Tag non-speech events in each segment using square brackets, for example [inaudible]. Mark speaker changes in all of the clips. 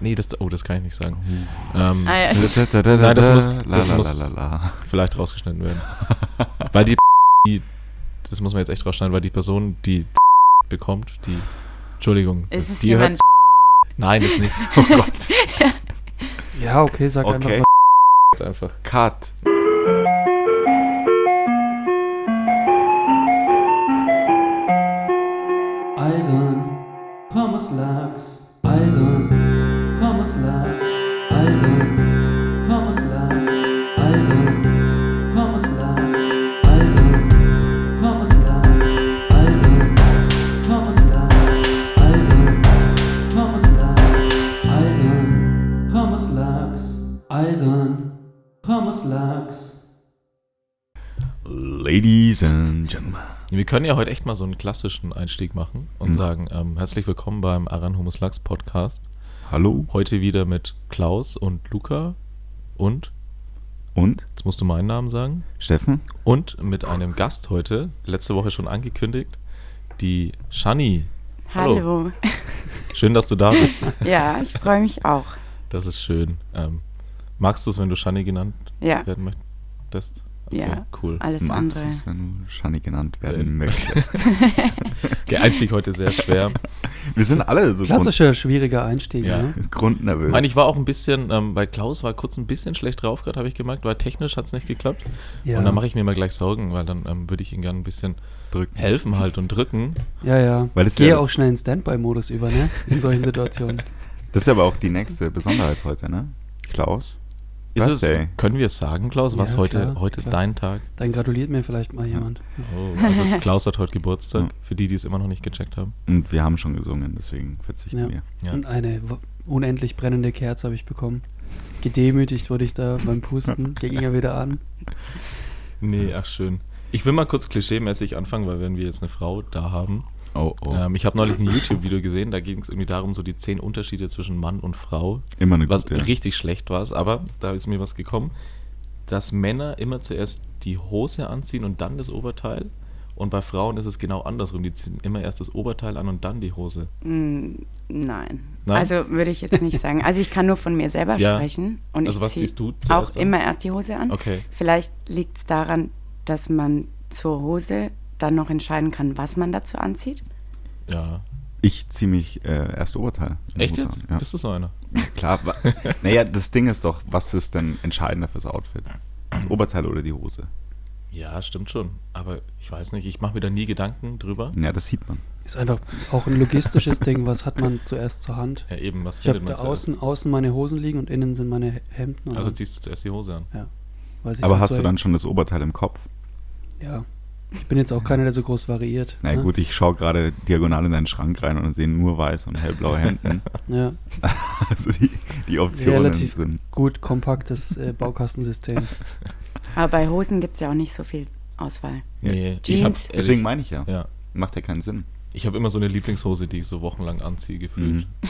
Speaker 1: Nee, das, oh, das kann ich nicht sagen. Ähm,
Speaker 2: Ah, ja.
Speaker 1: Nein,
Speaker 3: Nein,
Speaker 1: das muss- das muss- Vielleicht rausgeschnitten werden. Weil die, die, das muss man jetzt echt rausschneiden, weil die Person, die bekommt, die, Entschuldigung,
Speaker 2: Ist es
Speaker 1: die [laughs]
Speaker 2: jemand?
Speaker 1: nein, das
Speaker 2: [laughs]
Speaker 1: nicht,
Speaker 3: Oh Gott.
Speaker 4: Ja, okay, sag einfach
Speaker 3: Okay.
Speaker 4: mal.
Speaker 1: das ist einfach.
Speaker 3: Cut.
Speaker 5: Iron Pommes Lachs. Iron Pommes Lachs. Iron Pommes Lachs. Iron Pommes Lachs. Iron Pommes Lachs. Iron Pommes Lachs. Iron Pommes Lachs. Iron Pommes Lachs. Iron Pommes Lachs.
Speaker 3: Ladies and Gentlemen.
Speaker 1: Wir können ja heute echt mal so einen klassischen Einstieg machen und
Speaker 3: Mhm.
Speaker 1: sagen, ähm, herzlich willkommen beim Aran Humus Lachs Podcast.
Speaker 3: Hallo
Speaker 1: Heute wieder mit Klaus und Luca und,
Speaker 3: und
Speaker 1: jetzt musst du meinen Namen sagen,
Speaker 3: Steffen.
Speaker 1: und mit einem Gast heute, letzte Woche schon angekündigt, die Shani.
Speaker 2: Hallo.
Speaker 1: Schön, dass du da bist.
Speaker 2: Ja, ich freue mich auch.
Speaker 1: Das ist schön. Ähm, magst du es, wenn du Shani genannt
Speaker 2: Ja,
Speaker 1: werden möchtest?
Speaker 2: Ja.
Speaker 1: Cool.
Speaker 2: alles
Speaker 3: Magst
Speaker 2: andere.
Speaker 3: es, wenn du Shani genannt
Speaker 1: Äh.
Speaker 3: werden möchtest.
Speaker 1: Der Einstieg heute sehr [laughs] schwer.
Speaker 3: Wir sind alle so
Speaker 4: Klassischer, schwieriger Einstieg.
Speaker 1: Ja.
Speaker 4: Ne?
Speaker 3: grund grundnervös.
Speaker 1: Ich meine, ich war auch ein bisschen, ähm, bei Klaus war kurz ein bisschen schlecht drauf gerade, habe ich gemerkt, weil technisch hat es nicht geklappt.
Speaker 4: Ja.
Speaker 1: Und dann mache ich mir mal gleich Sorgen, weil dann ähm, würde ich ihm gerne ein bisschen
Speaker 3: drücken.
Speaker 1: helfen halt und drücken.
Speaker 4: ja, ja.
Speaker 3: Weil das
Speaker 4: Gehe
Speaker 3: ja-
Speaker 4: auch schnell in Standby-Modus über, ne? In
Speaker 3: [laughs]
Speaker 4: solchen Situationen.
Speaker 3: Das ist aber auch die nächste Besonderheit heute, ne? Klaus.
Speaker 1: Ist es,
Speaker 3: Birthday.
Speaker 1: können wir es sagen, Klaus, was
Speaker 4: Ja,
Speaker 1: heute,
Speaker 4: klar,
Speaker 1: heute ist
Speaker 4: klar.
Speaker 1: dein Tag?
Speaker 4: Dann gratuliert mir vielleicht mal jemand.
Speaker 1: Oh, also Klaus hat heute Geburtstag,
Speaker 3: Ja.
Speaker 1: für die, die es immer noch nicht gecheckt haben.
Speaker 3: Und wir haben schon gesungen, deswegen verzichten
Speaker 4: Ja.
Speaker 3: wir.
Speaker 1: Ja.
Speaker 4: Und eine w- unendlich brennende Kerze habe ich bekommen. Gedemütigt wurde ich da
Speaker 3: [laughs]
Speaker 4: beim Pusten. Der ging ja wieder an.
Speaker 1: Nee, ach schön. Ich will mal kurz klischeemäßig anfangen, weil wenn wir jetzt eine Frau da haben.
Speaker 3: Oh, oh.
Speaker 1: Ähm, ich habe neulich ein YouTube-Video gesehen, da ging es irgendwie darum, so die zehn Unterschiede zwischen Mann und Frau,
Speaker 3: Immer eine
Speaker 1: was
Speaker 3: gute.
Speaker 1: richtig schlecht war, aber da ist mir was gekommen, dass Männer immer zuerst die Hose anziehen und dann das Oberteil und bei Frauen ist es genau andersrum, die ziehen immer erst das Oberteil an und dann die Hose.
Speaker 2: Mm, Nein.
Speaker 1: Nein?
Speaker 2: Also würde ich jetzt nicht sagen. Also ich kann nur von mir selber
Speaker 1: Ja.
Speaker 2: sprechen. Und
Speaker 1: Also
Speaker 2: ich
Speaker 1: was
Speaker 2: zieh
Speaker 1: ziehst du
Speaker 2: Auch
Speaker 1: zuerst an?
Speaker 2: immer erst die Hose an.
Speaker 1: Okay.
Speaker 2: Vielleicht liegt es daran, dass man zur Hose dann noch entscheiden kann, was man dazu anzieht.
Speaker 1: Ja.
Speaker 3: Ich ziehe mich äh, erst Oberteil.
Speaker 1: Echt
Speaker 3: Muss
Speaker 1: jetzt?
Speaker 3: sagen, Ja.
Speaker 1: Bist du so einer?
Speaker 3: Klar, wa- [laughs] naja, das Ding ist doch, was ist denn entscheidender fürs Outfit? Das Oberteil oder die Hose?
Speaker 1: Ja, stimmt schon. Aber ich weiß nicht, ich mache mir da nie Gedanken drüber.
Speaker 3: Ja, das sieht man.
Speaker 4: Ist einfach auch ein logistisches Ding. Was hat man zuerst zur Hand?
Speaker 1: Ja, eben, was
Speaker 4: Ich habe
Speaker 1: findet man
Speaker 4: da
Speaker 1: zuerst?
Speaker 4: außen, außen meine Hosen liegen und innen sind meine Hemden. und
Speaker 1: Also
Speaker 4: dann
Speaker 1: ziehst du zuerst die Hose an.
Speaker 4: weiß ich's
Speaker 3: Aber
Speaker 4: nicht
Speaker 3: hast
Speaker 4: so
Speaker 3: du dann schon das Oberteil im Kopf?
Speaker 4: Ja. Ich bin jetzt auch keiner, der so groß variiert.
Speaker 3: Na naja,
Speaker 4: ne?
Speaker 3: gut, ich schaue gerade diagonal in deinen Schrank rein und sehe nur weiß und
Speaker 1: [laughs]
Speaker 3: hellblaue Hemden.
Speaker 4: Ja.
Speaker 3: also die, die Optionen
Speaker 4: Relativ-
Speaker 3: sind.
Speaker 4: Gut, kompaktes äh, Baukastensystem.
Speaker 2: Aber bei Hosen gibt es ja auch nicht so viel Auswahl.
Speaker 3: Ja.
Speaker 1: Nee, ich habe
Speaker 2: Jeans.
Speaker 3: Deswegen meine ich ja.
Speaker 1: ja,
Speaker 3: Macht ja keinen Sinn.
Speaker 1: ich hab immer so eine Lieblingshose, die ich so wochenlang anziehe, gefühlt.
Speaker 3: Mhm.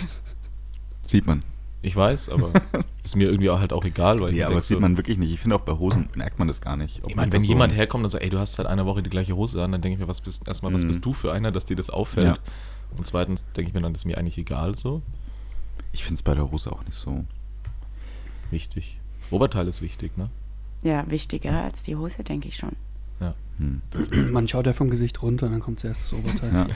Speaker 3: Sieht man.
Speaker 1: Ich weiß, aber
Speaker 3: [laughs]
Speaker 1: ist mir irgendwie auch halt auch egal, weil ich mir
Speaker 3: Ja, aber
Speaker 1: denk
Speaker 3: das sieht
Speaker 1: so,
Speaker 3: man wirklich nicht. Ich finde auch bei Hosen merkt man das gar nicht.
Speaker 1: Ich
Speaker 3: ob eine
Speaker 1: meine, wenn
Speaker 3: Person-
Speaker 1: jemand herkommt und sagt, ey, du hast seit einer Woche die gleiche Hose an, dann denke ich mir, was bist erstmal, was
Speaker 3: Mhm.
Speaker 1: bist du für einer, dass dir das auffällt?
Speaker 3: Ja.
Speaker 1: Und zweitens denke ich mir dann, das ist mir eigentlich egal so.
Speaker 3: Ich finde es bei der Hose auch
Speaker 1: [laughs]
Speaker 3: nicht so.
Speaker 1: Wichtig. Oberteil ist wichtig, ne?
Speaker 2: Ja, wichtiger als die Hose, denke ich schon.
Speaker 3: Hm.
Speaker 4: Man schaut ja vom Gesicht runter und dann kommt zuerst das Oberteil.
Speaker 3: Ja.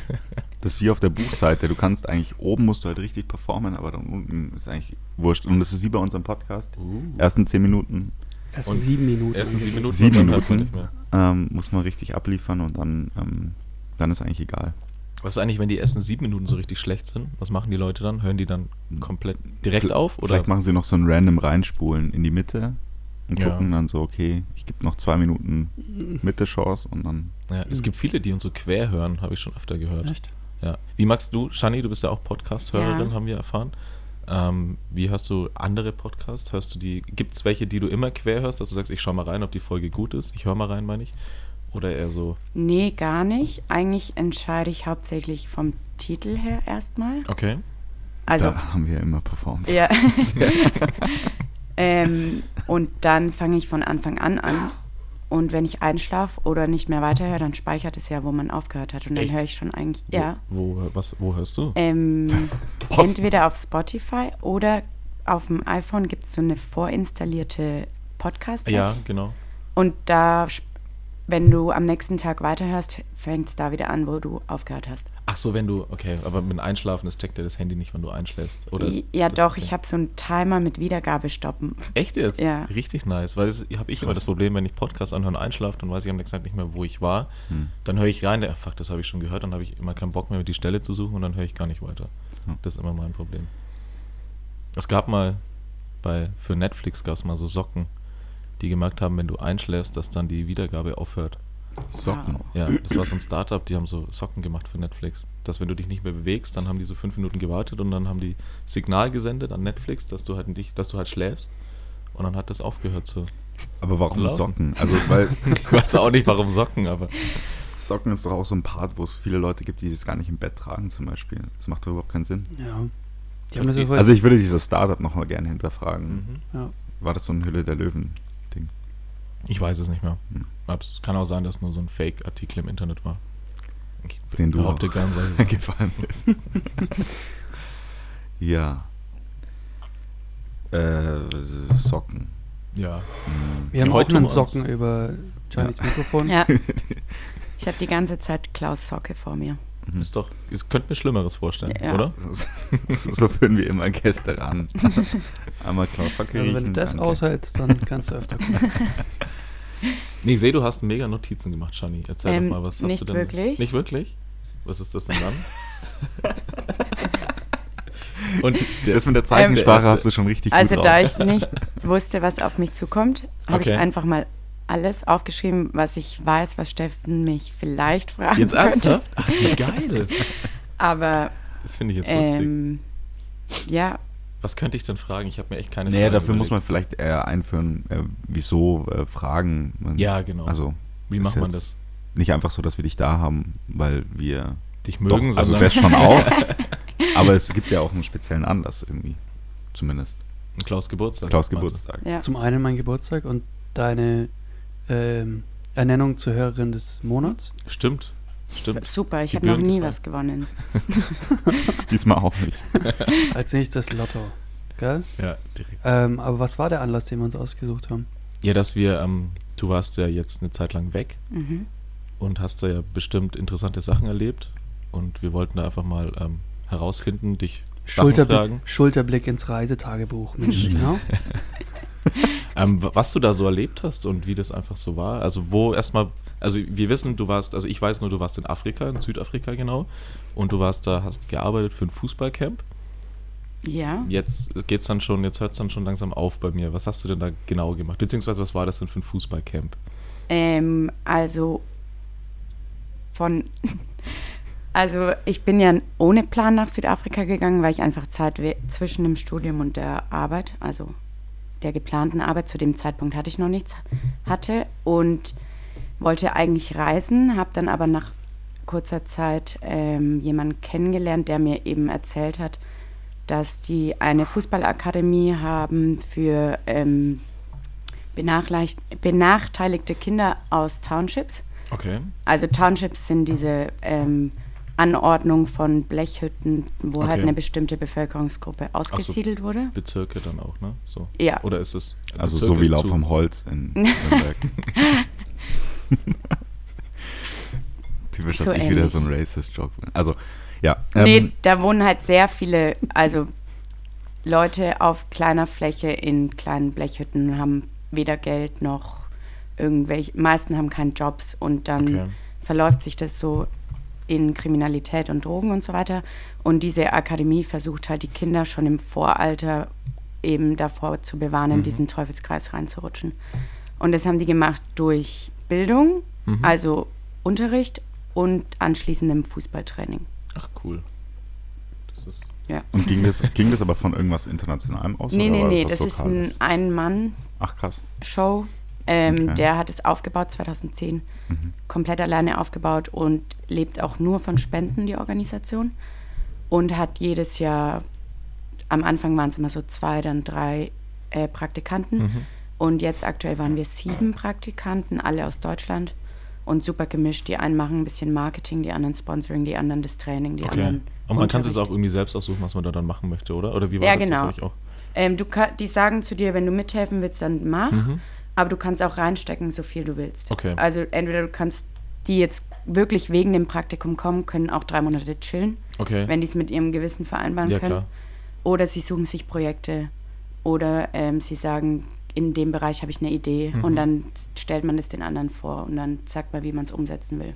Speaker 3: Das ist wie auf der Buchseite. Du kannst eigentlich, oben musst du halt richtig performen, aber dann unten ist eigentlich wurscht. Und das ist wie bei unserem Podcast.
Speaker 1: Uh.
Speaker 3: Ersten zehn Minuten
Speaker 4: Erst
Speaker 1: Und
Speaker 4: in sieben Minuten.
Speaker 1: Erstens sieben Minuten.
Speaker 3: Sieben
Speaker 1: und dann hört man
Speaker 3: Minuten.
Speaker 1: nicht mehr.
Speaker 3: ähm, muss man richtig abliefern und dann, ähm, dann ist eigentlich egal.
Speaker 1: Was ist eigentlich, wenn die ersten sieben Minuten so richtig schlecht sind? Was machen die Leute dann? Hören die dann komplett direkt
Speaker 3: Vielleicht-
Speaker 1: auf? Oder?
Speaker 3: Vielleicht machen sie noch so ein random Reinspulen in die Mitte und
Speaker 1: Ja.
Speaker 3: gucken dann so, okay, ich gebe noch zwei Minuten Mitte-Chance und dann.
Speaker 1: Ja, es gibt viele, die uns so quer hören, habe ich schon öfter gehört.
Speaker 4: Echt?
Speaker 1: Ja. Wie magst du, Shani, du bist ja auch Podcast-Hörerin,
Speaker 2: Ja.
Speaker 1: haben wir erfahren. Ähm, wie hörst du andere Podcasts? Hörst du die, gibt es welche, die du immer quer hörst, dass du sagst, ich schau mal rein, ob die Folge gut ist? Ich höre mal rein, meine ich. Oder eher so,
Speaker 2: Nee, gar nicht. Eigentlich entscheide ich hauptsächlich vom Titel her erstmal.
Speaker 1: okay.
Speaker 2: Also,
Speaker 3: da haben wir immer performt.
Speaker 2: [laughs] ja. ähm, und dann fange ich von Anfang an an Und wenn ich einschlafe oder nicht mehr weiterhöre, dann speichert es ja, wo man aufgehört hat. Und dann
Speaker 1: Echt?
Speaker 2: höre ich schon eigentlich, ja.
Speaker 1: Wo, wo, was, wo hörst du?
Speaker 2: Ähm,
Speaker 3: Was?
Speaker 2: entweder auf Spotify oder auf dem iPhone gibt es so eine vorinstallierte podcast
Speaker 1: Ja, genau.
Speaker 2: Und da, sp- wenn du am nächsten Tag weiterhörst, fängt es da wieder an, wo du aufgehört hast.
Speaker 1: Ach so, wenn du, okay, aber mit Einschlafen, das checkt ja das Handy nicht, wann du einschläfst. Oder
Speaker 2: ja,
Speaker 1: das-
Speaker 2: doch,
Speaker 1: okay.
Speaker 2: ich habe so einen Timer mit
Speaker 1: [laughs]
Speaker 2: Wiedergabestoppen.
Speaker 1: Echt jetzt?
Speaker 2: Ja.
Speaker 1: Richtig nice, weil das habe ich immer das Problem, wenn ich Podcast anhöre und einschlafe, dann weiß ich am nächsten Tag nicht mehr, wo ich war.
Speaker 3: Hm.
Speaker 1: Dann höre ich rein, der, fuck, das habe ich schon gehört, dann habe ich immer keinen Bock mehr, die Stelle zu suchen und dann höre ich gar nicht weiter.
Speaker 3: Hm.
Speaker 1: Das ist immer mein Problem. Es gab mal, bei, für Netflix gab es mal so Socken, die gemerkt haben, wenn du einschläfst, dass dann die Wiedergabe aufhört.
Speaker 3: Socken.
Speaker 1: Ja, das war so ein Startup, die haben so Socken gemacht für Netflix. Dass wenn du dich nicht mehr bewegst, dann haben die so fünf Minuten gewartet und dann haben die Signal gesendet an Netflix, dass du halt nicht, dass du halt schläfst. Und dann hat das aufgehört zu.
Speaker 3: Aber
Speaker 1: Zu
Speaker 3: warum
Speaker 1: laufen.
Speaker 3: Socken? Also,
Speaker 2: [laughs]
Speaker 3: weil
Speaker 1: Ich weiß auch nicht, warum Socken, aber.
Speaker 3: Socken ist doch auch so ein Part, wo es viele Leute gibt, die das gar nicht im Bett tragen, zum Beispiel. Das macht doch überhaupt keinen Sinn.
Speaker 4: Ja. Die haben das auch
Speaker 3: Also, ich würde dieses Startup nochmal gerne
Speaker 1: Hm.
Speaker 3: hinterfragen.
Speaker 4: ja.
Speaker 3: War das so ein Hülle der Löwen?
Speaker 1: Ich weiß es nicht mehr.
Speaker 3: Hm.
Speaker 1: Abs- Kann auch sein, dass nur so ein Fake-Artikel im Internet war. Ich
Speaker 3: Den du
Speaker 1: behaupte
Speaker 3: auch.
Speaker 1: gern solche
Speaker 3: [laughs]
Speaker 1: Sachen.
Speaker 3: gefallen ist.
Speaker 1: [laughs]
Speaker 3: ja. Äh, Socken.
Speaker 1: Ja.
Speaker 4: Wir haben
Speaker 1: Heute
Speaker 4: auch einen
Speaker 1: um uns.
Speaker 4: Socken über Johnny's
Speaker 1: [laughs]
Speaker 4: Mikrofon.
Speaker 2: Ja. Ich habe die ganze Zeit Klaus Socke vor mir.
Speaker 1: Ist doch. Ich könnte mir Schlimmeres vorstellen,
Speaker 2: Ja.
Speaker 1: oder?
Speaker 3: [laughs] so führen wir immer Gäste
Speaker 1: [laughs]
Speaker 3: ran. Einmal Klaus Socke
Speaker 4: Also wenn du
Speaker 3: riechen,
Speaker 4: das
Speaker 3: danke.
Speaker 4: aushältst, dann kannst du öfter kommen.
Speaker 1: Nee, ich sehe, du hast mega Notizen gemacht, Shani. Erzähl
Speaker 2: Ähm,
Speaker 1: doch mal, was hast
Speaker 2: nicht
Speaker 1: du denn?
Speaker 2: wirklich.
Speaker 1: Nicht wirklich? Was ist das denn
Speaker 3: [laughs]
Speaker 1: dann? Und der,
Speaker 3: Das mit der Zeichensprache
Speaker 1: erste.
Speaker 3: hast du schon richtig
Speaker 2: Also
Speaker 3: gut
Speaker 2: da
Speaker 3: raus.
Speaker 1: [laughs]
Speaker 2: ich nicht wusste, was auf mich zukommt, habe
Speaker 1: Okay.
Speaker 2: ich einfach mal alles aufgeschrieben, was ich weiß, was Steffen mich vielleicht fragen
Speaker 1: jetzt
Speaker 3: [laughs]
Speaker 2: könnte.
Speaker 1: ernsthaft? Ach, wie geil.
Speaker 2: Aber
Speaker 1: Das finde ich jetzt lustig.
Speaker 2: ähm, ja,
Speaker 1: Was könnte ich denn fragen? Ich habe mir echt keine
Speaker 3: Nee,
Speaker 1: Frage
Speaker 3: dafür muss man
Speaker 1: überlegt.
Speaker 3: vielleicht eher einführen, äh, wieso äh, Fragen. Man,
Speaker 1: Ja, genau.
Speaker 3: Also
Speaker 1: Wie
Speaker 3: ist
Speaker 1: macht man das?
Speaker 3: jetzt nicht einfach so, dass wir dich da haben, weil wir
Speaker 1: Dich mögen,
Speaker 3: Doch, also
Speaker 1: sondern
Speaker 3: das
Speaker 1: [laughs]
Speaker 3: schon auch. aber es gibt ja auch einen speziellen Anlass irgendwie. Zumindest.
Speaker 1: Klaus Geburtstag.
Speaker 3: Klaus
Speaker 1: meinst du?
Speaker 3: Geburtstag.
Speaker 2: ja.
Speaker 4: Zum einen mein Geburtstag und deine ähm, Ernennung zur Hörerin des Monats.
Speaker 1: Stimmt.
Speaker 3: [laughs]
Speaker 1: Stimmt.
Speaker 2: Super, ich
Speaker 1: Die
Speaker 2: habe noch
Speaker 1: Birnen
Speaker 2: nie
Speaker 1: gefallen.
Speaker 2: was gewonnen.
Speaker 3: Diesmal auch nicht.
Speaker 4: Als nächstes Lotto. Gell?
Speaker 1: Ja, direkt.
Speaker 4: Ähm, aber was war der Anlass, den wir uns ausgesucht haben?
Speaker 1: Ja, dass wir, ähm, du warst ja jetzt eine Zeit lang weg
Speaker 2: Mhm.
Speaker 1: und hast da ja bestimmt interessante Sachen erlebt. Und wir wollten da einfach mal ähm, herausfinden, dich Sachen fragen.
Speaker 4: Schulterblick, Schulterblick ins Reisetagebuch, Mensch, genau.
Speaker 1: Ähm, wa- was du da so erlebt hast und wie das einfach so war. Also wo erstmal, also wir wissen, du warst, also ich weiß nur, du warst in Afrika, in Südafrika genau. Und du warst da, hast gearbeitet für ein Fußballcamp.
Speaker 2: Ja.
Speaker 1: Jetzt geht's dann schon, jetzt hört es dann schon langsam auf bei mir. Was hast du denn da genau gemacht? Beziehungsweise was war das denn für ein Fußballcamp?
Speaker 2: Ähm, also von [laughs] also ich bin ja ohne Plan nach Südafrika gegangen, weil ich einfach Zeit we- zwischen dem Studium und der Arbeit, also der geplanten Arbeit zu dem Zeitpunkt hatte ich noch nichts hatte und wollte eigentlich reisen, habe dann aber nach kurzer Zeit ähm, jemanden kennengelernt, der mir eben erzählt hat, dass die eine Fußballakademie haben für ähm, benachleicht- benachteiligte Kinder aus Townships.
Speaker 1: Okay.
Speaker 2: Also Townships sind diese ähm, Anordnung von Blechhütten, wo
Speaker 1: Okay.
Speaker 2: halt eine bestimmte Bevölkerungsgruppe ausgesiedelt wurde.
Speaker 1: Bezirke dann auch, ne? So.
Speaker 2: Ja.
Speaker 1: Oder ist es.
Speaker 3: Also
Speaker 1: Bezirk
Speaker 3: so wie
Speaker 1: ist
Speaker 3: Lauf
Speaker 1: zu-
Speaker 3: am Holz
Speaker 2: [laughs]
Speaker 3: in Nürnberg. Typisch, dass
Speaker 2: So
Speaker 3: ich wieder
Speaker 2: ähnlich.
Speaker 3: so ein Racist-Joke bin. Also, ja.
Speaker 2: nee,
Speaker 3: ähm,
Speaker 2: da wohnen halt sehr viele, also Leute auf kleiner Fläche in kleinen Blechhütten und haben weder Geld noch irgendwelche, meisten haben keinen Jobs und dann
Speaker 1: Okay.
Speaker 2: verläuft sich das so in Kriminalität und Drogen und so weiter. Und diese Akademie versucht halt die Kinder schon im Voralter eben davor zu bewahren, in diesen Teufelskreis reinzurutschen. Und das haben die gemacht durch Bildung, also Unterricht und anschließendem Fußballtraining.
Speaker 1: Ach cool. Das ist.
Speaker 2: Ja.
Speaker 3: und ging das, ging das aber von irgendwas Internationalem aus?
Speaker 2: Nee,
Speaker 3: oder
Speaker 2: nee,
Speaker 3: war
Speaker 2: nee,
Speaker 3: was
Speaker 2: das ist ein
Speaker 3: Lokales?
Speaker 2: Ein-Mann-Show.
Speaker 3: Ach, krass.
Speaker 2: Ähm,
Speaker 3: Okay.
Speaker 2: Der hat es aufgebaut 2010,
Speaker 3: Mhm.
Speaker 2: komplett alleine aufgebaut und lebt auch nur von Spenden, die Organisation. Und hat jedes
Speaker 1: Mhm.
Speaker 2: Jahr, am Anfang waren es immer so zwei, dann drei äh, Praktikanten. Und jetzt aktuell waren wir sieben Praktikanten, alle aus Deutschland und super gemischt. Die einen machen ein bisschen Marketing, die anderen Sponsoring, die anderen das Training, die
Speaker 1: Okay.
Speaker 2: anderen.
Speaker 1: Und man kann es
Speaker 2: Unterricht.
Speaker 1: auch irgendwie selbst aussuchen, was man da dann machen möchte, oder? Oder wie war
Speaker 2: Ja,
Speaker 1: das? Das
Speaker 2: genau.
Speaker 1: hab ich auch.
Speaker 2: Ähm, du ka- die sagen zu dir, wenn du mithelfen willst, dann mach.
Speaker 1: Mhm.
Speaker 2: Aber du kannst auch reinstecken, so viel du willst.
Speaker 1: Okay.
Speaker 2: Also entweder du kannst die jetzt wirklich wegen dem Praktikum kommen, können auch drei Monate chillen,
Speaker 1: Okay.
Speaker 2: wenn die es mit ihrem Gewissen vereinbaren
Speaker 1: Ja,
Speaker 2: können.
Speaker 1: klar.
Speaker 2: Oder sie suchen sich Projekte oder ähm, sie sagen, in dem Bereich habe ich eine Idee
Speaker 1: Mhm.
Speaker 2: und dann stellt man es den anderen vor und dann sagt man, wie man es umsetzen will.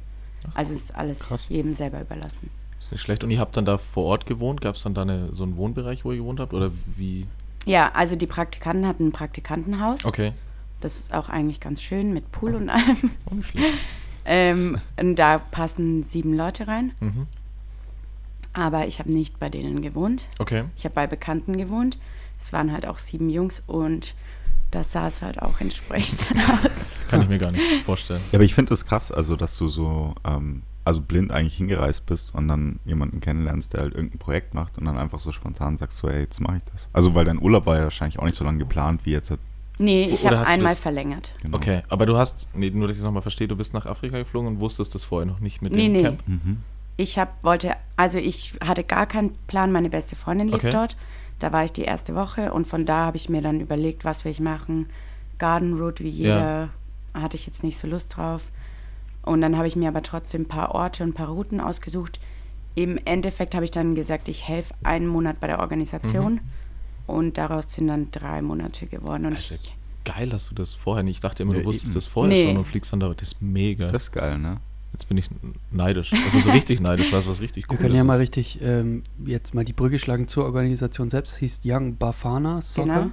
Speaker 2: also ist alles
Speaker 1: krass.
Speaker 2: jedem selber überlassen.
Speaker 1: Ist nicht schlecht. Und ihr habt dann da vor Ort gewohnt? Gab es dann da eine, so einen Wohnbereich, wo ihr gewohnt habt? Oder wie?
Speaker 2: Ja, also die Praktikanten hatten ein Praktikantenhaus.
Speaker 1: Okay.
Speaker 2: Das ist auch eigentlich ganz schön mit Pool und allem. [laughs]
Speaker 1: Oh, nicht schlecht.
Speaker 2: Ähm, und da passen sieben Leute rein.
Speaker 1: Mhm.
Speaker 2: Aber ich habe nicht bei denen gewohnt.
Speaker 1: Okay.
Speaker 2: Ich habe bei Bekannten gewohnt. Es waren halt auch sieben Jungs und das sah es halt auch entsprechend [laughs] aus.
Speaker 1: Kann ich mir gar
Speaker 2: [laughs]
Speaker 1: nicht vorstellen.
Speaker 3: Ja, aber ich finde das krass, also dass du so ähm, also blind eigentlich hingereist bist und dann jemanden kennenlernst, der halt irgendein Projekt macht und dann einfach so spontan sagst so, ey, jetzt mache ich das. Also weil dein Urlaub war ja wahrscheinlich auch nicht so lange geplant wie jetzt.
Speaker 2: Nee, ich
Speaker 1: Oder
Speaker 2: habe
Speaker 1: hast du
Speaker 2: einmal
Speaker 1: das-
Speaker 2: verlängert.
Speaker 3: Genau.
Speaker 1: Okay, aber du hast, nee, nur dass ich es nochmal verstehe, du bist nach Afrika geflogen und wusstest das vorher noch nicht mit
Speaker 2: Nee,
Speaker 1: dem
Speaker 2: nee.
Speaker 1: Camp?
Speaker 3: Mhm.
Speaker 2: Ich hab, wollte, also ich hatte gar keinen Plan, meine beste Freundin lebt
Speaker 1: Okay.
Speaker 2: dort. Da war ich die erste Woche und von da habe ich mir dann überlegt, was will ich machen. Garden Route wie jeder hatte ich jetzt nicht so Lust drauf. Und dann habe ich mir aber trotzdem ein paar Orte und ein paar Routen ausgesucht. Im Endeffekt habe ich dann gesagt, ich helfe einen Monat bei der Organisation und daraus sind dann drei Monate geworden. Und
Speaker 1: Das ist ja
Speaker 2: ich,
Speaker 1: geil, dass du das vorher nicht. Ich dachte immer, du
Speaker 3: Ja,
Speaker 1: wusstest
Speaker 3: eben.
Speaker 1: das vorher
Speaker 2: Nee.
Speaker 1: schon und fliegst dann da. Das ist mega.
Speaker 3: Das ist geil, ne?
Speaker 1: Jetzt bin ich neidisch. Also so richtig neidisch, was was richtig
Speaker 4: Wir
Speaker 1: cool
Speaker 4: können ja
Speaker 1: ist.
Speaker 4: mal richtig ähm, jetzt mal die Brücke schlagen zur Organisation selbst. Hieß Young Bafana Soccer.
Speaker 2: Genau.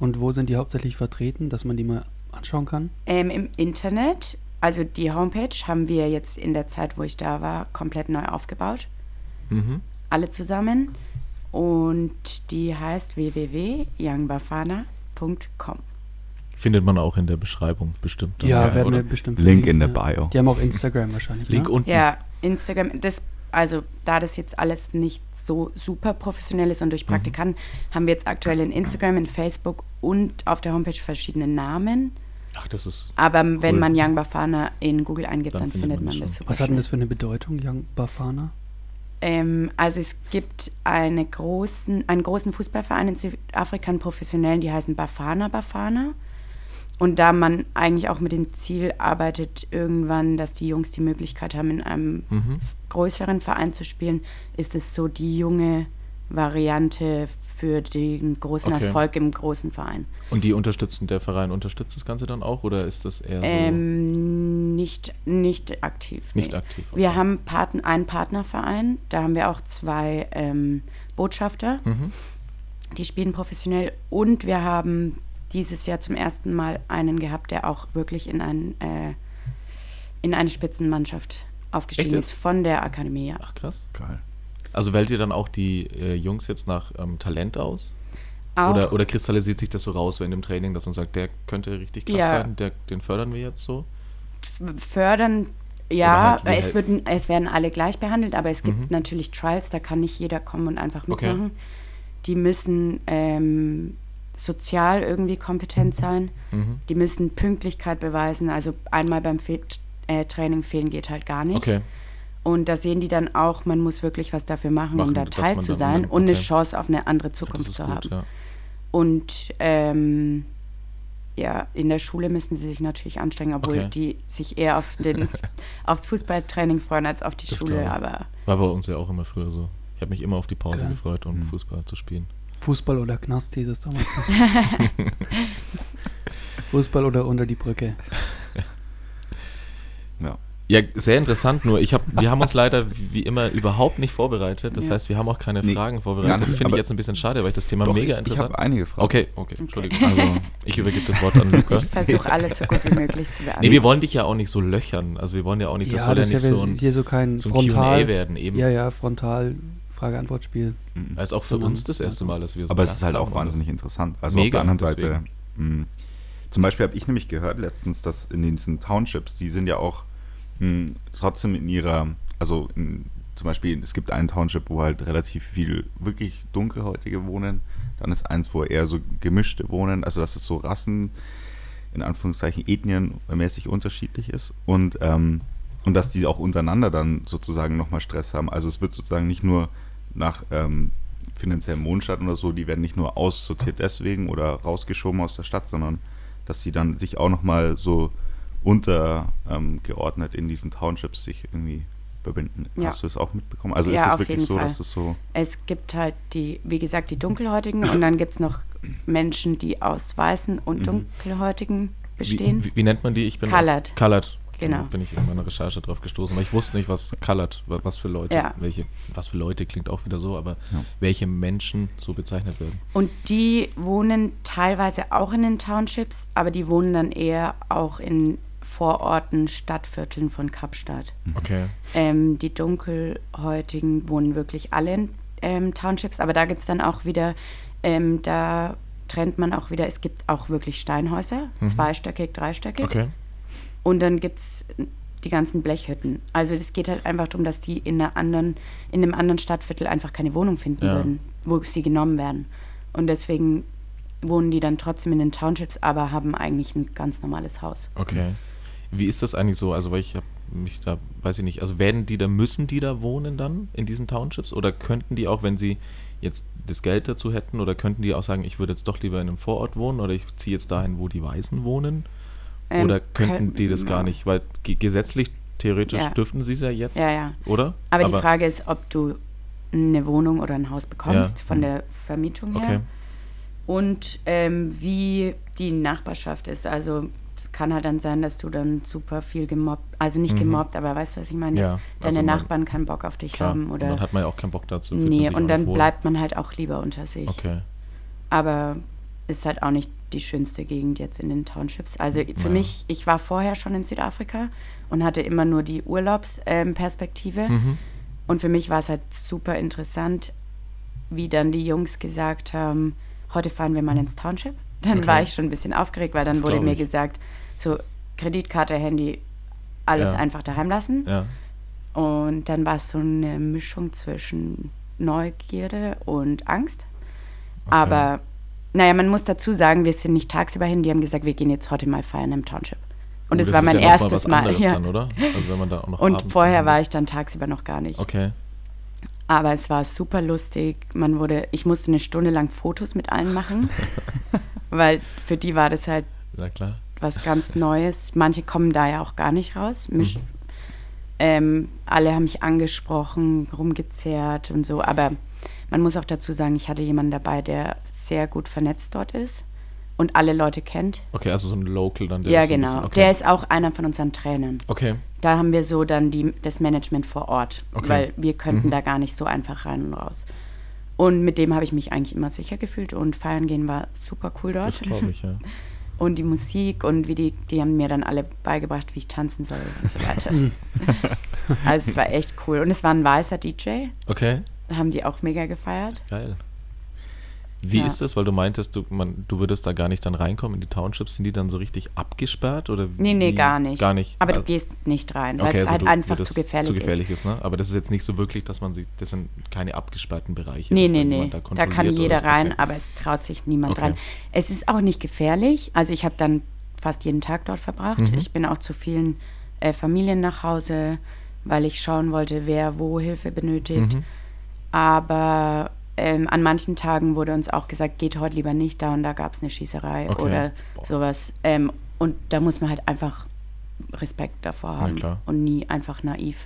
Speaker 4: Und wo sind die hauptsächlich vertreten, dass man die mal anschauen kann?
Speaker 2: ähm, Im Internet, also die Homepage, haben wir jetzt in der Zeit, wo ich da war, komplett neu aufgebaut.
Speaker 1: Mhm.
Speaker 2: alle zusammen. Und die heißt www.youngbafana.com.
Speaker 1: Findet man auch in der Beschreibung bestimmt. dann,
Speaker 4: ja, werden
Speaker 1: oder?
Speaker 4: wir bestimmt.
Speaker 3: Link in
Speaker 4: verlinken,
Speaker 3: der
Speaker 4: ja.
Speaker 3: Bio.
Speaker 4: Die haben auch Instagram [laughs] wahrscheinlich.
Speaker 1: Link
Speaker 4: ne?
Speaker 1: unten.
Speaker 2: Ja, Instagram, das, also da das jetzt alles nicht so super professionell ist und durch Praktikanten, haben wir jetzt aktuell in Instagram, in Facebook und auf der Homepage verschiedene Namen.
Speaker 1: Ach, das ist.
Speaker 2: Aber wenn
Speaker 1: Cool.
Speaker 2: man Young Bafana in Google eingibt, dann, findet man,
Speaker 1: schon.
Speaker 2: das super.
Speaker 4: Was hat
Speaker 2: schnell.
Speaker 4: denn das für eine Bedeutung, Young Bafana?
Speaker 2: Ähm, also es gibt eine großen, einen großen Fußballverein in Südafrika, einen professionellen, die heißen Bafana Bafana. Und da man eigentlich auch mit dem Ziel arbeitet, irgendwann, dass die Jungs die Möglichkeit haben, in einem
Speaker 1: Mhm.
Speaker 2: größeren Verein zu spielen, ist es so die junge Variante für den großen
Speaker 1: Okay.
Speaker 2: Erfolg im großen Verein.
Speaker 1: Und die unterstützen, der Verein unterstützt das Ganze dann auch oder ist das eher so
Speaker 2: Ähm, nicht, nicht aktiv.
Speaker 1: Also nicht
Speaker 2: nee.
Speaker 1: aktiv?
Speaker 2: Wir haben Paten, einen Partnerverein, da haben wir auch zwei ähm, Botschafter,
Speaker 1: Mhm.
Speaker 2: die spielen professionell und wir haben dieses Jahr zum ersten Mal einen gehabt, der auch wirklich in, ein, äh, in eine Spitzenmannschaft aufgestiegen
Speaker 1: Echt
Speaker 2: ist von der Akademie. Ja.
Speaker 1: Ach krass.
Speaker 3: Geil.
Speaker 1: Also wählt ihr dann auch die äh, Jungs jetzt nach ähm, Talent aus?
Speaker 2: Auch,
Speaker 1: Oder, oder kristallisiert sich das so raus während dem Training, dass man sagt, der könnte richtig krass
Speaker 2: Ja.
Speaker 1: werden, der, den fördern wir jetzt so?
Speaker 2: f- fördern, ja,
Speaker 1: Oder halt wie
Speaker 2: es,
Speaker 1: halt-
Speaker 2: würden, es werden alle gleich behandelt, aber es gibt
Speaker 1: Mhm.
Speaker 2: natürlich Trials, da kann nicht jeder kommen und einfach
Speaker 1: Okay.
Speaker 2: mitmachen. Die müssen ähm, sozial irgendwie kompetent sein,
Speaker 1: Mhm.
Speaker 2: die müssen Pünktlichkeit beweisen, also einmal beim Fe äh, Training fehlen geht halt gar nicht.
Speaker 1: Okay.
Speaker 2: Und da sehen die dann auch, man muss wirklich was dafür machen,
Speaker 1: Machen,
Speaker 2: um da
Speaker 1: dass
Speaker 2: teil
Speaker 1: man
Speaker 2: zu
Speaker 1: da
Speaker 2: sein
Speaker 1: unbedingt-
Speaker 2: und eine
Speaker 1: okay.
Speaker 2: Chance auf eine andere Zukunft
Speaker 1: Das ist
Speaker 2: zu
Speaker 1: gut,
Speaker 2: haben.
Speaker 1: ja.
Speaker 2: Und ähm, ja, in der Schule müssen sie sich natürlich anstrengen, obwohl
Speaker 1: Okay.
Speaker 2: die sich eher
Speaker 1: [laughs]
Speaker 2: auf den, aufs Fußballtraining freuen als auf die
Speaker 1: Das
Speaker 2: Schule.
Speaker 1: glaub ich.
Speaker 2: Aber
Speaker 1: War bei uns ja auch immer früher so. Ich habe mich immer auf die Pause
Speaker 4: Geil.
Speaker 1: gefreut, um
Speaker 3: Mhm.
Speaker 1: Fußball zu spielen.
Speaker 4: Fußball oder Knast hieß es damals.
Speaker 1: [laughs]
Speaker 4: Fußball oder unter die Brücke.
Speaker 1: Ja, sehr interessant nur. Ich hab, wir haben uns leider wie immer überhaupt nicht vorbereitet. Das
Speaker 2: Ja.
Speaker 1: heißt, wir haben auch keine
Speaker 3: Nee,
Speaker 1: Fragen
Speaker 3: gar
Speaker 1: vorbereitet.
Speaker 3: nicht,
Speaker 1: Finde ich
Speaker 3: aber-
Speaker 1: jetzt ein bisschen schade, weil ich das Thema
Speaker 3: Doch,
Speaker 1: mega
Speaker 3: ich ich
Speaker 1: interessant
Speaker 3: habe einige Fragen.
Speaker 1: Okay, okay, Entschuldigung.
Speaker 3: Also,
Speaker 1: Ich übergebe das
Speaker 2: [laughs]
Speaker 1: Wort an Luca.
Speaker 2: ich versuche alles so gut wie möglich zu
Speaker 1: Nee,
Speaker 2: beantworten.
Speaker 1: wir wollen dich ja auch nicht so löchern. Also wir wollen ja auch nicht, das
Speaker 4: ja,
Speaker 1: soll
Speaker 4: das
Speaker 1: ja
Speaker 4: ist
Speaker 1: nicht
Speaker 4: ja
Speaker 1: so ein,
Speaker 4: hier so kein
Speaker 1: so ein Q&A
Speaker 4: Frontal.
Speaker 1: werden eben.
Speaker 4: Ja, ja, Frontal Frage-Antwort-Spiel.
Speaker 3: mhm.
Speaker 1: Das ist auch für
Speaker 4: Sondern- also
Speaker 1: uns das erste Mal, dass wir so
Speaker 3: Aber
Speaker 1: einen
Speaker 3: es ist
Speaker 1: Gast
Speaker 3: halt auch
Speaker 1: haben und das-
Speaker 3: wahnsinnig interessant. Also
Speaker 1: Mega,
Speaker 3: auf der anderen Seite, mm. mh, zum Beispiel habe ich nämlich gehört letztens, mm, dass in diesen Townships, die sind ja auch mh, trotzdem in ihrer, also in zum Beispiel, es gibt einen Township, wo halt relativ viel wirklich dunkelhäutige wohnen. Dann ist eins, wo eher so gemischte wohnen. Also, dass es so Rassen, in Anführungszeichen, ethnienmäßig unterschiedlich ist. Und, ähm, und dass die auch untereinander dann sozusagen nochmal Stress haben. Also, es wird sozusagen nicht nur nach ähm, finanziellen Mondstadt oder so, die werden nicht nur aussortiert deswegen oder rausgeschoben aus der Stadt, sondern dass sie dann sich auch nochmal so untergeordnet in diesen Townships sich irgendwie verbinden.
Speaker 2: Ja.
Speaker 3: Hast du es auch mitbekommen? Also
Speaker 2: Ja,
Speaker 3: ist es
Speaker 2: auf
Speaker 3: wirklich
Speaker 2: jeden
Speaker 3: so,
Speaker 2: Fall.
Speaker 3: dass es so.
Speaker 2: Es gibt halt die, wie gesagt, die Dunkelhäutigen und dann gibt es noch Menschen, die aus Weißen und Dunkelhäutigen bestehen.
Speaker 1: Mhm. Wie, wie, wie nennt man die? Ich bin
Speaker 2: Colored.
Speaker 1: Auf, colored.
Speaker 2: Genau.
Speaker 1: Bin ich in meiner Recherche drauf gestoßen, weil ich wusste nicht, was colored, wa- was für Leute,
Speaker 2: Ja.
Speaker 1: welche, was für Leute klingt auch wieder so, aber
Speaker 3: Ja.
Speaker 1: welche Menschen so bezeichnet werden.
Speaker 2: Und die wohnen teilweise auch in den Townships, aber die wohnen dann eher auch in Vororten, Stadtvierteln von Kapstadt.
Speaker 3: Mhm.
Speaker 1: Okay.
Speaker 2: Ähm, die Dunkelhäutigen wohnen wirklich alle in ähm, Townships, aber da gibt es dann auch wieder, ähm, da trennt man auch wieder, es gibt auch wirklich Steinhäuser, zweistöckig, dreistöckig.
Speaker 1: Mhm. Okay.
Speaker 2: Und dann gibt es die ganzen Blechhütten. Also es geht halt einfach darum, dass die in, einer anderen, in einem anderen Stadtviertel einfach keine Wohnung finden
Speaker 1: Ja.
Speaker 2: würden, wo sie genommen werden. Und deswegen wohnen die dann trotzdem in den Townships, aber haben eigentlich ein ganz normales Haus.
Speaker 1: Okay. Mhm. Wie ist das eigentlich so? Also, weil ich habe mich da, weiß ich nicht, also werden die da, müssen die da wohnen dann in diesen Townships? Oder könnten die auch, wenn sie jetzt das Geld dazu hätten, oder könnten die auch sagen, ich würde jetzt doch lieber in einem Vorort wohnen oder ich ziehe jetzt dahin, wo die Weißen wohnen?
Speaker 2: Ähm,
Speaker 1: oder könnten
Speaker 2: könnten-
Speaker 1: die das gar nicht? Weil ge- gesetzlich, theoretisch
Speaker 2: Ja.
Speaker 1: dürften sie es ja jetzt,
Speaker 2: Ja, ja.
Speaker 1: oder?
Speaker 2: Aber, die Frage ist, ob du eine Wohnung oder ein Haus bekommst
Speaker 1: Ja. Mhm.
Speaker 2: von der Vermietung her.
Speaker 1: Okay.
Speaker 2: und ähm, wie die Nachbarschaft ist. Also es kann halt dann sein, dass du dann super viel gemobbt, also nicht
Speaker 1: Mhm.
Speaker 2: gemobbt, aber weißt du, was ich meine?
Speaker 1: Ja,
Speaker 2: Dass
Speaker 1: also
Speaker 2: deine
Speaker 1: man-
Speaker 2: Nachbarn keinen Bock auf dich
Speaker 1: Klar.
Speaker 2: haben
Speaker 1: und dann
Speaker 2: ähm, oder
Speaker 1: hat man ja auch keinen Bock dazu. fühlt man
Speaker 2: nee,
Speaker 1: sich auch
Speaker 2: und dann
Speaker 1: nicht wohl.
Speaker 2: bleibt man halt auch lieber unter sich.
Speaker 1: Okay.
Speaker 2: Aber ist halt auch nicht die schönste Gegend jetzt in den Townships. Also
Speaker 1: Ja.
Speaker 2: für mich, ich war vorher schon in Südafrika und hatte immer nur die ähm, Urlaubsperspektive.
Speaker 1: Mhm.
Speaker 2: Und für mich war es halt super interessant, wie dann die Jungs gesagt haben, heute fahren wir mal ins Township. [laughs] Dann
Speaker 1: Okay.
Speaker 2: war ich schon ein bisschen aufgeregt, weil dann
Speaker 1: Das
Speaker 2: wurde
Speaker 1: glaub
Speaker 2: mir
Speaker 1: ich.
Speaker 2: gesagt, so Kreditkarte, Handy, alles
Speaker 1: Ja.
Speaker 2: einfach daheim lassen.
Speaker 1: Ja.
Speaker 2: Und dann war es so eine Mischung zwischen Neugierde und Angst.
Speaker 1: Okay.
Speaker 2: Aber naja, man muss dazu sagen, wir sind nicht tagsüber hin. Die haben gesagt, wir gehen jetzt heute mal feiern im Township. Und
Speaker 1: Oh,
Speaker 2: es
Speaker 1: das
Speaker 2: war
Speaker 1: ist
Speaker 2: mein
Speaker 1: ja noch mal
Speaker 2: erstes
Speaker 1: was
Speaker 2: Mal.
Speaker 1: anderes
Speaker 2: ja.
Speaker 1: Dann, oder? Also wenn man da auch noch
Speaker 2: Und
Speaker 1: abends
Speaker 2: vorher
Speaker 1: dann-
Speaker 2: war ich dann tagsüber noch gar nicht.
Speaker 1: Okay.
Speaker 2: Aber es war super lustig. Man wurde, ich musste eine Stunde lang Fotos mit
Speaker 1: [laughs]
Speaker 2: allen machen, weil für die war das halt
Speaker 1: Na klar.
Speaker 2: was ganz Neues. Manche kommen da ja auch gar nicht raus.
Speaker 1: Mhm.
Speaker 2: Mich, ähm, alle haben mich angesprochen, rumgezerrt und so. Aber man muss auch dazu sagen, ich hatte jemanden dabei, der sehr gut vernetzt dort ist und alle Leute kennt.
Speaker 1: Okay, also so ein Local dann. der
Speaker 2: ja,
Speaker 1: das so ein
Speaker 2: genau.
Speaker 1: bisschen- okay.
Speaker 2: Der ist auch einer von unseren Trainern.
Speaker 1: Okay,
Speaker 2: Da haben wir so dann die, das Management vor Ort,
Speaker 1: Okay. Mhm.
Speaker 2: weil wir könnten da gar nicht so einfach rein und raus. Und mit dem habe ich mich eigentlich immer sicher gefühlt und feiern gehen war super cool dort.
Speaker 1: das glaube ich, ja.
Speaker 2: Und die Musik und wie die, die haben mir dann alle beigebracht, wie ich tanzen soll und so weiter.
Speaker 1: [laughs]
Speaker 2: also es war echt cool. Und es war ein weißer DJ,
Speaker 1: Okay,
Speaker 2: da haben die auch mega gefeiert.
Speaker 1: geil. Wie
Speaker 2: Ja.
Speaker 1: ist das, weil du meintest, du, man, du würdest da gar nicht dann reinkommen in die Townships, sind die dann so richtig abgesperrt oder
Speaker 2: Nee, nee,
Speaker 1: wie?
Speaker 2: gar nicht.
Speaker 1: Gar nicht.
Speaker 2: Aber
Speaker 1: Also-
Speaker 2: du gehst nicht rein, weil
Speaker 1: okay,
Speaker 2: es
Speaker 1: also
Speaker 2: halt
Speaker 1: du
Speaker 2: einfach
Speaker 1: würdest-
Speaker 2: zu gefährlich,
Speaker 1: zu gefährlich ist. ne? Aber das ist jetzt nicht so wirklich, dass man sich, das sind keine abgesperrten Bereiche.
Speaker 2: ist. Nee,
Speaker 1: dass
Speaker 2: nee,
Speaker 1: da
Speaker 2: nee.
Speaker 1: jemand
Speaker 2: Da,
Speaker 1: kontrolliert
Speaker 2: kann
Speaker 1: oder
Speaker 2: jeder
Speaker 1: so.
Speaker 2: rein,
Speaker 1: Okay.
Speaker 2: aber es traut sich niemand
Speaker 1: Okay.
Speaker 2: rein. Es ist auch nicht gefährlich. Also ich habe dann fast jeden Tag dort verbracht.
Speaker 1: Mhm.
Speaker 2: Ich bin auch zu vielen äh, Familien nach Hause, weil ich schauen wollte, wer wo Hilfe benötigt.
Speaker 1: Mhm.
Speaker 2: Aber ähm, an manchen Tagen wurde uns auch gesagt, geht heute lieber nicht da und da gab es eine Schießerei
Speaker 1: Okay.
Speaker 2: oder
Speaker 1: Boah.
Speaker 2: sowas. Ähm, und da muss man halt einfach Respekt davor
Speaker 1: Na
Speaker 2: haben
Speaker 1: klar.
Speaker 2: und nie einfach naiv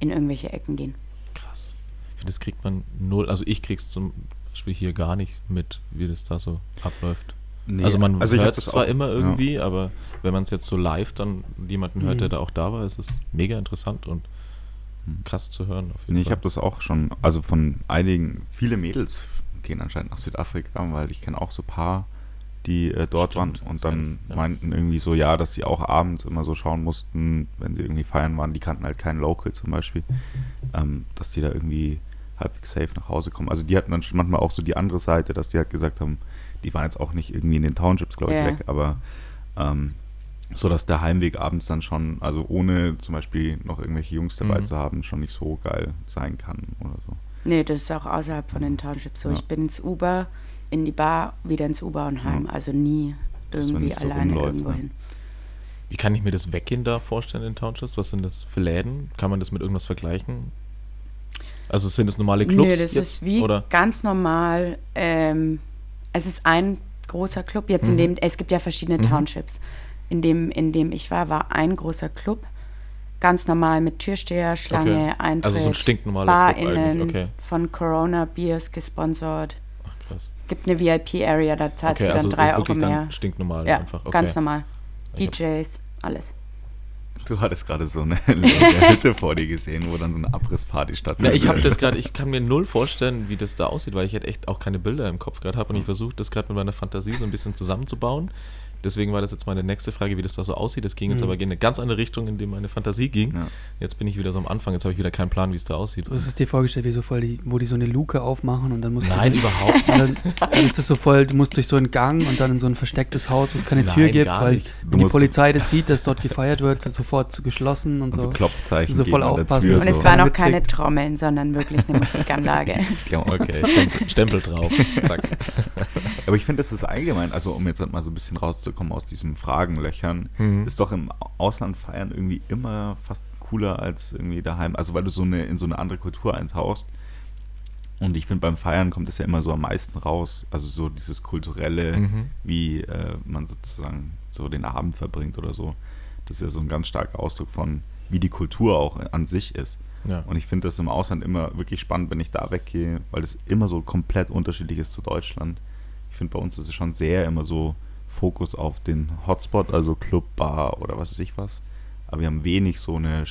Speaker 2: in irgendwelche Ecken gehen.
Speaker 1: Krass. Ich finde, das kriegt man null. Also ich krieg's zum Beispiel hier gar nicht mit, wie das da so abläuft.
Speaker 3: Nee,
Speaker 1: also man
Speaker 3: ich hab
Speaker 1: hört es
Speaker 3: das
Speaker 1: zwar
Speaker 3: auch-
Speaker 1: immer
Speaker 3: ja.
Speaker 1: irgendwie, aber wenn man es jetzt so live dann jemanden hört,
Speaker 2: Mhm.
Speaker 1: der da auch da war, ist es mega interessant und krass zu hören. Auf jeden
Speaker 3: Mhm. Nee, ich
Speaker 1: Fall.
Speaker 3: habe das auch schon, also von einigen, viele Mädels gehen anscheinend nach Südafrika, weil ich kenne auch so ein paar, die äh, dort
Speaker 1: Stimmt,
Speaker 3: waren und dann
Speaker 1: ja.
Speaker 3: meinten irgendwie so, ja, dass sie auch abends immer so schauen mussten, wenn sie irgendwie feiern waren, die kannten halt keinen Local zum Beispiel, ähm, dass die da irgendwie halbwegs safe nach Hause kommen. Also die hatten dann schon manchmal auch so die andere Seite, dass die halt gesagt haben, die waren jetzt auch nicht irgendwie in den Townships, glaube ich,
Speaker 2: Ja.
Speaker 3: weg, aber ähm, so dass der Heimweg abends dann schon, also ohne zum Beispiel noch irgendwelche Jungs dabei
Speaker 1: Mhm.
Speaker 3: zu haben, schon nicht so geil sein kann oder so.
Speaker 2: Nee, das ist auch außerhalb von den Townships so.
Speaker 3: Ja.
Speaker 2: Ich bin ins Uber, in die Bar, wieder ins Uber und heim.
Speaker 3: Ja.
Speaker 2: Also nie
Speaker 3: Dass man
Speaker 2: irgendwie
Speaker 3: nicht so
Speaker 2: alleine
Speaker 3: rumläuft,
Speaker 2: irgendwo
Speaker 3: ne?
Speaker 2: hin.
Speaker 1: Wie kann ich mir das Weggehen da vorstellen in Townships? Was sind das für Läden? Kann man das mit irgendwas vergleichen? Also sind es normale Clubs?
Speaker 2: Nö, das
Speaker 1: jetzt,
Speaker 2: ist wie
Speaker 1: Oder?
Speaker 2: ganz normal. Ähm, es ist ein großer Club. Jetzt in
Speaker 1: Mhm.
Speaker 2: dem, es gibt ja verschiedene Townships. In dem, in dem ich war, war ein großer Club. Ganz normal mit Türsteher, Schlange,
Speaker 1: Okay.
Speaker 2: Eintritt.
Speaker 1: Also so ein stinknormaler Club eigentlich,
Speaker 2: BarInnen,
Speaker 1: okay.
Speaker 2: von Corona Beers gesponsert.
Speaker 1: Ach, krass.
Speaker 2: Gibt eine VIP-Area, da zahlst
Speaker 1: Okay,
Speaker 2: du dann
Speaker 1: also
Speaker 2: drei
Speaker 1: das
Speaker 2: Euro
Speaker 1: wirklich
Speaker 2: mehr.
Speaker 1: dann stinknormal
Speaker 2: ja,
Speaker 1: einfach. Okay.
Speaker 2: ganz normal.
Speaker 1: Ich hab-
Speaker 2: DJs, alles.
Speaker 3: Du hattest gerade so eine [laughs] leere Hütte vor dir gesehen, wo dann so eine Abrissparty
Speaker 1: Na,
Speaker 3: stattfindet.
Speaker 1: ich habe das gerade, ich kann mir null vorstellen, wie das da aussieht, weil ich halt echt auch keine Bilder im Kopf gerade habe und ich versuche das gerade mit meiner Fantasie so ein bisschen zusammenzubauen. Deswegen war das jetzt meine nächste Frage, wie das da so aussieht. Das ging jetzt
Speaker 4: Mhm.
Speaker 1: aber in eine ganz andere Richtung, in die meine Fantasie ging.
Speaker 3: Ja.
Speaker 1: Jetzt bin ich wieder so am Anfang, jetzt habe ich wieder keinen Plan, wie es da aussieht.
Speaker 4: Du hast es dir vorgestellt, wie so voll die, wo die so eine Luke aufmachen und dann musst du.
Speaker 1: Nein, überhaupt nicht.
Speaker 4: [laughs] Dann, dann ist das so voll, du musst durch so einen Gang und dann in so ein verstecktes Haus, wo es keine Tür
Speaker 1: Nein,
Speaker 4: gibt,
Speaker 1: gar
Speaker 4: weil
Speaker 1: nicht.
Speaker 3: Du
Speaker 4: wenn die
Speaker 3: musst-
Speaker 4: Polizei das sieht, dass dort gefeiert wird, wird sofort zu geschlossen und,
Speaker 3: Und
Speaker 1: Also
Speaker 3: so
Speaker 4: so.
Speaker 3: Klopfzeichen
Speaker 4: So voll
Speaker 3: geben an der
Speaker 4: aufpassen.
Speaker 3: Tür,
Speaker 2: Und
Speaker 3: so.
Speaker 2: es waren auch
Speaker 4: Mitkriegt.
Speaker 2: keine Trommeln, sondern wirklich
Speaker 1: [laughs]
Speaker 2: eine Musikanlage.
Speaker 3: Klar,
Speaker 1: Okay, Stempel, Stempel drauf. Zack.
Speaker 3: Aber ich finde, das ist allgemein, also um jetzt mal so ein bisschen rauszukommen aus diesen Fragenlöchern,
Speaker 1: Mhm.
Speaker 3: ist doch im Ausland feiern irgendwie immer fast cooler als irgendwie daheim. Also weil du so eine in so eine andere Kultur eintauchst. Und ich finde, beim Feiern kommt es ja immer so am meisten raus. Also so dieses kulturelle,
Speaker 1: Mhm.
Speaker 3: wie äh, man sozusagen so den Abend verbringt oder so. Das ist ja so ein ganz starker Ausdruck von, wie die Kultur auch an sich ist.
Speaker 1: Ja.
Speaker 3: Und ich finde das im Ausland immer wirklich spannend, wenn ich da weggehe, weil es immer so komplett unterschiedlich ist zu Deutschland. Ich finde, bei uns ist es schon sehr immer so Fokus auf den Hotspot, also Club, Bar oder was weiß ich was. Aber wir haben wenig so eine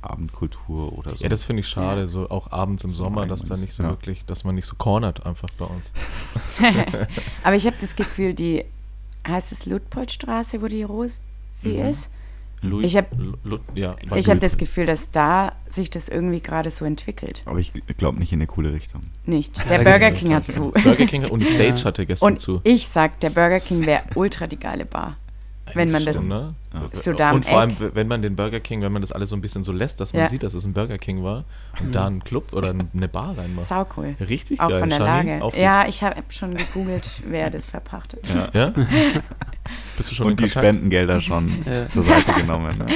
Speaker 3: Straßenabendkultur oder so.
Speaker 1: Ja, das finde ich schade, so auch abends im
Speaker 3: So
Speaker 1: Sommer, dass da
Speaker 3: allgemeines,
Speaker 1: nicht so
Speaker 3: ja.
Speaker 1: wirklich, dass man nicht so cornert einfach bei uns.
Speaker 2: Aber ich habe das Gefühl, die heißt es Ludpoltstraße, wo die Rose sie
Speaker 3: Mhm.
Speaker 2: ist.
Speaker 1: Louis,
Speaker 2: Ich hab-
Speaker 1: Lu- Lu- ja,
Speaker 2: Ich habe das Gefühl, dass da sich das irgendwie gerade so entwickelt.
Speaker 3: Aber ich glaube nicht in eine coole Richtung.
Speaker 2: Nicht. Der
Speaker 4: Ja,
Speaker 2: Burger
Speaker 4: genau.
Speaker 2: King hat zu.
Speaker 1: Burger
Speaker 2: [laughs]
Speaker 1: King und die Stage
Speaker 4: Ja.
Speaker 1: hatte gestern
Speaker 2: Und
Speaker 1: zu.
Speaker 2: ich sag, der Burger King wäre ultra die geile Bar. wenn man das
Speaker 1: Stimmt, ne?
Speaker 3: Ja.
Speaker 2: so da am
Speaker 1: Und vor allem,
Speaker 2: Eck.
Speaker 1: wenn man den Burger King, wenn man das alles so ein bisschen so lässt, dass man
Speaker 2: Ja.
Speaker 1: sieht, dass es ein Burger King war und da einen Club oder eine Bar reinmacht.
Speaker 2: Sau cool.
Speaker 1: Richtig
Speaker 2: Auch
Speaker 1: geil.
Speaker 2: von der
Speaker 1: Charlene,
Speaker 2: Lage.
Speaker 1: auf
Speaker 2: Ja,
Speaker 1: geht's.
Speaker 2: ich habe schon gegoogelt, wer das verpachtet. [laughs]
Speaker 1: ja? Bist du schon in
Speaker 3: Und die
Speaker 1: Kontakt? [laughs]
Speaker 3: Spendengelder schon
Speaker 4: Ja.
Speaker 3: zur Seite genommen. Ne?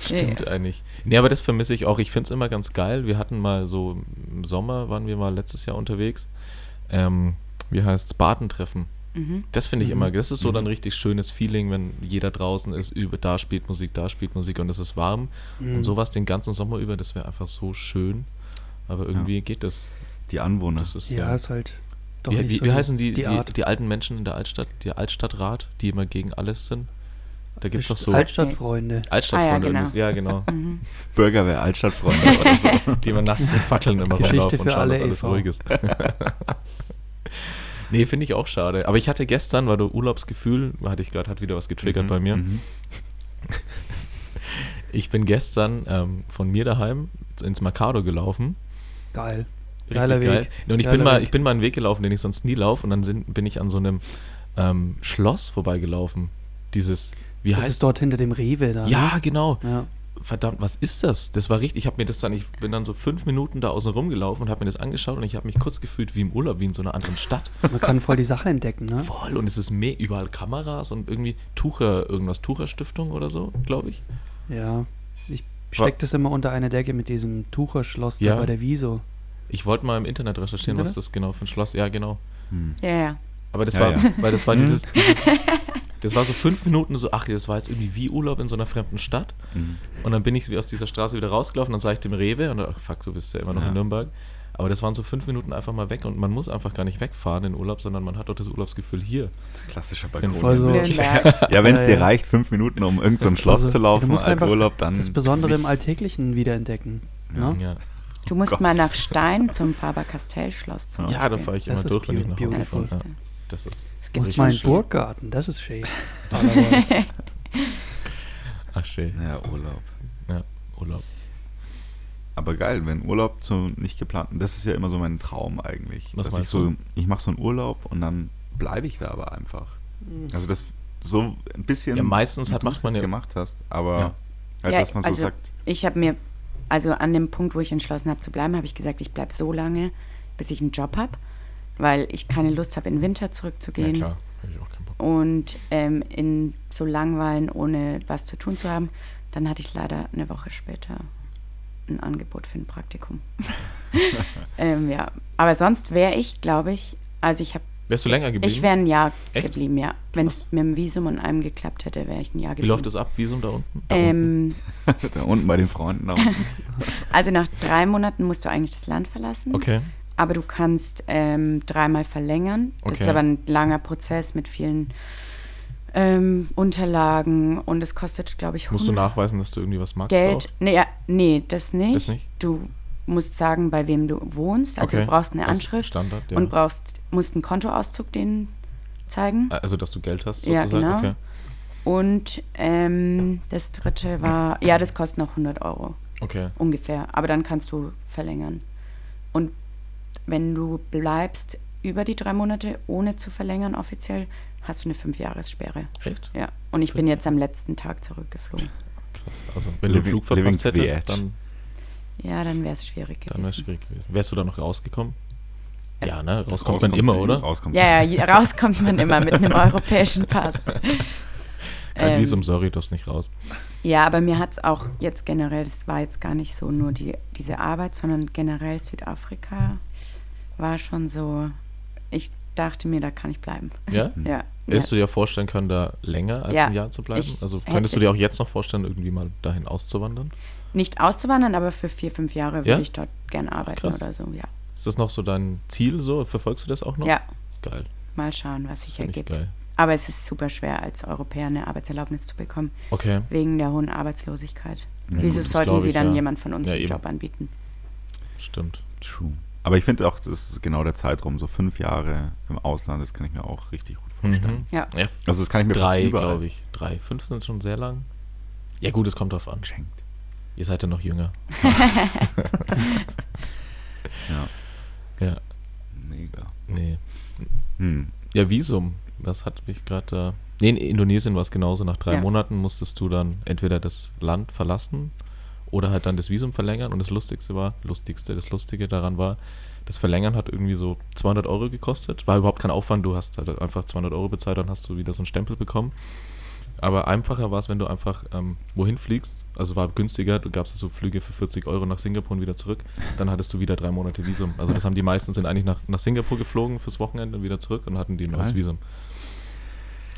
Speaker 1: Stimmt eigentlich. Nee, aber das vermisse ich auch. Ich finde es immer ganz geil. Wir hatten mal so im Sommer, waren wir mal letztes Jahr unterwegs. Ähm, wie heißt es? Bartentreffen.
Speaker 2: Mhm.
Speaker 1: Das finde ich
Speaker 4: Mhm.
Speaker 1: immer, das ist so dann richtig schönes Feeling, wenn jeder draußen ist, über, da spielt Musik, da spielt Musik und es ist warm.
Speaker 4: Mhm.
Speaker 1: Und sowas den ganzen Sommer über, das wäre einfach so schön. Aber irgendwie geht das.
Speaker 3: Die Anwohner.
Speaker 1: Das ist
Speaker 4: Ja, ist halt doch
Speaker 1: wie,
Speaker 4: nicht
Speaker 1: wie,
Speaker 4: so
Speaker 1: wie heißen die,
Speaker 4: die
Speaker 1: die, die,
Speaker 4: Art.
Speaker 1: alten Menschen in der Altstadt, die Altstadtrat, die immer gegen alles sind? Da gibt es doch so
Speaker 4: Altstadtfreunde.
Speaker 1: Altstadtfreunde.
Speaker 2: Ah, ja,
Speaker 1: irgendwie- ja, genau.
Speaker 3: Bürgerwehr, Altstadtfreunde
Speaker 1: [laughs]
Speaker 3: oder so.
Speaker 1: die man nachts mit Fackeln immer
Speaker 4: Geschichte
Speaker 1: rumlaufen und
Speaker 4: für
Speaker 1: schauen,
Speaker 4: alle
Speaker 1: dass alles
Speaker 4: e.V..
Speaker 1: ruhig ist. [laughs] nee, finde ich auch schade. Aber ich hatte gestern, weil du Urlaubsgefühl, hatte ich gerade, hat wieder was getriggert bei mir.
Speaker 3: Mhm.
Speaker 1: Ich bin gestern ähm, von mir daheim ins Mercado gelaufen.
Speaker 4: Geil.
Speaker 1: Richtig
Speaker 4: Geiler
Speaker 1: geil.
Speaker 4: Weg.
Speaker 1: Und ich
Speaker 4: Geiler
Speaker 1: bin, mal,
Speaker 4: Weg.
Speaker 1: ich bin mal einen Weg gelaufen, den ich sonst nie laufe. Und dann sind, bin ich an so einem ähm, Schloss vorbeigelaufen. Dieses, wie
Speaker 4: Das ist
Speaker 1: heißt
Speaker 4: dort hinter dem Rewe da. ne?
Speaker 1: Ja, genau.
Speaker 4: ja.
Speaker 1: Verdammt, was ist das? Das war richtig. Ich habe mir das dann, ich bin dann so fünf Minuten da außen rumgelaufen und habe mir das angeschaut und ich habe mich kurz gefühlt wie im Urlaub, wie in so einer anderen
Speaker 4: [laughs]
Speaker 1: Stadt.
Speaker 4: Man kann voll die Sache entdecken, ne?
Speaker 1: Voll. Und es ist mehr, überall Kameras und irgendwie Tucher, irgendwas, Tucher-Stiftung oder so, glaube ich.
Speaker 4: Ja. Ich steck das immer unter eine Decke mit diesem Tucherschloss
Speaker 1: Ja.
Speaker 4: da bei der Wieso.
Speaker 1: Ich wollte mal im Internet recherchieren,
Speaker 4: Internet?
Speaker 1: was das genau für ein Schloss. Ja, genau.
Speaker 2: Ja, ja.
Speaker 1: Aber das
Speaker 3: Ja,
Speaker 1: war,
Speaker 3: ja.
Speaker 1: weil das war dieses, [laughs] dieses, das war so fünf Minuten so, ach, das war jetzt irgendwie wie Urlaub in so einer fremden Stadt.
Speaker 3: Mhm.
Speaker 1: Und dann bin ich aus dieser Straße wieder rausgelaufen, dann sah ich dem Rewe und dachte, ach, fuck, du bist ja immer noch
Speaker 3: Ja.
Speaker 1: in Nürnberg. Aber das waren so fünf Minuten einfach mal weg und man muss einfach gar nicht wegfahren in Urlaub, sondern man hat doch das Urlaubsgefühl hier.
Speaker 3: Klassischer Balkon.
Speaker 1: Voll
Speaker 4: so.
Speaker 1: [laughs]
Speaker 2: Nürnberg.
Speaker 3: Ja, wenn es
Speaker 4: Ja,
Speaker 3: dir
Speaker 4: ja.
Speaker 3: reicht, fünf Minuten, um irgendein so ein Schloss
Speaker 4: Also,
Speaker 3: zu laufen
Speaker 4: du musst
Speaker 3: als
Speaker 4: einfach
Speaker 3: Urlaub, dann.
Speaker 4: Das Besondere im Alltäglichen wiederentdecken. Ne?
Speaker 1: Ja,
Speaker 2: Du musst
Speaker 3: Gott.
Speaker 2: mal nach Stein zum Faber-Castell-Schloss zum
Speaker 1: ja da
Speaker 2: Beispiel.
Speaker 1: fahre ich
Speaker 4: Das
Speaker 1: immer
Speaker 4: ist
Speaker 1: durch, wenn ich nach
Speaker 4: beautiful.
Speaker 1: Hause fahre.
Speaker 2: Das ist,
Speaker 1: Ja, das ist.
Speaker 2: äh, es
Speaker 4: Musst
Speaker 2: gibt
Speaker 4: mal in
Speaker 1: richtig
Speaker 4: den
Speaker 1: schön.
Speaker 4: Burggarten, das ist schön.
Speaker 1: Ach, schön.
Speaker 3: Ja, Urlaub.
Speaker 1: Ja, Urlaub.
Speaker 3: Aber geil, wenn Urlaub zu nicht geplanten. Das ist ja immer so mein Traum eigentlich.
Speaker 1: Was
Speaker 3: dass ich
Speaker 1: meinst
Speaker 3: so,
Speaker 1: du?
Speaker 2: Mhm.
Speaker 3: ich mache so einen Urlaub und dann bleibe ich da aber einfach. Also das so ein bisschen.
Speaker 1: Ja, meistens
Speaker 3: wie
Speaker 1: hat-
Speaker 3: du
Speaker 1: macht
Speaker 3: es
Speaker 1: man
Speaker 3: jetzt
Speaker 1: ja-
Speaker 3: gemacht hast, aber
Speaker 1: Ja.
Speaker 3: als
Speaker 2: Ja,
Speaker 3: dass man
Speaker 2: also-
Speaker 3: so sagt, [laughs]
Speaker 2: Ich habe mir, also an dem Punkt, wo ich entschlossen habe zu bleiben, habe ich gesagt, ich bleibe so lange, bis ich einen Job habe, weil ich keine Lust habe, in den Winter
Speaker 1: Ja,
Speaker 2: zurückzugehen
Speaker 1: klar. Hätte ich auch keinen Bock.
Speaker 2: und ähm, in so langweilen, ohne was zu tun zu haben. Dann hatte ich leider eine Woche später ein Angebot für ein Praktikum. [laughs] ähm, ja, aber sonst wäre ich, glaube ich, also ich habe,
Speaker 1: Wärst du länger geblieben?
Speaker 2: ich wäre ein Jahr
Speaker 1: Echt?
Speaker 2: geblieben, ja. Wenn es
Speaker 1: Krass.
Speaker 2: mit dem Visum und allem geklappt hätte, wäre ich ein Jahr
Speaker 1: Wie
Speaker 2: geblieben.
Speaker 1: läuft das ab? Visum da unten? Da unten.
Speaker 2: Ähm,
Speaker 3: da unten bei den Freunden da unten.
Speaker 2: Also nach drei Monaten musst du eigentlich das Land verlassen.
Speaker 1: Okay.
Speaker 2: Aber du kannst ähm, dreimal verlängern. Das
Speaker 1: Okay.
Speaker 2: ist aber ein langer Prozess mit vielen ähm, Unterlagen und es kostet, glaube ich,
Speaker 1: Musst du
Speaker 2: 100
Speaker 1: nachweisen, dass du irgendwie was magst?
Speaker 2: Geld.
Speaker 1: Auch?
Speaker 2: Nee, ja, nee, das nicht.
Speaker 1: Das nicht?
Speaker 2: Du musst sagen, bei wem du wohnst. Also
Speaker 1: Okay.
Speaker 2: du brauchst eine
Speaker 1: Also
Speaker 2: Anschrift
Speaker 1: Standard, ja.
Speaker 2: und brauchst, musst einen Kontoauszug denen zeigen.
Speaker 1: Also, dass du Geld hast,
Speaker 2: Ja,
Speaker 1: sozusagen?
Speaker 2: genau.
Speaker 1: Okay.
Speaker 2: Und ähm, das dritte war, ja, das kostet noch 100 Euro.
Speaker 1: Okay.
Speaker 2: Ungefähr. Aber dann kannst du verlängern. Und wenn du bleibst über die drei Monate, ohne zu verlängern offiziell, hast du eine Fünfjahressperre.
Speaker 1: Echt?
Speaker 2: Ja. Und ich bin jetzt am letzten Tag zurückgeflogen.
Speaker 1: Krass. Also, wenn du einen
Speaker 3: Living-
Speaker 1: Flug verpasst
Speaker 3: living's
Speaker 1: hättest,
Speaker 3: the edge.
Speaker 1: dann,
Speaker 2: Ja, dann wäre es schwierig
Speaker 1: dann wäre es
Speaker 2: gewesen.
Speaker 1: schwierig gewesen. Wärst du da noch rausgekommen? Ja, ne? Rauskommt,
Speaker 3: Rauskommt eh
Speaker 1: man immer,
Speaker 3: man-
Speaker 1: oder?
Speaker 3: Rauskommt
Speaker 2: Ja, ja, je- raus kommt man immer mit einem europäischen Pass.
Speaker 1: Kein
Speaker 2: Ähm,
Speaker 1: Visum, sorry, du darfst nicht raus.
Speaker 2: Ja, aber mir hat es auch jetzt generell, das war jetzt gar nicht so nur die, diese Arbeit, sondern generell Südafrika war schon so, ich dachte mir, da kann ich bleiben.
Speaker 1: Ja?
Speaker 2: [laughs] Ja.
Speaker 1: Hättest Hm. du dir vorstellen können, da länger als
Speaker 2: Ja,
Speaker 1: ein Jahr zu bleiben?
Speaker 2: ich
Speaker 1: Also könntest du
Speaker 2: hätte-
Speaker 1: dir auch jetzt noch vorstellen, irgendwie mal dahin auszuwandern?
Speaker 2: nicht auszuwandern, aber für vier, fünf Jahre würde
Speaker 1: Ja? Ah,
Speaker 2: ich dort gerne arbeiten
Speaker 1: krass.
Speaker 2: oder so. Ja.
Speaker 1: Ist das noch so dein Ziel so? Verfolgst du das auch noch?
Speaker 2: ja,
Speaker 1: Geil.
Speaker 2: mal schauen, was
Speaker 1: Das
Speaker 2: sich
Speaker 1: finde ich
Speaker 2: ergibt.
Speaker 1: geil.
Speaker 2: Aber es ist super schwer, als Europäer eine Arbeitserlaubnis zu bekommen,
Speaker 1: Okay.
Speaker 2: wegen der hohen Arbeitslosigkeit.
Speaker 3: Ja,
Speaker 2: Wieso
Speaker 1: gut, das
Speaker 2: sollten
Speaker 1: glaub
Speaker 2: sie
Speaker 1: ich,
Speaker 2: dann
Speaker 1: ja.
Speaker 2: jemand von uns
Speaker 1: Ja,
Speaker 2: einen
Speaker 1: eben.
Speaker 2: Job anbieten?
Speaker 1: Stimmt.
Speaker 3: True. Aber ich finde auch, das ist genau der Zeitraum, so fünf Jahre im Ausland, das kann ich mir auch richtig gut vorstellen.
Speaker 1: Mhm.
Speaker 2: Ja.
Speaker 1: ja
Speaker 3: Also das kann ich mir
Speaker 1: drei,
Speaker 3: fast überall
Speaker 1: glaube ich. Drei. Fünf sind schon sehr lang. Ja, gut, es kommt drauf an.
Speaker 3: geschenkt.
Speaker 1: Ihr seid ja noch jünger.
Speaker 3: Ja,
Speaker 1: Ja,
Speaker 3: mega.
Speaker 1: nee.
Speaker 3: Hm.
Speaker 1: Ja, Visum. Das hat mich äh, gerade da. Nee, in Indonesien war es genauso. Nach drei
Speaker 2: Ja.
Speaker 1: Monaten musstest du dann entweder das Land verlassen oder halt dann das Visum verlängern. Und das Lustigste war, Lustigste, das Lustige daran war, das Verlängern hat irgendwie so 200 Euro gekostet. War überhaupt kein Aufwand. Du hast halt einfach 200 Euro bezahlt, dann hast du wieder so einen Stempel bekommen. Aber einfacher war es, wenn du einfach ähm, wohin fliegst. Also war günstiger. Du gabst so Flüge für 40 Euro nach Singapur und wieder zurück. Dann hattest du wieder drei Monate Visum. Also das haben die meisten sind eigentlich nach, nach Singapur geflogen fürs Wochenende und wieder zurück und hatten die ein neues
Speaker 3: Geil.
Speaker 1: Visum.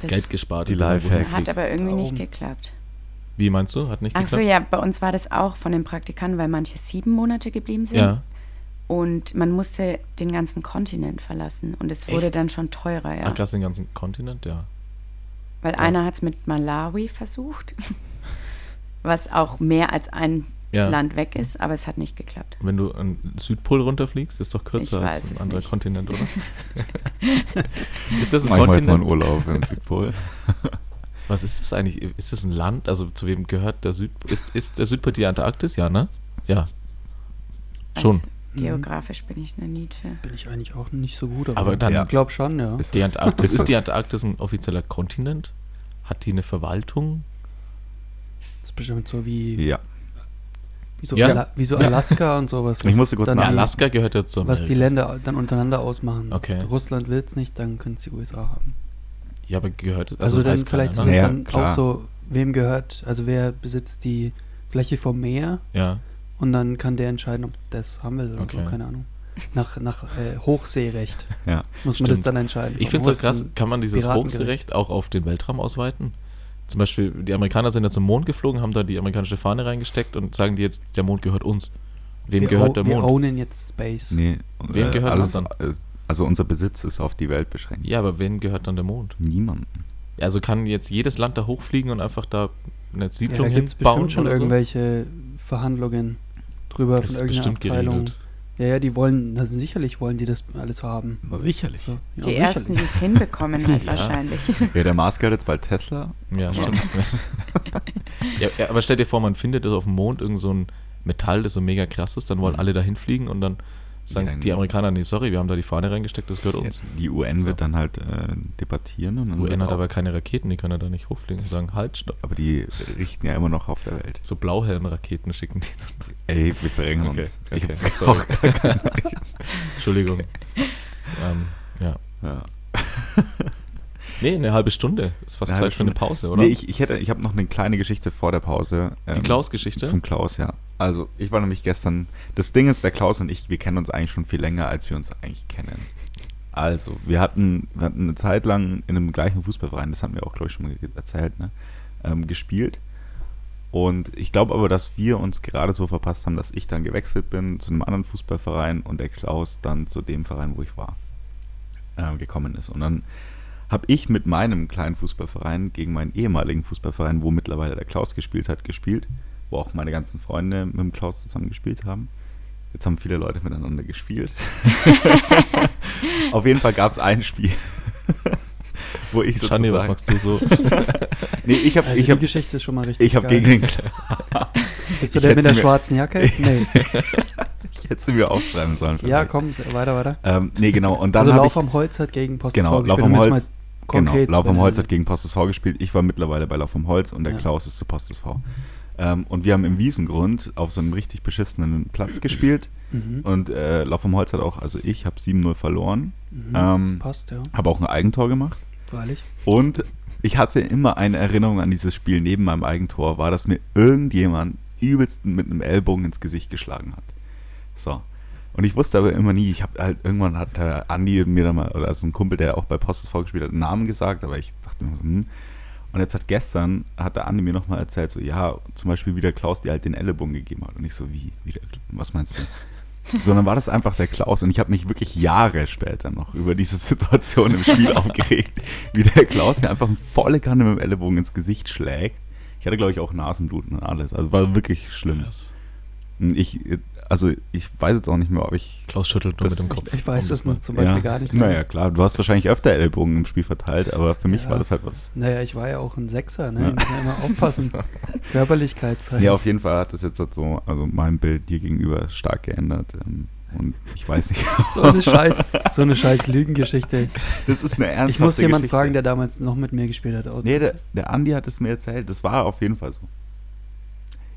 Speaker 2: Das
Speaker 1: Geld gespart.
Speaker 3: Die
Speaker 1: egal wohin.
Speaker 3: Lifehack.
Speaker 2: hat aber irgendwie nicht
Speaker 4: Daumen.
Speaker 2: geklappt.
Speaker 1: Wie meinst du? Hat nicht
Speaker 2: Ach so,
Speaker 1: geklappt?
Speaker 2: ja, bei uns war das auch von den Praktikanten, weil manche sieben Monate geblieben sind.
Speaker 1: ja.
Speaker 2: Und man musste den ganzen Kontinent verlassen. Und es wurde
Speaker 1: Echt?
Speaker 2: dann schon teurer, ja.
Speaker 1: Ach, krass, den ganzen Kontinent, ja.
Speaker 2: Weil einer hat es mit Malawi versucht, [laughs] was auch mehr als ein
Speaker 1: Ja.
Speaker 2: Land weg ist, aber es hat nicht geklappt.
Speaker 1: Wenn du an den Südpol runterfliegst, ist doch kürzer
Speaker 2: Ich weiß
Speaker 1: als ein
Speaker 2: es
Speaker 1: anderer
Speaker 2: nicht.
Speaker 1: Kontinent, oder?
Speaker 2: [laughs]
Speaker 1: ist das ein
Speaker 3: Mach ich mal jetzt mal einen
Speaker 1: Kontinent?
Speaker 3: Urlaub
Speaker 1: [laughs]
Speaker 3: im Südpol.
Speaker 1: Was ist das eigentlich? Ist das ein Land? Also zu wem gehört der Südpol? Ist, ist der Südpol die Antarktis? Ja, ne? Ja. Schon.
Speaker 2: Also Geografisch bin ich eine Niete.
Speaker 4: Bin ich eigentlich auch nicht so gut, aber,
Speaker 1: Aber dann-
Speaker 4: ich glaube schon, ja.
Speaker 3: Ist
Speaker 1: Die
Speaker 3: das-
Speaker 1: Antarktis.
Speaker 3: ist
Speaker 1: Ist die
Speaker 3: das-
Speaker 1: Antarktis ein offizieller Kontinent? Hat die eine Verwaltung?
Speaker 4: Das ist bestimmt so wie,
Speaker 3: Ja.
Speaker 4: wie so,
Speaker 1: Ja.
Speaker 4: Ala wie so Alaska und sowas.
Speaker 3: Ich
Speaker 4: was
Speaker 3: musste kurz
Speaker 4: dann
Speaker 1: Na,
Speaker 3: nach
Speaker 4: die-
Speaker 1: Alaska gehört ja zur
Speaker 4: Was die
Speaker 1: Amerika.
Speaker 4: Länder dann untereinander ausmachen.
Speaker 1: Okay.
Speaker 4: Russland will es nicht, dann können es die USA haben.
Speaker 1: Ja, aber gehört.
Speaker 4: Also,
Speaker 1: Also,
Speaker 4: dann
Speaker 1: weiß keiner,
Speaker 4: vielleicht ist
Speaker 1: ne?
Speaker 4: es
Speaker 3: Ja,
Speaker 4: dann
Speaker 3: klar.
Speaker 4: auch so, wem gehört, also wer besitzt die Fläche vom Meer
Speaker 1: Ja.
Speaker 4: und dann kann der entscheiden, ob das haben will oder
Speaker 1: Okay.
Speaker 4: so, keine Ahnung. Nach, nach äh, Hochseerecht
Speaker 3: Ja.
Speaker 4: muss man das
Speaker 1: Stimmt.
Speaker 4: dann entscheiden.
Speaker 1: Ich
Speaker 4: Von
Speaker 1: finde
Speaker 4: wo
Speaker 1: es auch
Speaker 4: ist
Speaker 1: krass,
Speaker 4: denn-
Speaker 1: kann man dieses
Speaker 4: Piratengerecht?
Speaker 1: Hochseerecht auch auf den Weltraum ausweiten? Zum Beispiel, die Amerikaner sind ja zum Mond geflogen, haben da die amerikanische Fahne reingesteckt und sagen die jetzt, der Mond gehört uns. Wem
Speaker 4: wir o-
Speaker 1: gehört der
Speaker 4: Wir
Speaker 1: Mond?
Speaker 4: ownen jetzt Space.
Speaker 3: Nee.
Speaker 1: Wem gehört
Speaker 3: alles,
Speaker 1: das
Speaker 3: äh, Also unser Besitz ist auf die Welt beschränkt.
Speaker 1: Ja, aber wem gehört dann der Mond?
Speaker 3: Niemanden.
Speaker 1: Also kann jetzt jedes Land da hochfliegen und einfach da eine
Speaker 4: Ja,
Speaker 1: Siedlung
Speaker 4: da gibt es
Speaker 1: hinbauen
Speaker 4: bestimmt schon
Speaker 1: oder so?
Speaker 4: irgendwelche Verhandlungen drüber
Speaker 1: Das
Speaker 4: von
Speaker 1: ist
Speaker 4: irgendeiner
Speaker 1: bestimmt
Speaker 4: Abteilung.
Speaker 1: geregelt.
Speaker 4: Ja, ja, die wollen, also sicherlich wollen die das alles haben.
Speaker 3: Sicherlich.
Speaker 4: So, ja,
Speaker 2: die ersten, die es
Speaker 1: [laughs]
Speaker 2: hinbekommen, halt
Speaker 1: Ja.
Speaker 2: wahrscheinlich.
Speaker 3: Ja, der Mars gehört jetzt bald Tesla.
Speaker 1: Ja, stimmt.
Speaker 4: [laughs]
Speaker 1: ja, ja, aber
Speaker 4: Mhm.
Speaker 1: stell dir vor, man findet auf dem Mond irgend so ein Metall, das so mega krass ist, dann wollen alle da hinfliegen und dann Sagen
Speaker 3: Ja,
Speaker 4: ne.
Speaker 1: die Amerikaner, nee, sorry, wir haben da die Fahne reingesteckt, das gehört uns.
Speaker 3: Die UN
Speaker 1: So.
Speaker 3: wird dann halt äh, debattieren. Und dann wird
Speaker 1: UN hat
Speaker 3: auch-
Speaker 1: aber keine Raketen, die können da nicht hochfliegen und sagen, halt, stopp.
Speaker 3: aber die richten ja immer noch auf der Welt.
Speaker 1: So Blauhelm-Raketen schicken die dann.
Speaker 3: Ey, wir verrenken
Speaker 1: Okay,
Speaker 3: uns.
Speaker 1: okay,
Speaker 3: Ich hab
Speaker 1: sorry.
Speaker 3: auch [laughs] gar keine
Speaker 1: Entschuldigung. Ähm, ja.
Speaker 3: ja.
Speaker 1: Nee, eine halbe Stunde. Ist fast
Speaker 3: Eine halbe
Speaker 1: Zeit für eine
Speaker 3: Stunde.
Speaker 1: Pause, oder?
Speaker 3: Nee, ich, ich, hätte- ich habe noch eine kleine Geschichte vor der Pause.
Speaker 1: die
Speaker 3: ähm,
Speaker 1: Klaus-Geschichte?
Speaker 3: Zum Klaus, ja. Also ich war nämlich gestern. Das Ding ist, der Klaus und ich, wir kennen uns eigentlich schon viel länger, als wir uns eigentlich kennen. Also, wir hatten, wir hatten eine Zeit lang in dem gleichen Fußballverein, das haben wir auch, glaube ich, schon mal ge- erzählt, ne? ähm, gespielt. Und ich glaube aber, dass wir uns gerade so verpasst haben, dass ich dann gewechselt bin zu einem anderen Fußballverein und der Klaus dann zu dem Verein, wo ich war, äh, gekommen ist. Und dann habe ich mit meinem kleinen Fußballverein gegen meinen ehemaligen Fußballverein, wo mittlerweile der Klaus gespielt hat, gespielt, wo auch meine ganzen Freunde mit dem Klaus zusammen gespielt haben. Jetzt haben viele Leute miteinander gespielt.
Speaker 4: [laughs]
Speaker 3: Auf jeden Fall gab es ein Spiel, [laughs] wo ich sozusagen...
Speaker 1: Shani, was machst du so?
Speaker 3: [laughs] Nee, ich habe
Speaker 4: Also
Speaker 3: ich
Speaker 4: die
Speaker 3: hab,
Speaker 4: Geschichte ist schon mal richtig
Speaker 3: ich hab
Speaker 4: geil.
Speaker 3: gegen den Klaus...
Speaker 4: Bist du
Speaker 3: ich
Speaker 4: der
Speaker 3: hätte
Speaker 4: mit der
Speaker 3: sie mir-
Speaker 4: schwarzen Jacke?
Speaker 3: [laughs]
Speaker 4: Nee.
Speaker 3: Ich hätte sie mir aufschreiben sollen.
Speaker 4: ja,
Speaker 3: vielleicht.
Speaker 4: komm, weiter, weiter.
Speaker 3: Ähm, nee, genau. Und dann
Speaker 4: also
Speaker 3: habe
Speaker 4: Lauf
Speaker 3: ich.
Speaker 4: am Holz hat gegen Post
Speaker 3: Genau,
Speaker 4: vorgespielt,
Speaker 3: Lauf am
Speaker 4: um jetzt mal
Speaker 3: Holz. Genau,
Speaker 4: konkret
Speaker 3: Lauf
Speaker 4: zu
Speaker 3: am Holz
Speaker 4: werden.
Speaker 3: hat gegen Post SV gespielt. Ich war mittlerweile bei Lauf am Holz und der
Speaker 4: Ja.
Speaker 3: Klaus ist zu Post SV. Ähm, und wir haben im Wiesengrund auf so einem richtig beschissenen Platz gespielt.
Speaker 4: Mhm.
Speaker 3: Und äh, Lauf am Holz hat auch, also ich habe 7-0 verloren,
Speaker 4: Mhm.
Speaker 3: ähm,
Speaker 4: Passt, ja,
Speaker 3: habe auch ein Eigentor gemacht.
Speaker 4: freilich.
Speaker 3: Und ich hatte immer eine Erinnerung an dieses Spiel neben meinem Eigentor, war, dass mir irgendjemand übelst mit einem Ellbogen ins Gesicht geschlagen hat. So. Und ich wusste aber immer nie, ich habe halt irgendwann hat der Andi mir dann mal, oder also ein Kumpel, der auch bei Postes vorgespielt hat, einen Namen gesagt, aber ich dachte mir so, hm. Und jetzt hat gestern, hat der Andi mir nochmal erzählt, so, ja, zum Beispiel wie der Klaus dir halt den Ellbogen gegeben hat. Und ich so, wie, wie der, was meinst du? Sondern war das einfach der Klaus. Und ich habe mich wirklich Jahre später noch über diese Situation im Spiel aufgeregt, wie der Klaus mir einfach volle Kanne mit dem Ellbogen ins Gesicht schlägt. Ich hatte, glaube ich, auch Nasenbluten und alles. Also war wirklich schlimm.
Speaker 1: Krass.
Speaker 3: Und Ich, also ich weiß jetzt auch nicht mehr, ob ich
Speaker 1: Klaus schüttelt nur
Speaker 3: Das-
Speaker 1: mit dem Kopf.
Speaker 4: Ich weiß
Speaker 1: Um
Speaker 4: das
Speaker 1: mal-
Speaker 4: zum Beispiel
Speaker 3: ja.
Speaker 4: gar nicht.
Speaker 3: Naja, klar, du hast wahrscheinlich öfter Ellbogen im Spiel verteilt, aber für mich
Speaker 4: Ja.
Speaker 3: war das halt
Speaker 4: [laughs]
Speaker 3: was.
Speaker 4: Naja, ich war ja auch ein Sechser, ne?
Speaker 3: Ja.
Speaker 4: Ich muss ja immer aufpassen.
Speaker 3: [laughs]
Speaker 4: Körperlichkeit zeigen.
Speaker 3: Nee, auf jeden Fall hat das jetzt halt so, also mein Bild dir gegenüber stark geändert. ähm, Und ich weiß nicht, [laughs]
Speaker 4: so eine scheiß, so eine scheiß Lügengeschichte.
Speaker 3: das ist eine ernsthafte
Speaker 4: Ich muss jemanden
Speaker 3: Geschichte.
Speaker 4: fragen, der damals noch mit mir gespielt hat.
Speaker 3: Nee, der, der Andi hat es mir erzählt, das war auf jeden Fall so.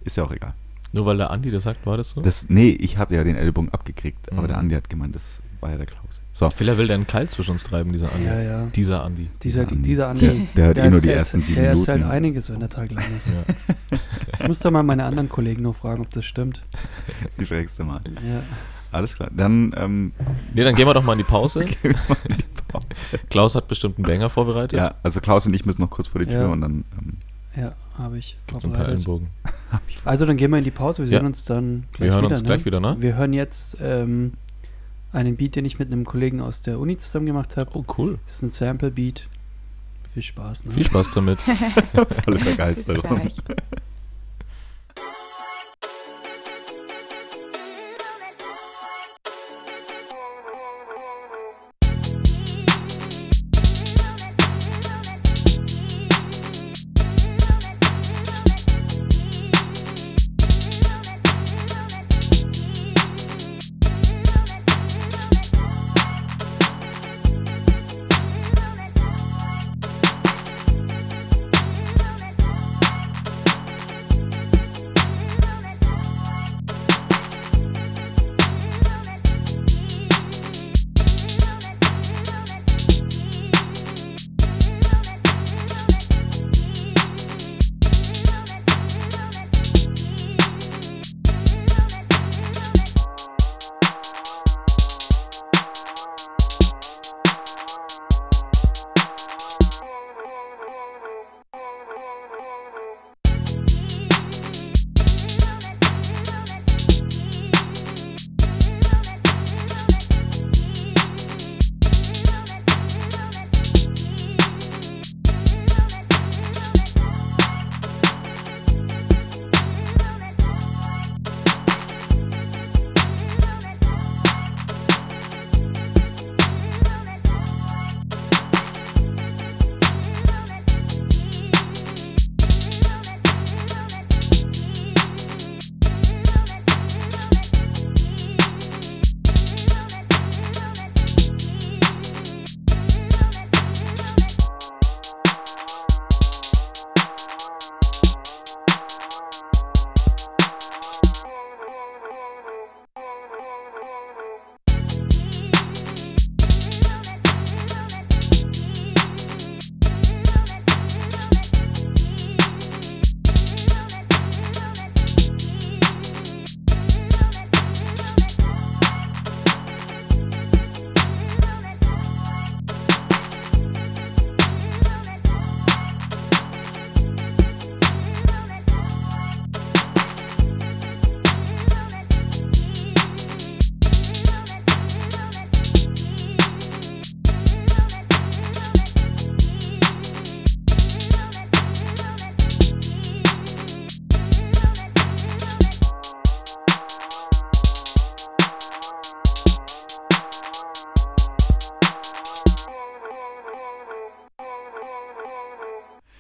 Speaker 3: Ist ja auch egal.
Speaker 1: Nur weil der Andi das sagt, war das so?
Speaker 3: Das, nee, ich habe ja den Ellbogen abgekriegt, aber
Speaker 1: Mhm.
Speaker 3: der Andi hat gemeint, das war ja der Klaus. So,
Speaker 1: Vielleicht will der einen Keil zwischen uns treiben, dieser Andi.
Speaker 4: ja, ja.
Speaker 1: Dieser Andi.
Speaker 4: Dieser,
Speaker 3: Andi.
Speaker 4: dieser
Speaker 3: der,
Speaker 4: Andi.
Speaker 3: der hat eh nur die
Speaker 4: der
Speaker 3: ersten
Speaker 4: erzählt-
Speaker 3: sieben
Speaker 4: Der
Speaker 3: Minuten.
Speaker 4: erzählt einiges, wenn der Tag lang ist.
Speaker 1: Ja.
Speaker 4: Ich muss da mal meine anderen Kollegen noch fragen, ob das stimmt.
Speaker 3: Die schrägste Mal.
Speaker 4: Ja.
Speaker 3: Alles klar, dann ähm, [laughs]
Speaker 1: Nee, dann gehen wir doch mal in die Pause.
Speaker 3: gehen wir mal in die Pause.
Speaker 1: Klaus hat bestimmt einen Banger vorbereitet.
Speaker 3: Ja, also Klaus und ich müssen noch kurz vor die Tür
Speaker 4: Ja.
Speaker 3: und dann ähm,
Speaker 4: Ja, habe ich
Speaker 1: Gibt's ein paar
Speaker 4: vorbereitet.
Speaker 1: Ellenbogen.
Speaker 4: Also dann gehen wir in die Pause. Wir
Speaker 1: Ja.
Speaker 4: sehen uns dann gleich
Speaker 1: Wir hören
Speaker 4: wieder.
Speaker 1: uns
Speaker 4: ne?
Speaker 1: gleich wieder, ne?
Speaker 4: Wir hören jetzt ähm, einen Beat, den ich mit einem Kollegen aus der Uni zusammen gemacht habe.
Speaker 1: Oh, cool.
Speaker 4: Das ist ein Sample Beat. Viel Spaß. Ne?
Speaker 1: Viel Spaß
Speaker 3: [laughs]
Speaker 1: damit.
Speaker 3: volle
Speaker 2: Bis
Speaker 4: [laughs]
Speaker 3: Begeisterung.
Speaker 2: gleich.
Speaker 6: Thank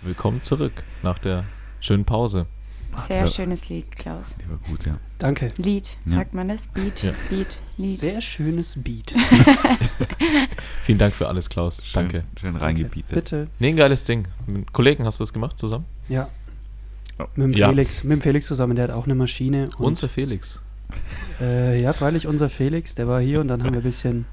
Speaker 1: Willkommen zurück nach der schönen Pause.
Speaker 2: Sehr
Speaker 3: Ja.
Speaker 2: schönes Lied, Klaus.
Speaker 3: Die war gut, ja.
Speaker 4: Danke.
Speaker 2: Lied,
Speaker 3: Ja.
Speaker 2: sagt man das? Beat,
Speaker 1: Ja.
Speaker 2: Beat, Lied.
Speaker 4: Sehr schönes Beat.
Speaker 1: Vielen Dank für alles, Klaus.
Speaker 3: Schön,
Speaker 1: Danke.
Speaker 3: Schön reingebietet.
Speaker 4: Bitte.
Speaker 1: Nee, ein geiles Ding. Mit Kollegen hast du das gemacht zusammen?
Speaker 4: Ja.
Speaker 3: Ja.
Speaker 4: Mit dem,
Speaker 1: Ja.
Speaker 4: Felix, mit dem Felix zusammen, der hat auch eine Maschine. Und,
Speaker 1: Unser Felix.
Speaker 4: Äh, ja, freilich unser Felix, der war hier und dann haben wir ein bisschen,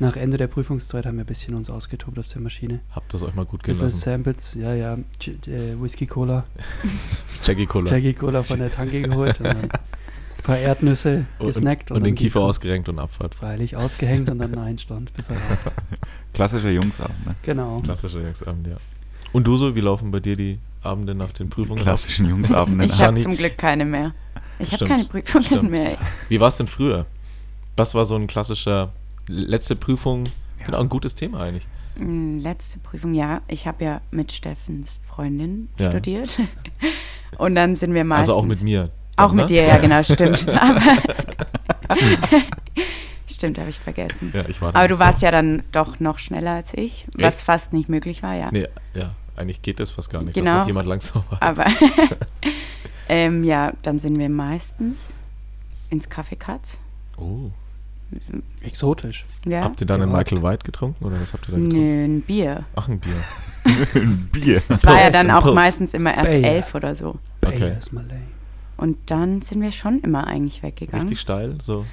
Speaker 4: nach Ende der Prüfungszeit haben wir ein bisschen uns ausgetobt auf der Maschine.
Speaker 1: Habt das euch mal gut gehen
Speaker 4: Bisschen
Speaker 1: lassen.
Speaker 4: Samples, ja, ja, Ch äh, Whisky Cola,
Speaker 2: äh,
Speaker 1: Jackie Cola.
Speaker 4: Jackie Cola von der Tanke geholt und dann ein paar Erdnüsse gesnackt.
Speaker 1: und, und
Speaker 4: dann
Speaker 1: den Kiefer
Speaker 4: ging's
Speaker 1: ausgerenkt und Abfahrt.
Speaker 4: Freilich ausgehängt und dann nein stand, bis er raucht.
Speaker 3: Klassischer Jungsabend, ne?
Speaker 4: Genau.
Speaker 1: Klassischer Jungsabend, ja. Und du so, wie laufen bei dir die Abende nach den Prüfungen? ab?
Speaker 3: Klassischen Jungsabend.
Speaker 2: Ich
Speaker 1: hab-
Speaker 2: habe
Speaker 1: Sunny.
Speaker 2: zum Glück keine mehr. Ich habe
Speaker 1: Stimmt.
Speaker 2: keine Prüfungen
Speaker 1: Stimmt.
Speaker 2: mehr.
Speaker 1: Wie war es denn früher? Was war so ein klassischer letzte Prüfung? Genau, ein gutes Thema eigentlich.
Speaker 2: Mm, Letzte Prüfung, ja. Ich habe ja mit Steffens Freundin
Speaker 1: Ja.
Speaker 2: studiert. [laughs] Und dann sind wir meistens...
Speaker 1: Also auch mit mir.
Speaker 2: Auch
Speaker 1: dann,
Speaker 2: mit
Speaker 1: ne?
Speaker 2: dir, ja,
Speaker 1: [laughs]
Speaker 2: genau, stimmt. Aber [laughs] stimmt, habe ich vergessen.
Speaker 1: Ja, ich war
Speaker 2: Aber du warst ja dann doch noch schneller als ich, was
Speaker 1: Echt?
Speaker 2: fast nicht möglich war, ja.
Speaker 1: Nee, ja, eigentlich geht das fast gar nicht,
Speaker 2: Genau.
Speaker 1: dass noch jemand langsam war.
Speaker 2: Aber [laughs] ähm, ja, dann sind wir meistens ins Café Katz.
Speaker 1: Oh.
Speaker 4: Exotisch.
Speaker 2: Ja.
Speaker 1: Habt ihr dann einen
Speaker 4: Gewagt.
Speaker 1: Michael White getrunken oder was habt ihr da getrunken?
Speaker 2: Nö, ein Bier.
Speaker 1: Ach, ein Bier.
Speaker 3: Ein Bier.
Speaker 2: Es war ja
Speaker 1: Pilz,
Speaker 2: dann
Speaker 1: ein
Speaker 2: auch
Speaker 1: Pilz.
Speaker 2: meistens immer erst
Speaker 4: Bayer.
Speaker 2: elf oder so.
Speaker 1: Okay.
Speaker 4: Bayer ist mal lame.
Speaker 2: Und dann sind wir schon immer eigentlich weggegangen.
Speaker 1: Richtig steil, so.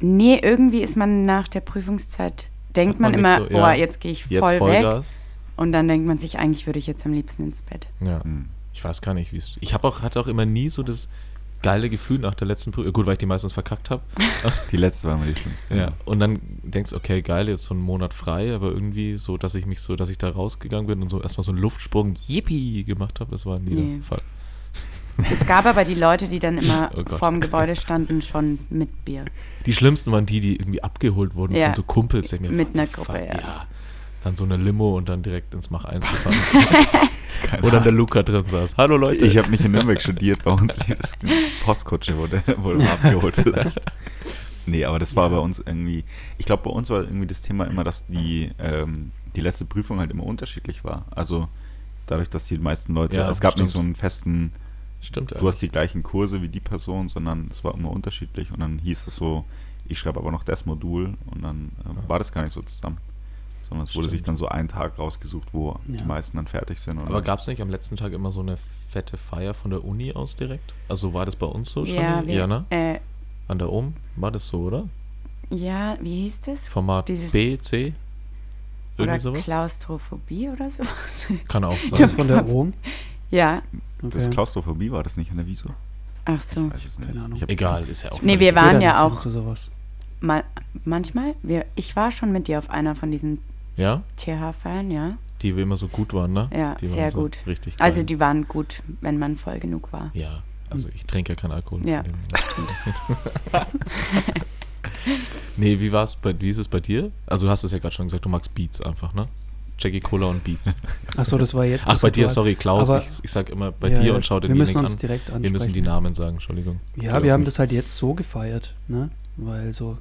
Speaker 2: Nee, irgendwie ist man nach der Prüfungszeit, denkt
Speaker 1: Hat
Speaker 2: man,
Speaker 1: man nicht
Speaker 2: immer,
Speaker 1: so, ja.
Speaker 2: oh, jetzt gehe ich voll,
Speaker 1: Jetzt
Speaker 2: weg.
Speaker 1: Vollgas.
Speaker 2: Und dann denkt man sich, eigentlich würde ich jetzt am liebsten ins Bett.
Speaker 1: Ja.
Speaker 3: Hm.
Speaker 1: Ich weiß gar nicht, wie es. Ich habe auch, hatte auch immer nie so das geile Gefühl nach der letzten Prüfung. Gut, weil ich die meistens verkackt
Speaker 2: [laughs]
Speaker 1: habe.
Speaker 3: Die letzte war immer die schlimmste.
Speaker 1: Ja. Und dann denkst du, okay, geil, jetzt so einen Monat frei, aber irgendwie so, dass ich mich so, dass ich da rausgegangen bin und so erstmal so einen Luftsprung Yippie gemacht habe, das war nie
Speaker 2: Nee.
Speaker 1: der Fall.
Speaker 2: Es gab aber die Leute, die dann immer
Speaker 1: [laughs] Oh Gott.
Speaker 2: vorm Gebäude standen, schon mit Bier.
Speaker 1: Die schlimmsten waren die, die irgendwie abgeholt wurden
Speaker 2: Ja.
Speaker 1: von so Kumpels. die mir
Speaker 2: Mit
Speaker 1: what the
Speaker 2: einer Gruppe, ja.
Speaker 1: Dann so eine Limo und dann direkt ins Mach
Speaker 2: [laughs]
Speaker 1: 1 gefahren.
Speaker 3: Keine
Speaker 1: Wo dann der
Speaker 3: Ahnung.
Speaker 1: Luca drin saß. Hallo Leute.
Speaker 3: Ich habe nicht in Nürnberg studiert, bei uns lief es eine Postkutsche, wurde, wurde mal abgeholt vielleicht. Nee, aber das war bei uns irgendwie, ich glaube, bei uns war irgendwie das Thema immer, dass die, ähm, die letzte Prüfung halt immer unterschiedlich war. Also dadurch, dass die meisten Leute,
Speaker 1: Ja,
Speaker 3: es gab
Speaker 1: stimmt.
Speaker 3: nicht so einen festen,
Speaker 1: Stimmt,
Speaker 3: du hast die gleichen Kurse wie die Person, sondern es war immer unterschiedlich und dann hieß es so, ich schreibe aber noch das Modul und dann äh, war das gar nicht so zusammen. Sondern es wurde
Speaker 1: Stimmt.
Speaker 3: sich dann so einen Tag rausgesucht, wo
Speaker 4: Ja.
Speaker 3: die meisten dann fertig sind. und-
Speaker 1: Aber gab es nicht am letzten Tag immer so eine fette Feier von der Uni aus direkt? Also war das bei uns so schon?
Speaker 2: Ja, wir,
Speaker 1: Jana?
Speaker 2: äh,
Speaker 1: An der Ohm? War das so, oder?
Speaker 2: ja, wie hieß das?
Speaker 1: Format
Speaker 2: Dieses-
Speaker 1: B, C?
Speaker 2: Oder
Speaker 1: Irgendwie sowas?
Speaker 2: Klaustrophobie oder sowas? [laughs]
Speaker 1: Kann auch
Speaker 4: Das
Speaker 1: sein.
Speaker 4: von der Rom.
Speaker 2: ja,
Speaker 4: Okay.
Speaker 3: das Klaustrophobie war das nicht an der Wieso?
Speaker 2: ach so.
Speaker 3: Weiß es
Speaker 4: Keine
Speaker 3: nicht.
Speaker 4: Ahnung.
Speaker 3: Ich hab-
Speaker 1: Hm, Egal, ist ja auch.
Speaker 2: Nee, wir
Speaker 4: Geht
Speaker 2: waren
Speaker 4: da
Speaker 2: ja
Speaker 4: nicht
Speaker 2: auch
Speaker 4: Zu sowas.
Speaker 2: mal, manchmal, wir, ich war schon mit dir auf einer von diesen
Speaker 1: Ja,
Speaker 2: TH-Feiern, ja.
Speaker 1: die immer so gut waren, ne?
Speaker 2: Ja,
Speaker 1: die
Speaker 2: sehr
Speaker 1: waren so
Speaker 2: gut.
Speaker 1: Richtig geil.
Speaker 2: Also die waren gut, wenn man voll genug war.
Speaker 1: Ja, also ich trinke ja keinen Alkohol.
Speaker 2: Ja.
Speaker 1: Von dem- [laughs] nee, wie war's bei, wie ist es bei dir? Also du hast es ja gerade schon gesagt, du magst Beats einfach, ne? Jackie Cola und Beats.
Speaker 4: Achso, das war jetzt.
Speaker 1: Ach,
Speaker 4: das
Speaker 1: bei dir,
Speaker 4: Ritual.
Speaker 1: sorry, Klaus,
Speaker 4: Aber-
Speaker 1: ich, ich sag immer bei
Speaker 4: Ja,
Speaker 1: dir
Speaker 4: ja,
Speaker 1: und schau
Speaker 4: Wir müssen
Speaker 1: denjenigen
Speaker 4: uns
Speaker 1: an.
Speaker 4: direkt ansprechen.
Speaker 1: Wir müssen die Namen sagen, Entschuldigung.
Speaker 4: Ja, wir haben das halt jetzt so gefeiert, ne? Weil so.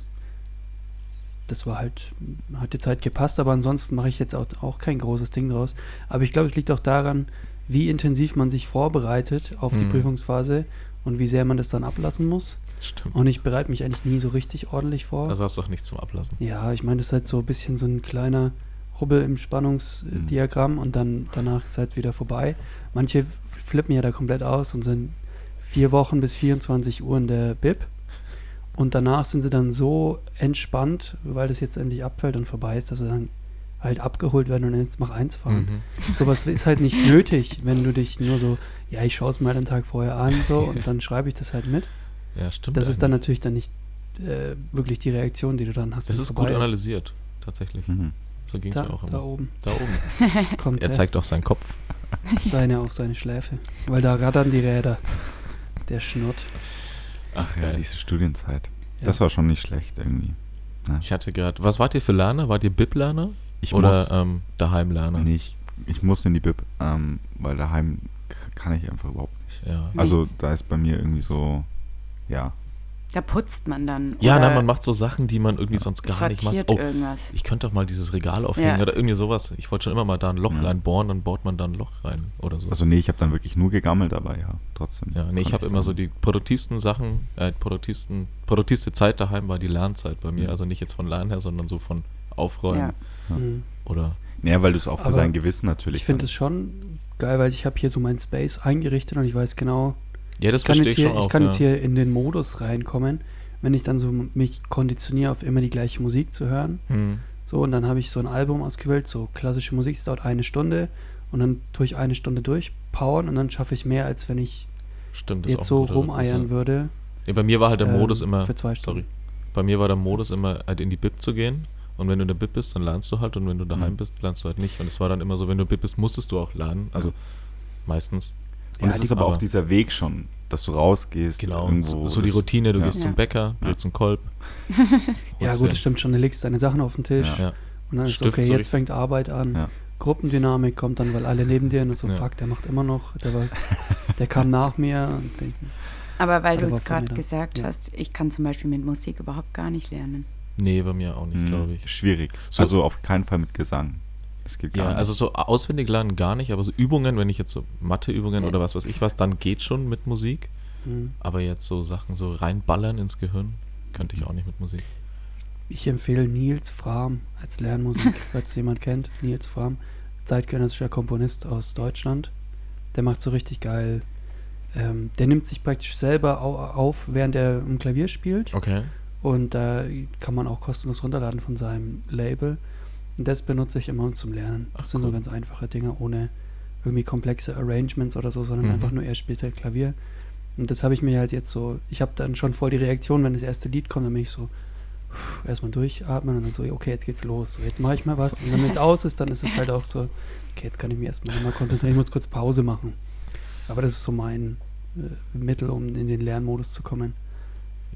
Speaker 4: Das war halt, hat jetzt halt gepasst, aber ansonsten mache ich jetzt auch, auch kein großes Ding draus. Aber ich glaube, es liegt auch daran, wie intensiv man sich vorbereitet auf die
Speaker 1: Mhm.
Speaker 4: Prüfungsphase und wie sehr man das dann ablassen muss. [laughs]
Speaker 1: Stimmt.
Speaker 4: Und ich bereite mich eigentlich nie so richtig ordentlich vor.
Speaker 1: Also hast du auch nichts zum Ablassen.
Speaker 4: ja, ich meine, das ist halt so ein bisschen so ein kleiner Hubbel im
Speaker 3: Mhm.
Speaker 4: Spannungsdiagramm und dann danach ist halt wieder vorbei. Manche f- flippen ja da komplett aus und sind vier Wochen bis 24 Uhr in der Bib. Und danach sind sie dann so entspannt, weil das jetzt endlich abfällt und vorbei ist, dass sie dann halt abgeholt werden und ins Mach 1 fahren.
Speaker 1: Mhm.
Speaker 4: [laughs] Sowas ist halt nicht nötig, wenn du dich nur so, ja, ich schaue es mal den Tag vorher an so
Speaker 1: [laughs]
Speaker 4: und dann schreibe ich das halt mit.
Speaker 1: Ja, stimmt.
Speaker 4: Das ist dann
Speaker 1: eigentlich.
Speaker 4: natürlich dann nicht äh, wirklich die Reaktion, die du dann hast.
Speaker 1: Das
Speaker 4: wenn's
Speaker 1: ist gut
Speaker 4: vorbei
Speaker 1: analysiert, tatsächlich.
Speaker 3: Mhm.
Speaker 1: So ging es
Speaker 4: Hm. Da,
Speaker 1: mir auch
Speaker 4: da
Speaker 1: immer.
Speaker 4: oben
Speaker 1: Da oben.
Speaker 4: [laughs] kommt
Speaker 1: Er
Speaker 4: er
Speaker 1: zeigt auch seinen Kopf.
Speaker 4: [laughs] seine auf seine Schläfe, weil da rattern die Räder. Der schnurrt.
Speaker 1: Ach
Speaker 3: Ja,
Speaker 1: geil.
Speaker 3: diese Studienzeit.
Speaker 4: Ja.
Speaker 3: Das war schon nicht schlecht irgendwie.
Speaker 1: Ich hatte gerade. Was wart ihr für Lerner? Wart ihr Bib-Lerner?
Speaker 3: Ich
Speaker 1: Oder ähm, Daheim-Lerner?
Speaker 3: muss nicht, ich muss in die Bib, ähm, weil daheim k- kann ich einfach überhaupt nicht.
Speaker 1: Ja.
Speaker 3: Also da ist bei mir irgendwie so, ja,
Speaker 2: Da putzt man dann.
Speaker 1: Ja,
Speaker 2: oder
Speaker 1: na, man macht so Sachen, die man irgendwie sonst gar nicht macht.
Speaker 2: sortiert
Speaker 1: Oh,
Speaker 2: irgendwas.
Speaker 1: ich könnte doch mal dieses Regal aufhängen
Speaker 2: Ja.
Speaker 1: oder irgendwie sowas. Ich wollte schon immer mal da ein Loch
Speaker 3: Ja.
Speaker 1: reinbohren, dann bohrt man da ein Loch rein oder so.
Speaker 3: Also nee, ich habe dann wirklich nur gegammelt, aber ja, trotzdem.
Speaker 1: ja, nee, ich habe immer so die produktivsten Sachen, äh, produktivsten, produktivste Zeit daheim war die Lernzeit bei mir.
Speaker 3: Mhm.
Speaker 1: Also nicht jetzt von Lernen her, sondern so von Aufräumen
Speaker 2: Ja.
Speaker 4: Mhm.
Speaker 1: oder
Speaker 3: Ja, weil du es auch für
Speaker 4: Aber
Speaker 3: sein Gewissen natürlich.
Speaker 4: Ich finde
Speaker 3: dann-
Speaker 4: es schon geil, weil ich habe hier so meinen Space eingerichtet und ich weiß genau,
Speaker 1: Ja, das
Speaker 4: ich kann,
Speaker 1: verstehe
Speaker 4: jetzt
Speaker 1: ich
Speaker 4: hier,
Speaker 1: schon
Speaker 4: ich
Speaker 1: auch.
Speaker 4: kann
Speaker 1: ja.
Speaker 4: jetzt hier in den Modus reinkommen, wenn ich dann so mich konditioniere, auf immer die gleiche Musik zu hören.
Speaker 1: Hm.
Speaker 4: So, und dann habe ich so ein Album ausgewählt, so klassische Musik, es dauert eine Stunde und dann tue ich eine Stunde durchpowern und dann schaffe ich mehr, als wenn ich
Speaker 1: Stimmt, das ist
Speaker 4: jetzt
Speaker 1: auch
Speaker 4: so
Speaker 1: ein guter Rhythmus,
Speaker 4: rumeiern
Speaker 1: ja.
Speaker 4: würde.
Speaker 1: Ja, bei mir war halt der
Speaker 4: ähm,
Speaker 1: Modus immer.
Speaker 4: Für zwei Stunden.
Speaker 1: Sorry. Bei mir war der Modus immer, halt in die Bib zu gehen. Und wenn du in der Bib bist, dann lernst du halt. Und wenn du daheim
Speaker 3: Mhm.
Speaker 1: bist, lernst du halt nicht. Und es war dann immer so, wenn du Bib bist, musstest du auch laden. Also meistens.
Speaker 3: Und
Speaker 4: Ja,
Speaker 3: es
Speaker 4: die-
Speaker 3: ist aber auch
Speaker 1: aber-
Speaker 3: dieser Weg schon, dass du rausgehst.
Speaker 1: So,
Speaker 4: Genau.
Speaker 3: irgendwo
Speaker 1: Genau, so die
Speaker 3: das-
Speaker 1: Routine, du
Speaker 3: ja.
Speaker 1: gehst
Speaker 2: Ja.
Speaker 1: zum Bäcker, willst einen Kolb.
Speaker 4: [laughs] Ja,
Speaker 1: holst dir-
Speaker 4: gut, das stimmt schon. Du legst deine Sachen auf den Tisch
Speaker 1: Ja. Ja.
Speaker 4: und dann ist
Speaker 1: Stift
Speaker 4: okay,
Speaker 1: so
Speaker 4: jetzt
Speaker 1: richtig-
Speaker 4: fängt Arbeit an.
Speaker 3: Ja.
Speaker 4: Gruppendynamik kommt dann, weil alle neben dir und so,
Speaker 1: Ja.
Speaker 4: fuck, der macht immer noch, der,
Speaker 1: [laughs]
Speaker 4: war, der kam nach mir. Und denk,
Speaker 2: Aber weil
Speaker 4: Oder
Speaker 2: du
Speaker 4: war
Speaker 2: es
Speaker 4: von
Speaker 2: gerade
Speaker 4: mir da.
Speaker 2: gesagt
Speaker 4: Ja.
Speaker 2: hast, ich kann zum Beispiel mit Musik überhaupt gar nicht lernen.
Speaker 1: Nee, bei mir auch nicht,
Speaker 3: Mhm.
Speaker 1: glaube ich.
Speaker 3: Schwierig.
Speaker 1: So-
Speaker 3: Also auf keinen Fall mit Gesang. Das geht gar
Speaker 1: Ja,
Speaker 3: nicht.
Speaker 1: also so auswendig lernen gar nicht, aber so Übungen, wenn ich jetzt so Matheübungen
Speaker 2: Ja.
Speaker 1: oder was weiß ich was, dann geht schon mit Musik.
Speaker 4: hm.
Speaker 1: Aber jetzt so Sachen so reinballern ins Gehirn, könnte ich auch nicht mit Musik.
Speaker 4: Ich empfehle Nils Fram als Lernmusik,
Speaker 1: [laughs]
Speaker 4: falls jemand kennt. Nils Fram, zeitgenössischer Komponist aus Deutschland. Der macht so richtig geil. Ähm, der nimmt sich praktisch selber au auf, während er am Klavier spielt.
Speaker 1: Okay.
Speaker 4: Und da kann man auch kostenlos runterladen von seinem Label. Und das benutze ich immer zum Lernen.
Speaker 1: Ach,
Speaker 4: das sind so
Speaker 1: cool.
Speaker 4: ganz einfache Dinge, ohne irgendwie komplexe Arrangements oder so, sondern
Speaker 1: Mhm.
Speaker 4: einfach nur er spielt halt Klavier. Und das habe ich mir halt jetzt so, ich habe dann schon voll die Reaktion, wenn das erste Lied kommt, dann bin ich so, puh, erstmal durchatmen und dann so, okay, jetzt geht's los, so, jetzt mache ich mal was. Und dann, wenn es aus ist, dann ist es halt auch so, okay, jetzt kann ich mich erstmal mal konzentrieren, ich muss kurz Pause machen. Aber das ist so mein äh, Mittel, um in den Lernmodus zu kommen.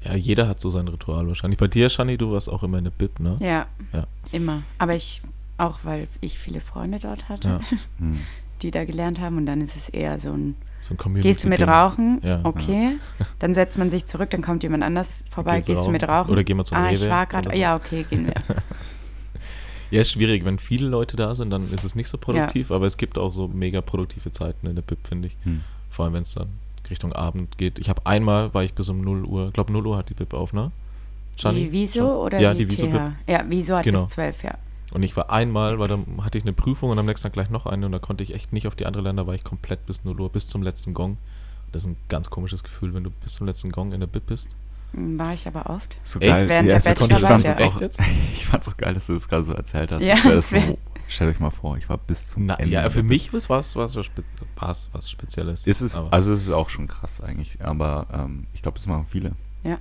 Speaker 1: Ja, jeder hat so sein Ritual wahrscheinlich. Bei dir, Shani, du warst auch immer in der Bib, ne?
Speaker 2: Ja,
Speaker 1: Ja.
Speaker 2: immer. Aber ich, auch weil ich viele Freunde dort hatte,
Speaker 3: Hm.
Speaker 2: die da gelernt haben und dann ist es eher so ein,
Speaker 1: So ein Community.
Speaker 2: [laughs] gehst du mit
Speaker 1: Ding.
Speaker 2: rauchen?
Speaker 1: Ja. [laughs]
Speaker 2: okay. Dann setzt man sich zurück, dann kommt jemand anders vorbei,
Speaker 1: Gehst
Speaker 2: gehst,
Speaker 1: du
Speaker 2: du mit
Speaker 1: rauchen?
Speaker 2: rauchen?
Speaker 1: Oder gehen wir zum
Speaker 2: Ah, ich
Speaker 1: Rewe
Speaker 2: war
Speaker 1: oder
Speaker 2: gerade,
Speaker 1: so.
Speaker 2: ja, okay, gehen
Speaker 1: [laughs]
Speaker 2: wir.
Speaker 1: Ja, ist schwierig. Wenn viele Leute da sind, dann ist es nicht so produktiv, aber es gibt auch so mega produktive Zeiten in der Bib, finde ich.
Speaker 3: Hm.
Speaker 1: Vor allem, wenn es dann Richtung Abend geht. Ich habe einmal, war ich bis um 0 Uhr, ich glaube 0 Uhr hat die Bib auf, ne? Shani?
Speaker 2: Die Wieso
Speaker 1: Schon?
Speaker 2: oder
Speaker 1: ja,
Speaker 2: die,
Speaker 1: die Wieso Bib.
Speaker 2: TH? Ja, Wieso hat
Speaker 1: Genau.
Speaker 2: bis 12, ja.
Speaker 1: Und ich war einmal, weil dann hatte ich eine Prüfung und am nächsten Tag gleich noch eine und da konnte ich echt nicht auf die andere lernen, da war ich komplett bis 0 Uhr, bis zum letzten Gong. Das ist ein ganz komisches Gefühl, wenn du bis zum letzten Gong in der Bib bist.
Speaker 2: Hm, War ich aber oft.
Speaker 3: So
Speaker 1: Echt?
Speaker 3: geil.
Speaker 2: Während
Speaker 3: Ja,
Speaker 2: der
Speaker 3: es- ich
Speaker 2: Bachelorarbeit,
Speaker 3: fand's
Speaker 1: ja.
Speaker 3: jetzt auch-
Speaker 1: Echt
Speaker 3: [laughs] Ich fand's auch geil, dass du das gerade so erzählt hast.
Speaker 2: Ja,
Speaker 3: Als wäre das
Speaker 2: es wär-
Speaker 3: so, stellt euch mal vor, ich war bis zum
Speaker 1: Na,
Speaker 3: Ende.
Speaker 1: ja, für mich war es was, spe- war's was Spezielles.
Speaker 3: Ist es,
Speaker 1: Aber-
Speaker 3: also es ist auch schon krass eigentlich, aber ähm, ich glaube, das machen viele.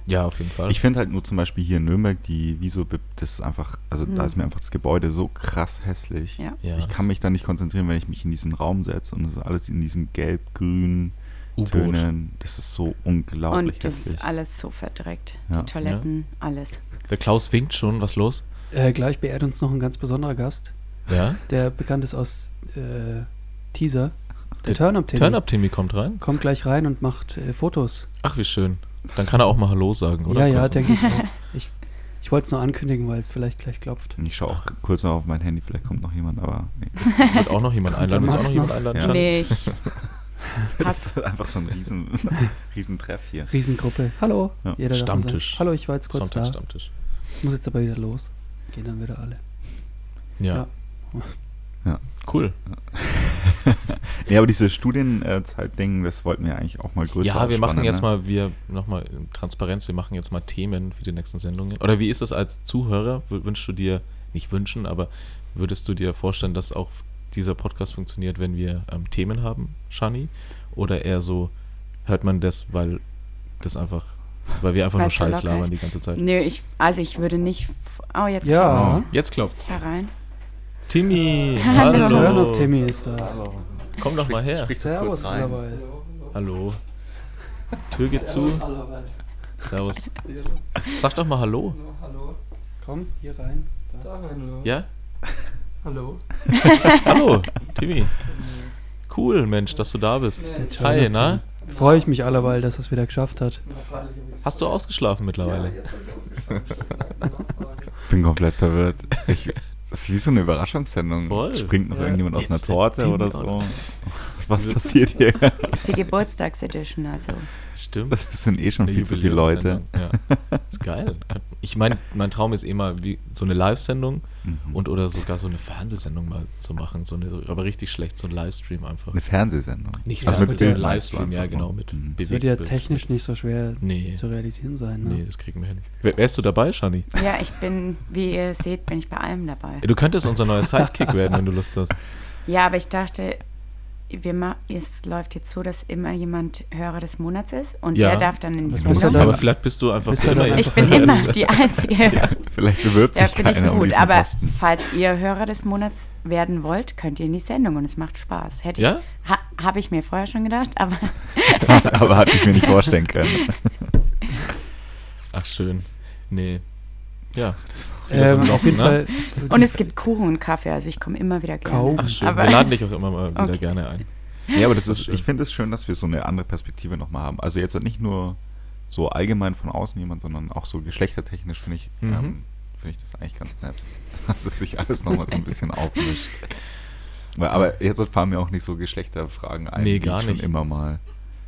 Speaker 1: ja, auf jeden Fall.
Speaker 3: Ich finde halt nur zum Beispiel hier in Nürnberg die Wieso-Bib, das ist einfach, also da
Speaker 2: Hm.
Speaker 3: ist mir einfach das Gebäude so krass hässlich.
Speaker 2: Ja.
Speaker 1: ja,
Speaker 3: Ich kann mich da nicht konzentrieren, wenn ich mich in diesen Raum setze und es ist alles in diesen gelb-grünen
Speaker 1: U-Boot.
Speaker 3: Tönen. Das ist so unglaublich
Speaker 2: Und das
Speaker 3: hässlich.
Speaker 2: ist alles so verdreckt.
Speaker 3: Ja.
Speaker 2: Die Toiletten, alles.
Speaker 1: Der Klaus winkt schon, was los?
Speaker 4: Äh, gleich beehrt uns noch ein ganz besonderer Gast,
Speaker 1: Ja?
Speaker 4: der bekannt ist aus äh, Teaser.
Speaker 1: Der
Speaker 4: Der Turn-Up-Timmy
Speaker 1: Turn-Up-Timmy kommt rein.
Speaker 4: kommt gleich rein und macht äh, Fotos.
Speaker 1: Ach, wie schön. Dann kann er auch mal Hallo sagen, oder?
Speaker 4: ja, ja,
Speaker 1: Oh, Kurz.
Speaker 4: denke ich auch. Ich, ich wollte es nur ankündigen, weil es vielleicht gleich klopft.
Speaker 3: Und ich schaue auch kurz noch auf mein Handy, vielleicht kommt noch jemand, aber nee.
Speaker 2: [laughs]
Speaker 1: Wird auch noch jemand
Speaker 4: Kommt
Speaker 1: einladen.
Speaker 4: der
Speaker 1: Willst du auch
Speaker 4: Max
Speaker 1: noch jemand einladen?
Speaker 4: noch?
Speaker 3: Ja.
Speaker 1: Jan?
Speaker 3: [laughs]
Speaker 2: Nicht.
Speaker 3: Das ist [laughs] einfach so ein
Speaker 2: [laughs]
Speaker 3: riesen, riesen Treff hier.
Speaker 4: Riesengruppe. Hallo.
Speaker 3: Ja.
Speaker 4: Jeder darf
Speaker 1: Stammtisch.
Speaker 4: mal sagen, Hallo, ich war jetzt kurz
Speaker 1: Sonntag,
Speaker 4: da.
Speaker 1: Stammtisch.
Speaker 4: Ich muss jetzt aber wieder los. Gehen dann wieder alle.
Speaker 1: Ja.
Speaker 4: Ja.
Speaker 3: Ja.
Speaker 1: Cool.
Speaker 3: Nee, aber dieses Studienzeit-Ding, das wollten wir eigentlich auch mal größer
Speaker 1: ja, wir machen
Speaker 3: aufspannen,
Speaker 1: jetzt
Speaker 3: ne?
Speaker 1: mal, wir nochmal in Transparenz, wir machen jetzt mal Themen für die nächsten Sendungen. Oder wie ist es als Zuhörer? W- Wünschst du dir, nicht wünschen, aber würdest du dir vorstellen, dass auch dieser Podcast funktioniert, wenn wir ähm, Themen haben, Shani? Oder eher so, hört man das, weil das einfach, weil wir einfach nur
Speaker 2: Weil's so
Speaker 1: Scheiß
Speaker 2: locker
Speaker 1: labern
Speaker 2: ist.
Speaker 1: die ganze Zeit?
Speaker 2: Nö, ich, also ich würde nicht. f- Oh, jetzt
Speaker 4: Ja.
Speaker 2: kommt's.
Speaker 1: Jetzt klopft's.
Speaker 2: herein. [laughs]
Speaker 1: Timmy,
Speaker 2: Hallo.
Speaker 1: hallo.
Speaker 4: Turn-Up-Timmy ist da.
Speaker 1: Komm doch mal her.
Speaker 4: Servus, allerweil.
Speaker 1: Hallo. Tür geht zu. Servus. Sag doch mal Hallo.
Speaker 4: Komm, hier rein.
Speaker 1: Ja?
Speaker 5: Hallo.
Speaker 1: Hallo, Timmy. Cool, Mensch, dass du da bist.
Speaker 4: Der Turn-Up-Timmy.
Speaker 1: Hi, na?
Speaker 4: Freue ich mich allerweil, dass er es wieder geschafft hat.
Speaker 1: Hast du ausgeschlafen mittlerweile?
Speaker 3: bin komplett verwirrt. Ich, das ist wie so eine Überraschungssendung.
Speaker 1: Voll.
Speaker 3: Es springt noch
Speaker 4: Ja.
Speaker 3: irgendjemand aus
Speaker 1: Jetzt
Speaker 3: einer
Speaker 1: der
Speaker 3: Torte
Speaker 1: Ding
Speaker 3: oder
Speaker 1: Dong.
Speaker 3: so. [laughs] Was passiert hier?
Speaker 2: Ist die Geburtstagsedition, also.
Speaker 1: Stimmt.
Speaker 3: Das sind eh schon
Speaker 1: Eine
Speaker 3: viel zu viele Leute.
Speaker 1: Jubiläumssendung, Ja. Ist geil. Ich meine, mein Traum ist eh mal wie so eine Live-Sendung
Speaker 3: Mhm.
Speaker 1: und oder sogar so eine Fernsehsendung mal zu machen. So eine, aber richtig schlecht, so ein Livestream einfach.
Speaker 3: Eine Fernsehsendung.
Speaker 1: Nicht
Speaker 4: Also mit
Speaker 1: Fernseh, sondern
Speaker 4: Bild
Speaker 3: meinst du
Speaker 1: Livestream, ja
Speaker 3: einfach
Speaker 1: genau,
Speaker 3: nur.
Speaker 1: mit
Speaker 3: Mhm.
Speaker 4: Das wird ja
Speaker 1: Bewegtbild.
Speaker 4: technisch nicht so schwer
Speaker 1: Nee.
Speaker 4: zu realisieren sein. Ne?
Speaker 1: Nee, das kriegen wir hin. W- Wärst du dabei, Shani?
Speaker 2: Ja, ich bin, wie ihr seht, bin ich bei allem dabei.
Speaker 1: Du könntest unser neuer Sidekick werden, wenn du Lust hast.
Speaker 2: Ja, aber ich dachte, wir ma es läuft jetzt so, dass immer jemand Hörer des Monats ist und
Speaker 1: Ja.
Speaker 2: der darf dann in die
Speaker 4: Das
Speaker 3: muss
Speaker 2: Sendung.
Speaker 4: dann-
Speaker 1: Aber vielleicht bist du einfach
Speaker 4: Bist
Speaker 1: für
Speaker 4: du dann
Speaker 1: immer
Speaker 4: einfach-
Speaker 2: Ich bin
Speaker 1: Hörer [laughs]
Speaker 2: immer
Speaker 4: [laughs]
Speaker 1: des-
Speaker 2: die Einzige.
Speaker 3: Ja, vielleicht bewirbt
Speaker 2: Da
Speaker 3: sich
Speaker 2: bin ich
Speaker 3: keiner um
Speaker 2: gut.
Speaker 3: diesen
Speaker 2: Aber
Speaker 3: Posten. [laughs]
Speaker 2: falls ihr Hörer des Monats werden wollt, könnt ihr in die Sendung und es macht Spaß. Hätte
Speaker 1: Ja?
Speaker 2: ich, ha, habe ich mir vorher schon gedacht,
Speaker 1: [laughs]
Speaker 2: aber
Speaker 3: aber hatte ich mir nicht vorstellen können.
Speaker 1: Ach, schön. Nee. Ja, das ist wieder
Speaker 4: Ähm,
Speaker 1: so ein
Speaker 4: auf
Speaker 1: Loch,
Speaker 4: jeden
Speaker 1: ne?
Speaker 4: Fall.
Speaker 2: und es gibt Kuchen und Kaffee, also ich komme immer wieder gerne.
Speaker 4: Kaum.
Speaker 1: Ach, schön.
Speaker 2: Aber-
Speaker 1: wir laden dich auch immer mal wieder
Speaker 2: Okay.
Speaker 1: gerne ein. [laughs]
Speaker 3: Ja, aber das ist,
Speaker 1: schön.
Speaker 3: ich finde es schön, dass wir so eine andere Perspektive nochmal haben. Also jetzt nicht nur so allgemein von außen jemand, sondern auch so geschlechtertechnisch finde ich,
Speaker 1: Mhm.
Speaker 3: ähm, finde ich das eigentlich ganz nett, [laughs] dass es sich alles nochmal so
Speaker 1: [laughs]
Speaker 3: ein bisschen aufmischt. Weil, aber jetzt fallen mir auch nicht so Geschlechterfragen ein,
Speaker 1: Nee,
Speaker 3: die
Speaker 1: gar
Speaker 3: ich schon
Speaker 1: nicht.
Speaker 3: immer mal.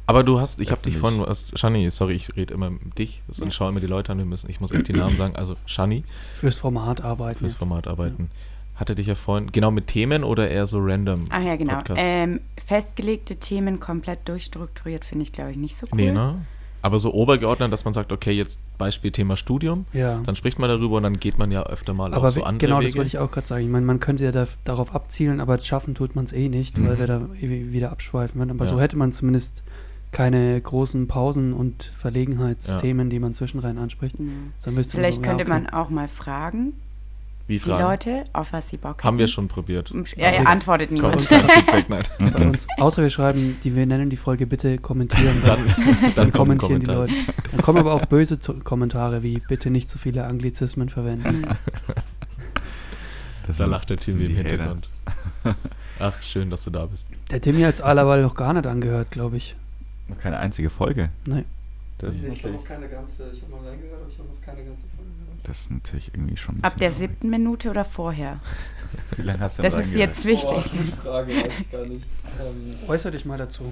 Speaker 1: Aber du hast, ich habe dich
Speaker 3: Öffentlich.
Speaker 1: vorhin, was, Shani, sorry, ich rede immer mit dich und schaue immer die Leute an, wir müssen, ich muss echt die Namen sagen, also Shani
Speaker 4: Fürs Format arbeiten.
Speaker 1: fürs
Speaker 4: jetzt.
Speaker 1: Format arbeiten. Hatte dich ja vorhin, genau mit Themen oder eher so random?
Speaker 2: [laughs] Ach ja, genau.
Speaker 1: Podcast?
Speaker 2: Ähm, festgelegte Themen komplett durchstrukturiert finde ich, glaube ich, nicht so cool.
Speaker 1: Nee, ne? Aber so obergeordnet, dass man sagt, okay, jetzt Beispiel Thema Studium,
Speaker 4: Ja.
Speaker 1: dann spricht man darüber und dann geht man ja öfter mal
Speaker 4: Aber
Speaker 1: auf so
Speaker 4: wie-
Speaker 1: andere
Speaker 4: genau,
Speaker 1: Wege.
Speaker 4: das wollte ich auch gerade sagen. Ich meine, man könnte ja da, darauf abzielen, aber schaffen tut man es eh nicht, weil wir da eh wieder abschweifen würden. Aber
Speaker 1: Mhm. Ja.
Speaker 4: so hätte man zumindest keine großen Pausen und Verlegenheitsthemen, die man zwischenrein anspricht.
Speaker 2: Ja.
Speaker 4: Dann wüsste man
Speaker 2: Vielleicht
Speaker 4: so,
Speaker 2: könnte
Speaker 4: ja, okay.
Speaker 2: man auch mal fragen,
Speaker 1: Wie
Speaker 2: die
Speaker 1: Fragen?
Speaker 2: Leute, auf was sie Bock
Speaker 1: Haben wir
Speaker 2: hätten. Um,
Speaker 1: schon probiert.
Speaker 2: Ja, er
Speaker 4: Ja.
Speaker 2: antwortet
Speaker 1: Komm,
Speaker 2: niemand.
Speaker 1: uns
Speaker 2: [laughs]
Speaker 1: ein Feedback, nein.
Speaker 4: bei uns. Außer wir schreiben, die wir nennen die Folge bitte kommentieren.
Speaker 1: Dann, [laughs] dann,
Speaker 4: dann
Speaker 1: kommt ein
Speaker 4: kommentieren die
Speaker 1: Kommentar.
Speaker 4: Leute. Dann kommen aber auch böse To- Kommentare wie bitte nicht so viele Anglizismen verwenden.
Speaker 3: Das
Speaker 1: Da
Speaker 3: sind-
Speaker 1: lacht der
Speaker 3: das
Speaker 1: Tim
Speaker 3: sind
Speaker 1: im
Speaker 3: die
Speaker 1: Hintergrund.
Speaker 3: Haters. [laughs]
Speaker 1: Ach, schön, dass du da bist.
Speaker 4: Der Timmy hat es allerweil noch gar nicht angehört, glaube ich.
Speaker 3: Noch keine einzige Folge.
Speaker 4: Nee.
Speaker 3: Das,
Speaker 5: Ich habe noch keine ganze, ich habe noch reingehört, aber ich habe noch keine ganze Folge gehört.
Speaker 3: das ist natürlich irgendwie schon ein
Speaker 2: Ab der
Speaker 3: traurig.
Speaker 2: siebten Minute oder vorher?
Speaker 3: Wie lange hast du denn
Speaker 2: Das ist
Speaker 3: reingehört?
Speaker 2: jetzt wichtig.
Speaker 5: Boah, gute Frage, weiß ich gar nicht. Ähm,
Speaker 4: Äußer dich mal dazu.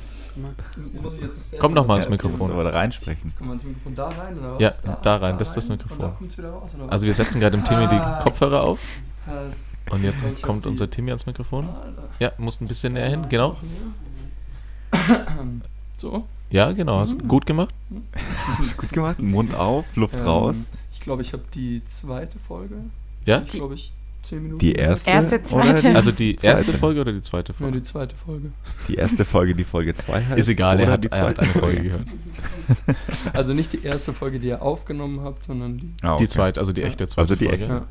Speaker 5: muss ich jetzt ein Statement
Speaker 1: Komm doch mal
Speaker 5: dazu
Speaker 1: ans
Speaker 3: Du musst
Speaker 1: Mikrofon.
Speaker 3: aber da
Speaker 1: [laughs]
Speaker 3: reinsprechen.
Speaker 5: Kommen wir ins Mikrofon da rein oder was?
Speaker 1: Ja, da rein, das ist das
Speaker 5: Und
Speaker 1: Mikrofon.
Speaker 5: da kommt's wieder raus, oder was?
Speaker 1: Also wir setzen gerade dem Timmy die
Speaker 5: Ah,
Speaker 1: Kopfhörer auf
Speaker 5: Heißt,
Speaker 1: und jetzt
Speaker 5: Ich hab
Speaker 1: kommt
Speaker 5: die-
Speaker 1: unser Timmy ans Mikrofon.
Speaker 5: Alter.
Speaker 1: Ja, muss ein bisschen näher hin, genau.
Speaker 5: [clears throat] So,
Speaker 1: Ja, genau, hast gut gemacht.
Speaker 3: Hast du gut gemacht? Mund auf, Luft
Speaker 5: ähm,
Speaker 3: raus.
Speaker 5: Ich glaube, ich habe die zweite Folge.
Speaker 1: Ja?
Speaker 5: Ich
Speaker 2: Die-
Speaker 5: glaube, ich 10 Minuten.
Speaker 3: Die erste.
Speaker 2: Erste,
Speaker 3: oder
Speaker 2: zweite.
Speaker 3: die-
Speaker 1: Also die
Speaker 3: Zweite.
Speaker 1: erste Folge oder die zweite
Speaker 5: Ja,
Speaker 1: Folge?
Speaker 5: die zweite Folge.
Speaker 3: Die erste Folge, die Folge 2 heißt.
Speaker 1: Ist egal, er
Speaker 3: oder
Speaker 1: hat,
Speaker 3: die
Speaker 1: er hat
Speaker 3: zweite
Speaker 1: eine Folge
Speaker 3: [laughs]
Speaker 1: gehört.
Speaker 5: Also nicht die erste Folge, die ihr aufgenommen habt, sondern die.
Speaker 3: Ah, okay.
Speaker 1: Die zweite, also die echte zweite
Speaker 3: Also die
Speaker 1: Folge.
Speaker 3: echte.
Speaker 5: Ja.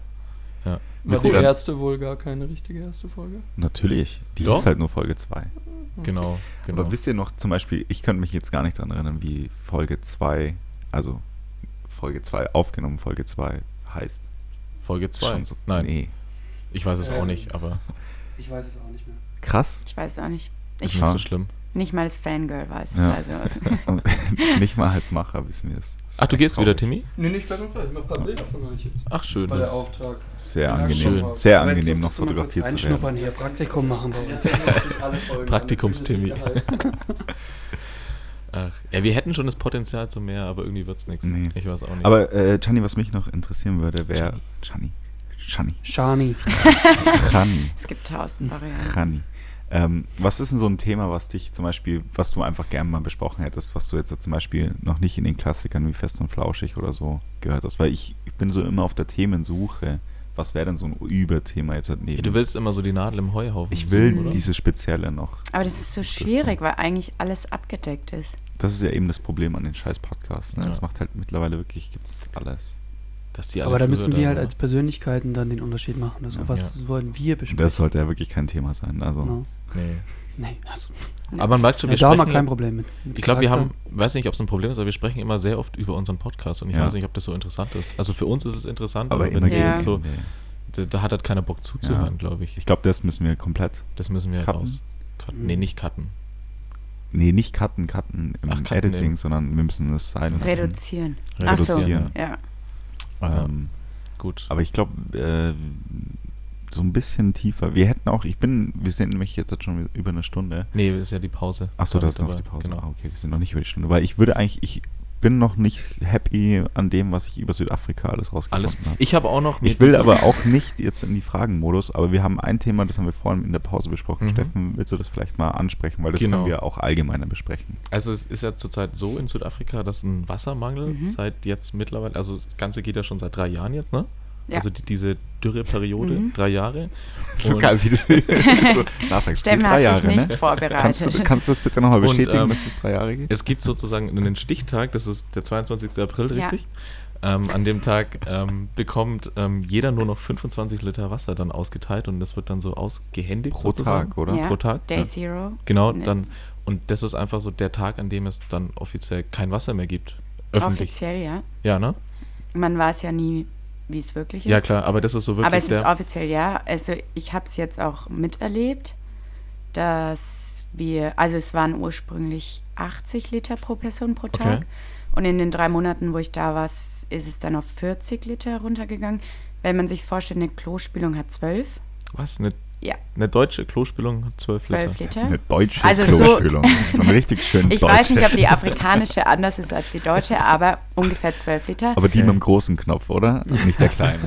Speaker 1: Ja.
Speaker 5: War
Speaker 3: Wisst ihr
Speaker 5: die
Speaker 3: dann-
Speaker 5: erste wohl gar keine richtige erste Folge?
Speaker 3: Natürlich. Die
Speaker 1: Doch.
Speaker 3: ist halt nur Folge 2.
Speaker 1: Genau, genau.
Speaker 3: Aber wisst ihr noch zum Beispiel, ich könnte mich jetzt gar nicht daran erinnern, wie Folge 2, also Folge 2 aufgenommen, Folge 2 heißt.
Speaker 1: Folge
Speaker 3: Ist
Speaker 1: 2.
Speaker 3: schon so-
Speaker 1: Nein,
Speaker 3: Nee.
Speaker 1: ich weiß es auch nicht, aber
Speaker 4: Ich weiß es auch nicht mehr.
Speaker 3: Krass.
Speaker 2: Ich weiß auch nicht.
Speaker 1: ist
Speaker 2: Ich,
Speaker 1: nicht
Speaker 3: Ja.
Speaker 1: so schlimm.
Speaker 2: nicht mal das Fangirl weiß es.
Speaker 3: Ja. [laughs]
Speaker 2: Also,
Speaker 3: nicht mal als Macher wissen wir es. Ist
Speaker 1: Ach, du
Speaker 3: echt
Speaker 1: gehst wieder,
Speaker 3: halt
Speaker 1: Timmy?
Speaker 3: traurig.
Speaker 5: Nee, nee, ich bleib noch da. Ich mach ein paar Bilder von euch jetzt.
Speaker 1: Ach, schön.
Speaker 5: Bei der
Speaker 1: Das,
Speaker 5: Auftrag.
Speaker 3: Sehr
Speaker 5: Ja,
Speaker 3: angenehm.
Speaker 1: schön.
Speaker 3: Sehr angenehm, noch fotografiert zu werden.
Speaker 4: Einschnuppern hier, Praktikum machen bei uns.
Speaker 5: Jetzt haben wir natürlich alle Folgen an.
Speaker 1: Praktikums-Timmy.
Speaker 5: Das wird jetzt
Speaker 1: ach, ja, wir hätten schon das Potenzial zu mehr, aber irgendwie wird es nichts.
Speaker 3: Nee.
Speaker 1: Ich weiß auch nicht.
Speaker 3: Aber äh, Gianni, was mich noch interessieren würde, wäre. Gianni. Gianni.
Speaker 4: Shani.
Speaker 3: Gianni.
Speaker 2: es gibt tausend Varianten.
Speaker 3: Rani. Ähm, was ist denn so ein Thema, was dich zum Beispiel, was du einfach gerne mal besprochen hättest, was du jetzt zum Beispiel noch nicht in den Klassikern wie Fest und Flauschig oder so gehört hast? Weil ich, ich bin so immer auf der Themensuche. Was wäre denn so ein Überthema jetzt halt
Speaker 1: ja,
Speaker 3: neben?
Speaker 1: du willst immer so die Nadel im Heuhaufen.
Speaker 3: ich will
Speaker 1: suchen, oder?
Speaker 3: diese spezielle noch.
Speaker 2: Aber das ist so schwierig, weil eigentlich alles abgedeckt ist.
Speaker 3: Das ist ja eben das Problem an den scheiß Podcasts. Ne?
Speaker 1: Ja.
Speaker 3: Das macht halt mittlerweile wirklich, gibt's alles.
Speaker 1: Dass die alle
Speaker 4: Aber da
Speaker 1: früher
Speaker 4: müssen wir halt
Speaker 1: waren.
Speaker 4: als Persönlichkeiten dann den Unterschied machen. Also,
Speaker 3: Ja.
Speaker 4: was wollen wir
Speaker 3: Und
Speaker 4: besprechen?
Speaker 3: das sollte ja wirklich kein Thema sein. Also
Speaker 4: Genau.
Speaker 1: Nee.
Speaker 4: Nee, also,
Speaker 1: Aber man merkt schon,
Speaker 4: nee,
Speaker 1: wir
Speaker 4: da haben wir
Speaker 1: sprechen-
Speaker 4: kein Problem mit. mit
Speaker 1: Ich glaube, wir haben,
Speaker 4: Charakter.
Speaker 1: weiß nicht, ob es ein Problem ist, aber wir sprechen immer sehr oft über unseren Podcast und ich
Speaker 3: Ja.
Speaker 1: weiß nicht, ob das so interessant ist. Also für uns ist es interessant,
Speaker 3: aber
Speaker 1: wenn
Speaker 3: immer
Speaker 1: wir
Speaker 2: Ja.
Speaker 1: jetzt
Speaker 3: geht's.
Speaker 1: so, da, da hat halt keiner Bock zuzuhören, glaube ich.
Speaker 3: Ich glaube, das müssen wir komplett.
Speaker 1: Das müssen wir halt
Speaker 3: Cutten?
Speaker 4: Mhm.
Speaker 1: raus. Cutten. Nee, nicht cutten.
Speaker 3: Nee, nicht cutten, cutten im
Speaker 1: Ach, cutten,
Speaker 3: Editing,
Speaker 1: nee.
Speaker 3: sondern wir müssen es sein lassen.
Speaker 2: Reduzieren. Ach so,
Speaker 3: Reduzieren.
Speaker 2: ja.
Speaker 3: Ähm,
Speaker 1: Gut.
Speaker 3: aber ich glaube, äh, so ein bisschen tiefer. Wir hätten auch, ich bin, wir sind nämlich jetzt schon über eine Stunde.
Speaker 1: Nee, ist ja die Pause.
Speaker 3: Achso, da
Speaker 1: Damit,
Speaker 3: ist noch
Speaker 1: aber
Speaker 3: die Pause. Ah,
Speaker 1: Genau.
Speaker 3: Okay, wir sind noch nicht über die Stunde. Weil ich würde eigentlich, ich bin noch nicht happy an dem, was ich über Südafrika alles
Speaker 1: Alles.
Speaker 3: rausgefunden habe.
Speaker 1: Ich habe auch noch.
Speaker 3: Ich
Speaker 1: mir
Speaker 3: will
Speaker 1: dieses-
Speaker 3: aber auch nicht jetzt in die Fragenmodus, aber wir haben ein Thema, das haben wir vorhin in der Pause besprochen.
Speaker 1: Mhm.
Speaker 3: Steffen, willst du das vielleicht mal ansprechen? Weil das
Speaker 1: Genau.
Speaker 3: können wir auch allgemeiner besprechen. [laughs]
Speaker 1: Also es ist ja zurzeit so in Südafrika, dass ein Wassermangel
Speaker 2: Mhm.
Speaker 1: seit jetzt mittlerweile, also das Ganze geht ja schon seit drei Jahren jetzt, ne?
Speaker 2: Ja.
Speaker 1: Also die, diese Dürreperiode,
Speaker 2: Mhm.
Speaker 1: drei Jahre.
Speaker 3: So
Speaker 1: Und-
Speaker 2: [laughs]
Speaker 3: geil, wie du so nachsagst.
Speaker 2: Steffen
Speaker 3: Drei
Speaker 2: hat sich
Speaker 3: Jahre,
Speaker 2: nicht
Speaker 3: ne?
Speaker 2: vorbereitet.
Speaker 3: Kannst du, kannst du das bitte nochmal
Speaker 1: Und,
Speaker 3: bestätigen,
Speaker 1: ähm,
Speaker 3: dass es drei Jahre geht?
Speaker 1: Es gibt sozusagen einen Stichtag, das ist der 22. April,
Speaker 2: Ja.
Speaker 1: richtig? Ähm, an dem Tag ähm, bekommt ähm, jeder nur noch 25 Liter Wasser dann ausgeteilt und das wird dann so ausgehändigt.
Speaker 3: Pro
Speaker 1: sozusagen.
Speaker 3: Tag, oder?
Speaker 2: ja.
Speaker 1: Pro Tag,
Speaker 2: Day
Speaker 1: ja.
Speaker 2: Zero.
Speaker 1: Genau,
Speaker 2: Nee.
Speaker 1: dann und das ist einfach so der Tag, an dem es dann offiziell kein Wasser mehr gibt. Öffentlich.
Speaker 2: Offiziell, ja.
Speaker 1: Ja, ne?
Speaker 2: Man weiß ja nie, wie es wirklich ist.
Speaker 1: Ja, klar, aber das ist so wirklich
Speaker 2: Aber es ist
Speaker 1: der.
Speaker 2: offiziell, ja. Also ich habe es jetzt auch miterlebt, dass wir, also es waren ursprünglich 80 Liter pro Person pro
Speaker 1: Okay.
Speaker 2: Tag. Und in den drei Monaten, wo ich da war, s- ist es dann auf 40 Liter runtergegangen. Wenn man sich vorstellt, eine Klospülung hat 12.
Speaker 1: Was? Eine,
Speaker 2: Ja,
Speaker 1: eine deutsche Klospülung hat 12,
Speaker 2: 12
Speaker 1: Liter.
Speaker 2: Liter.
Speaker 3: Eine deutsche
Speaker 2: Also so- [laughs]
Speaker 3: Klospülung. So, eine richtig schöne
Speaker 2: Ich
Speaker 3: deutsche.
Speaker 2: weiß nicht, ob die afrikanische anders ist als die deutsche, aber ungefähr 12 Liter.
Speaker 3: Aber die mit dem großen Knopf, oder? Nicht der
Speaker 2: [laughs]
Speaker 3: kleine.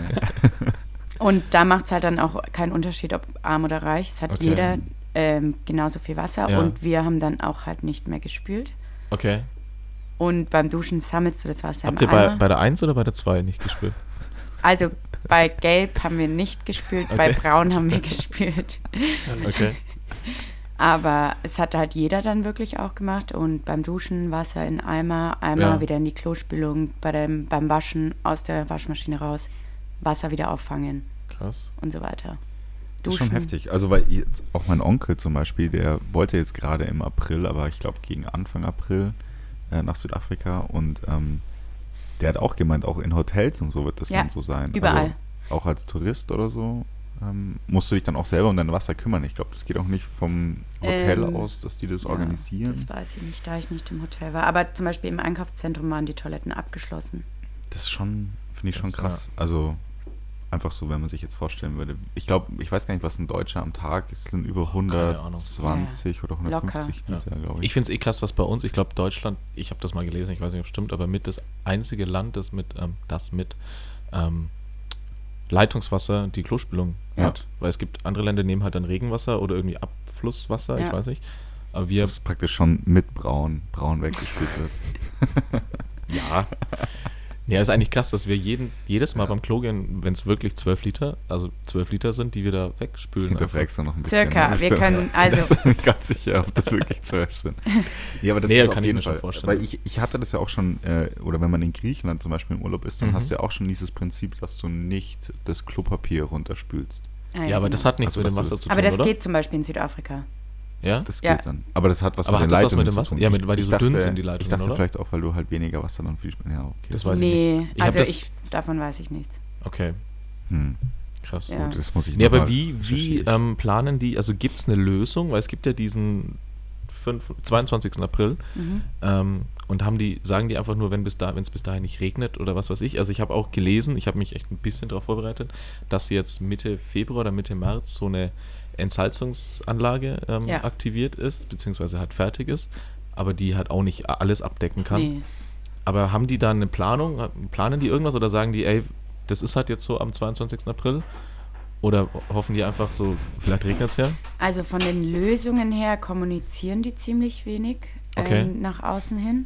Speaker 2: Und da macht es halt dann auch keinen Unterschied, ob arm oder reich. Es hat
Speaker 1: Okay.
Speaker 2: jeder ähm, genauso viel Wasser
Speaker 1: Ja.
Speaker 2: und wir haben dann auch halt nicht mehr gespült.
Speaker 1: Okay.
Speaker 2: Und beim Duschen sammelst du das Wasser
Speaker 1: Habt
Speaker 2: im
Speaker 1: ihr bei,
Speaker 2: Eimer.
Speaker 1: bei der 1 oder bei der 2 nicht
Speaker 2: [laughs]
Speaker 1: gespült?
Speaker 2: also bei Gelb haben wir nicht gespült, bei
Speaker 1: Okay.
Speaker 2: Braun haben wir [laughs] gespült.
Speaker 1: Okay.
Speaker 2: Aber es hat halt jeder dann wirklich auch gemacht. Und beim Duschen Wasser in Eimer, Eimer
Speaker 1: Ja.
Speaker 2: wieder in die Klospülung, bei dem, beim Waschen aus der Waschmaschine raus, Wasser wieder auffangen
Speaker 1: Krass.
Speaker 2: und so weiter.
Speaker 3: Das ist schon
Speaker 2: Duschen.
Speaker 3: heftig. Also, weil jetzt auch mein Onkel zum Beispiel, der wollte jetzt gerade im April, aber ich glaube gegen Anfang April äh, nach Südafrika und ähm, der hat auch gemeint, auch in Hotels und so wird das
Speaker 2: Ja,
Speaker 3: dann so sein.
Speaker 2: überall.
Speaker 3: Also, auch als Tourist oder so ähm, musst du dich dann auch selber um dein Wasser kümmern. Ich glaube, das geht auch nicht vom Hotel
Speaker 2: Ähm,
Speaker 3: aus, dass die das
Speaker 2: Ja,
Speaker 3: organisieren.
Speaker 2: Das weiß ich nicht, da ich nicht im Hotel war. Aber zum Beispiel im Einkaufszentrum waren die Toiletten abgeschlossen.
Speaker 3: Das ist schon, finde ich schon
Speaker 1: Das,
Speaker 3: krass. Also einfach so, wenn man sich jetzt vorstellen würde. Ich glaube, ich weiß gar nicht, was ein Deutscher am Tag ist. Es sind über
Speaker 1: Keine Ahnung.
Speaker 3: 120 oder 150
Speaker 1: Ja.
Speaker 3: Liter, glaube
Speaker 1: Ich
Speaker 3: ich.
Speaker 1: finde es eh krass, dass bei uns, ich glaube Deutschland, ich habe das mal gelesen, ich weiß nicht, ob es stimmt, aber mit das einzige Land, das mit, ähm, das mit ähm, Leitungswasser die Klospülung
Speaker 3: Ja.
Speaker 1: hat. Weil es gibt andere Länder, die nehmen halt dann Regenwasser oder irgendwie Abflusswasser, ich
Speaker 2: Ja.
Speaker 1: weiß nicht. Aber wir,
Speaker 3: Das ist praktisch schon mit Braun, Braun weggespült wird.
Speaker 1: [laughs]
Speaker 3: [laughs]
Speaker 1: ja. Ja, ist eigentlich krass, dass wir jeden, jedes Mal beim Klo gehen, wenn es wirklich 12 Liter, also 12 Liter sind, die wir da wegspülen.
Speaker 3: Hinterfragst du noch ein bisschen.
Speaker 2: Circa,
Speaker 3: ne? [laughs]
Speaker 2: wir
Speaker 3: So,
Speaker 2: können-
Speaker 3: ja.
Speaker 2: also-
Speaker 3: Ich bin mir nicht ganz sicher, ob das wirklich
Speaker 1: [laughs]
Speaker 3: zwölf sind. Ja, aber das
Speaker 1: Nee,
Speaker 3: ist
Speaker 1: kann
Speaker 3: auf
Speaker 1: ich
Speaker 3: jeden
Speaker 1: mir schon
Speaker 3: Fall.
Speaker 1: vorstellen.
Speaker 3: Weil ich, ich hatte das ja auch schon, äh, oder wenn man in Griechenland zum Beispiel im Urlaub ist, dann
Speaker 1: Mhm.
Speaker 3: hast du ja auch schon dieses Prinzip, dass du nicht das Klopapier runterspülst.
Speaker 2: Ah,
Speaker 1: Ja, aber das hat nichts
Speaker 3: Also,
Speaker 1: mit dem
Speaker 3: das
Speaker 1: Wasser
Speaker 3: ist-
Speaker 1: zu tun,
Speaker 2: aber das
Speaker 1: oder?
Speaker 2: geht zum Beispiel in Südafrika.
Speaker 1: ja?
Speaker 3: Das
Speaker 2: Ja.
Speaker 3: geht dann. Aber das hat was
Speaker 1: Aber
Speaker 3: mit den
Speaker 1: hat das was
Speaker 3: Leitungen
Speaker 1: mit dem
Speaker 3: zu
Speaker 1: Wasser-
Speaker 3: tun.
Speaker 1: Ja,
Speaker 3: Ich-
Speaker 1: mit- weil die
Speaker 3: ich
Speaker 1: so
Speaker 3: dachte,
Speaker 1: dünn sind, die Leitungen,
Speaker 3: Ich dachte
Speaker 1: oder?
Speaker 3: vielleicht auch, weil du halt weniger Wasser dann viel Ja, okay.
Speaker 1: Das weiß ich
Speaker 2: nee,
Speaker 1: nicht. Ich hab
Speaker 2: also
Speaker 1: das-
Speaker 2: ich, davon weiß ich nichts.
Speaker 1: Okay,
Speaker 3: Hm,
Speaker 1: krass.
Speaker 2: Ja.
Speaker 3: gut, das muss ich
Speaker 1: Nee,
Speaker 3: noch
Speaker 1: aber
Speaker 3: mal
Speaker 1: wie, wie
Speaker 3: recherchieren.
Speaker 1: ähm, planen die, also gibt es eine Lösung, weil es gibt ja diesen fünf- 22. April
Speaker 2: Mhm.
Speaker 1: ähm, und haben die, sagen die einfach nur, wenn bis da, wenn es bis dahin nicht regnet oder was weiß ich. Also ich habe auch gelesen, ich habe mich echt ein bisschen darauf vorbereitet, dass sie jetzt Mitte Februar oder Mitte März so eine Entsalzungsanlage ähm,
Speaker 2: Ja.
Speaker 1: aktiviert ist, beziehungsweise halt fertig ist, aber die halt auch nicht a- alles abdecken kann.
Speaker 2: Nee.
Speaker 1: Aber haben die da eine Planung? Planen die irgendwas oder sagen die, ey, das ist halt jetzt so am 22. April? Oder hoffen die einfach so, vielleicht regnet es ja?
Speaker 2: Also von den Lösungen her kommunizieren die ziemlich wenig
Speaker 1: Okay.
Speaker 2: ähm, nach außen hin.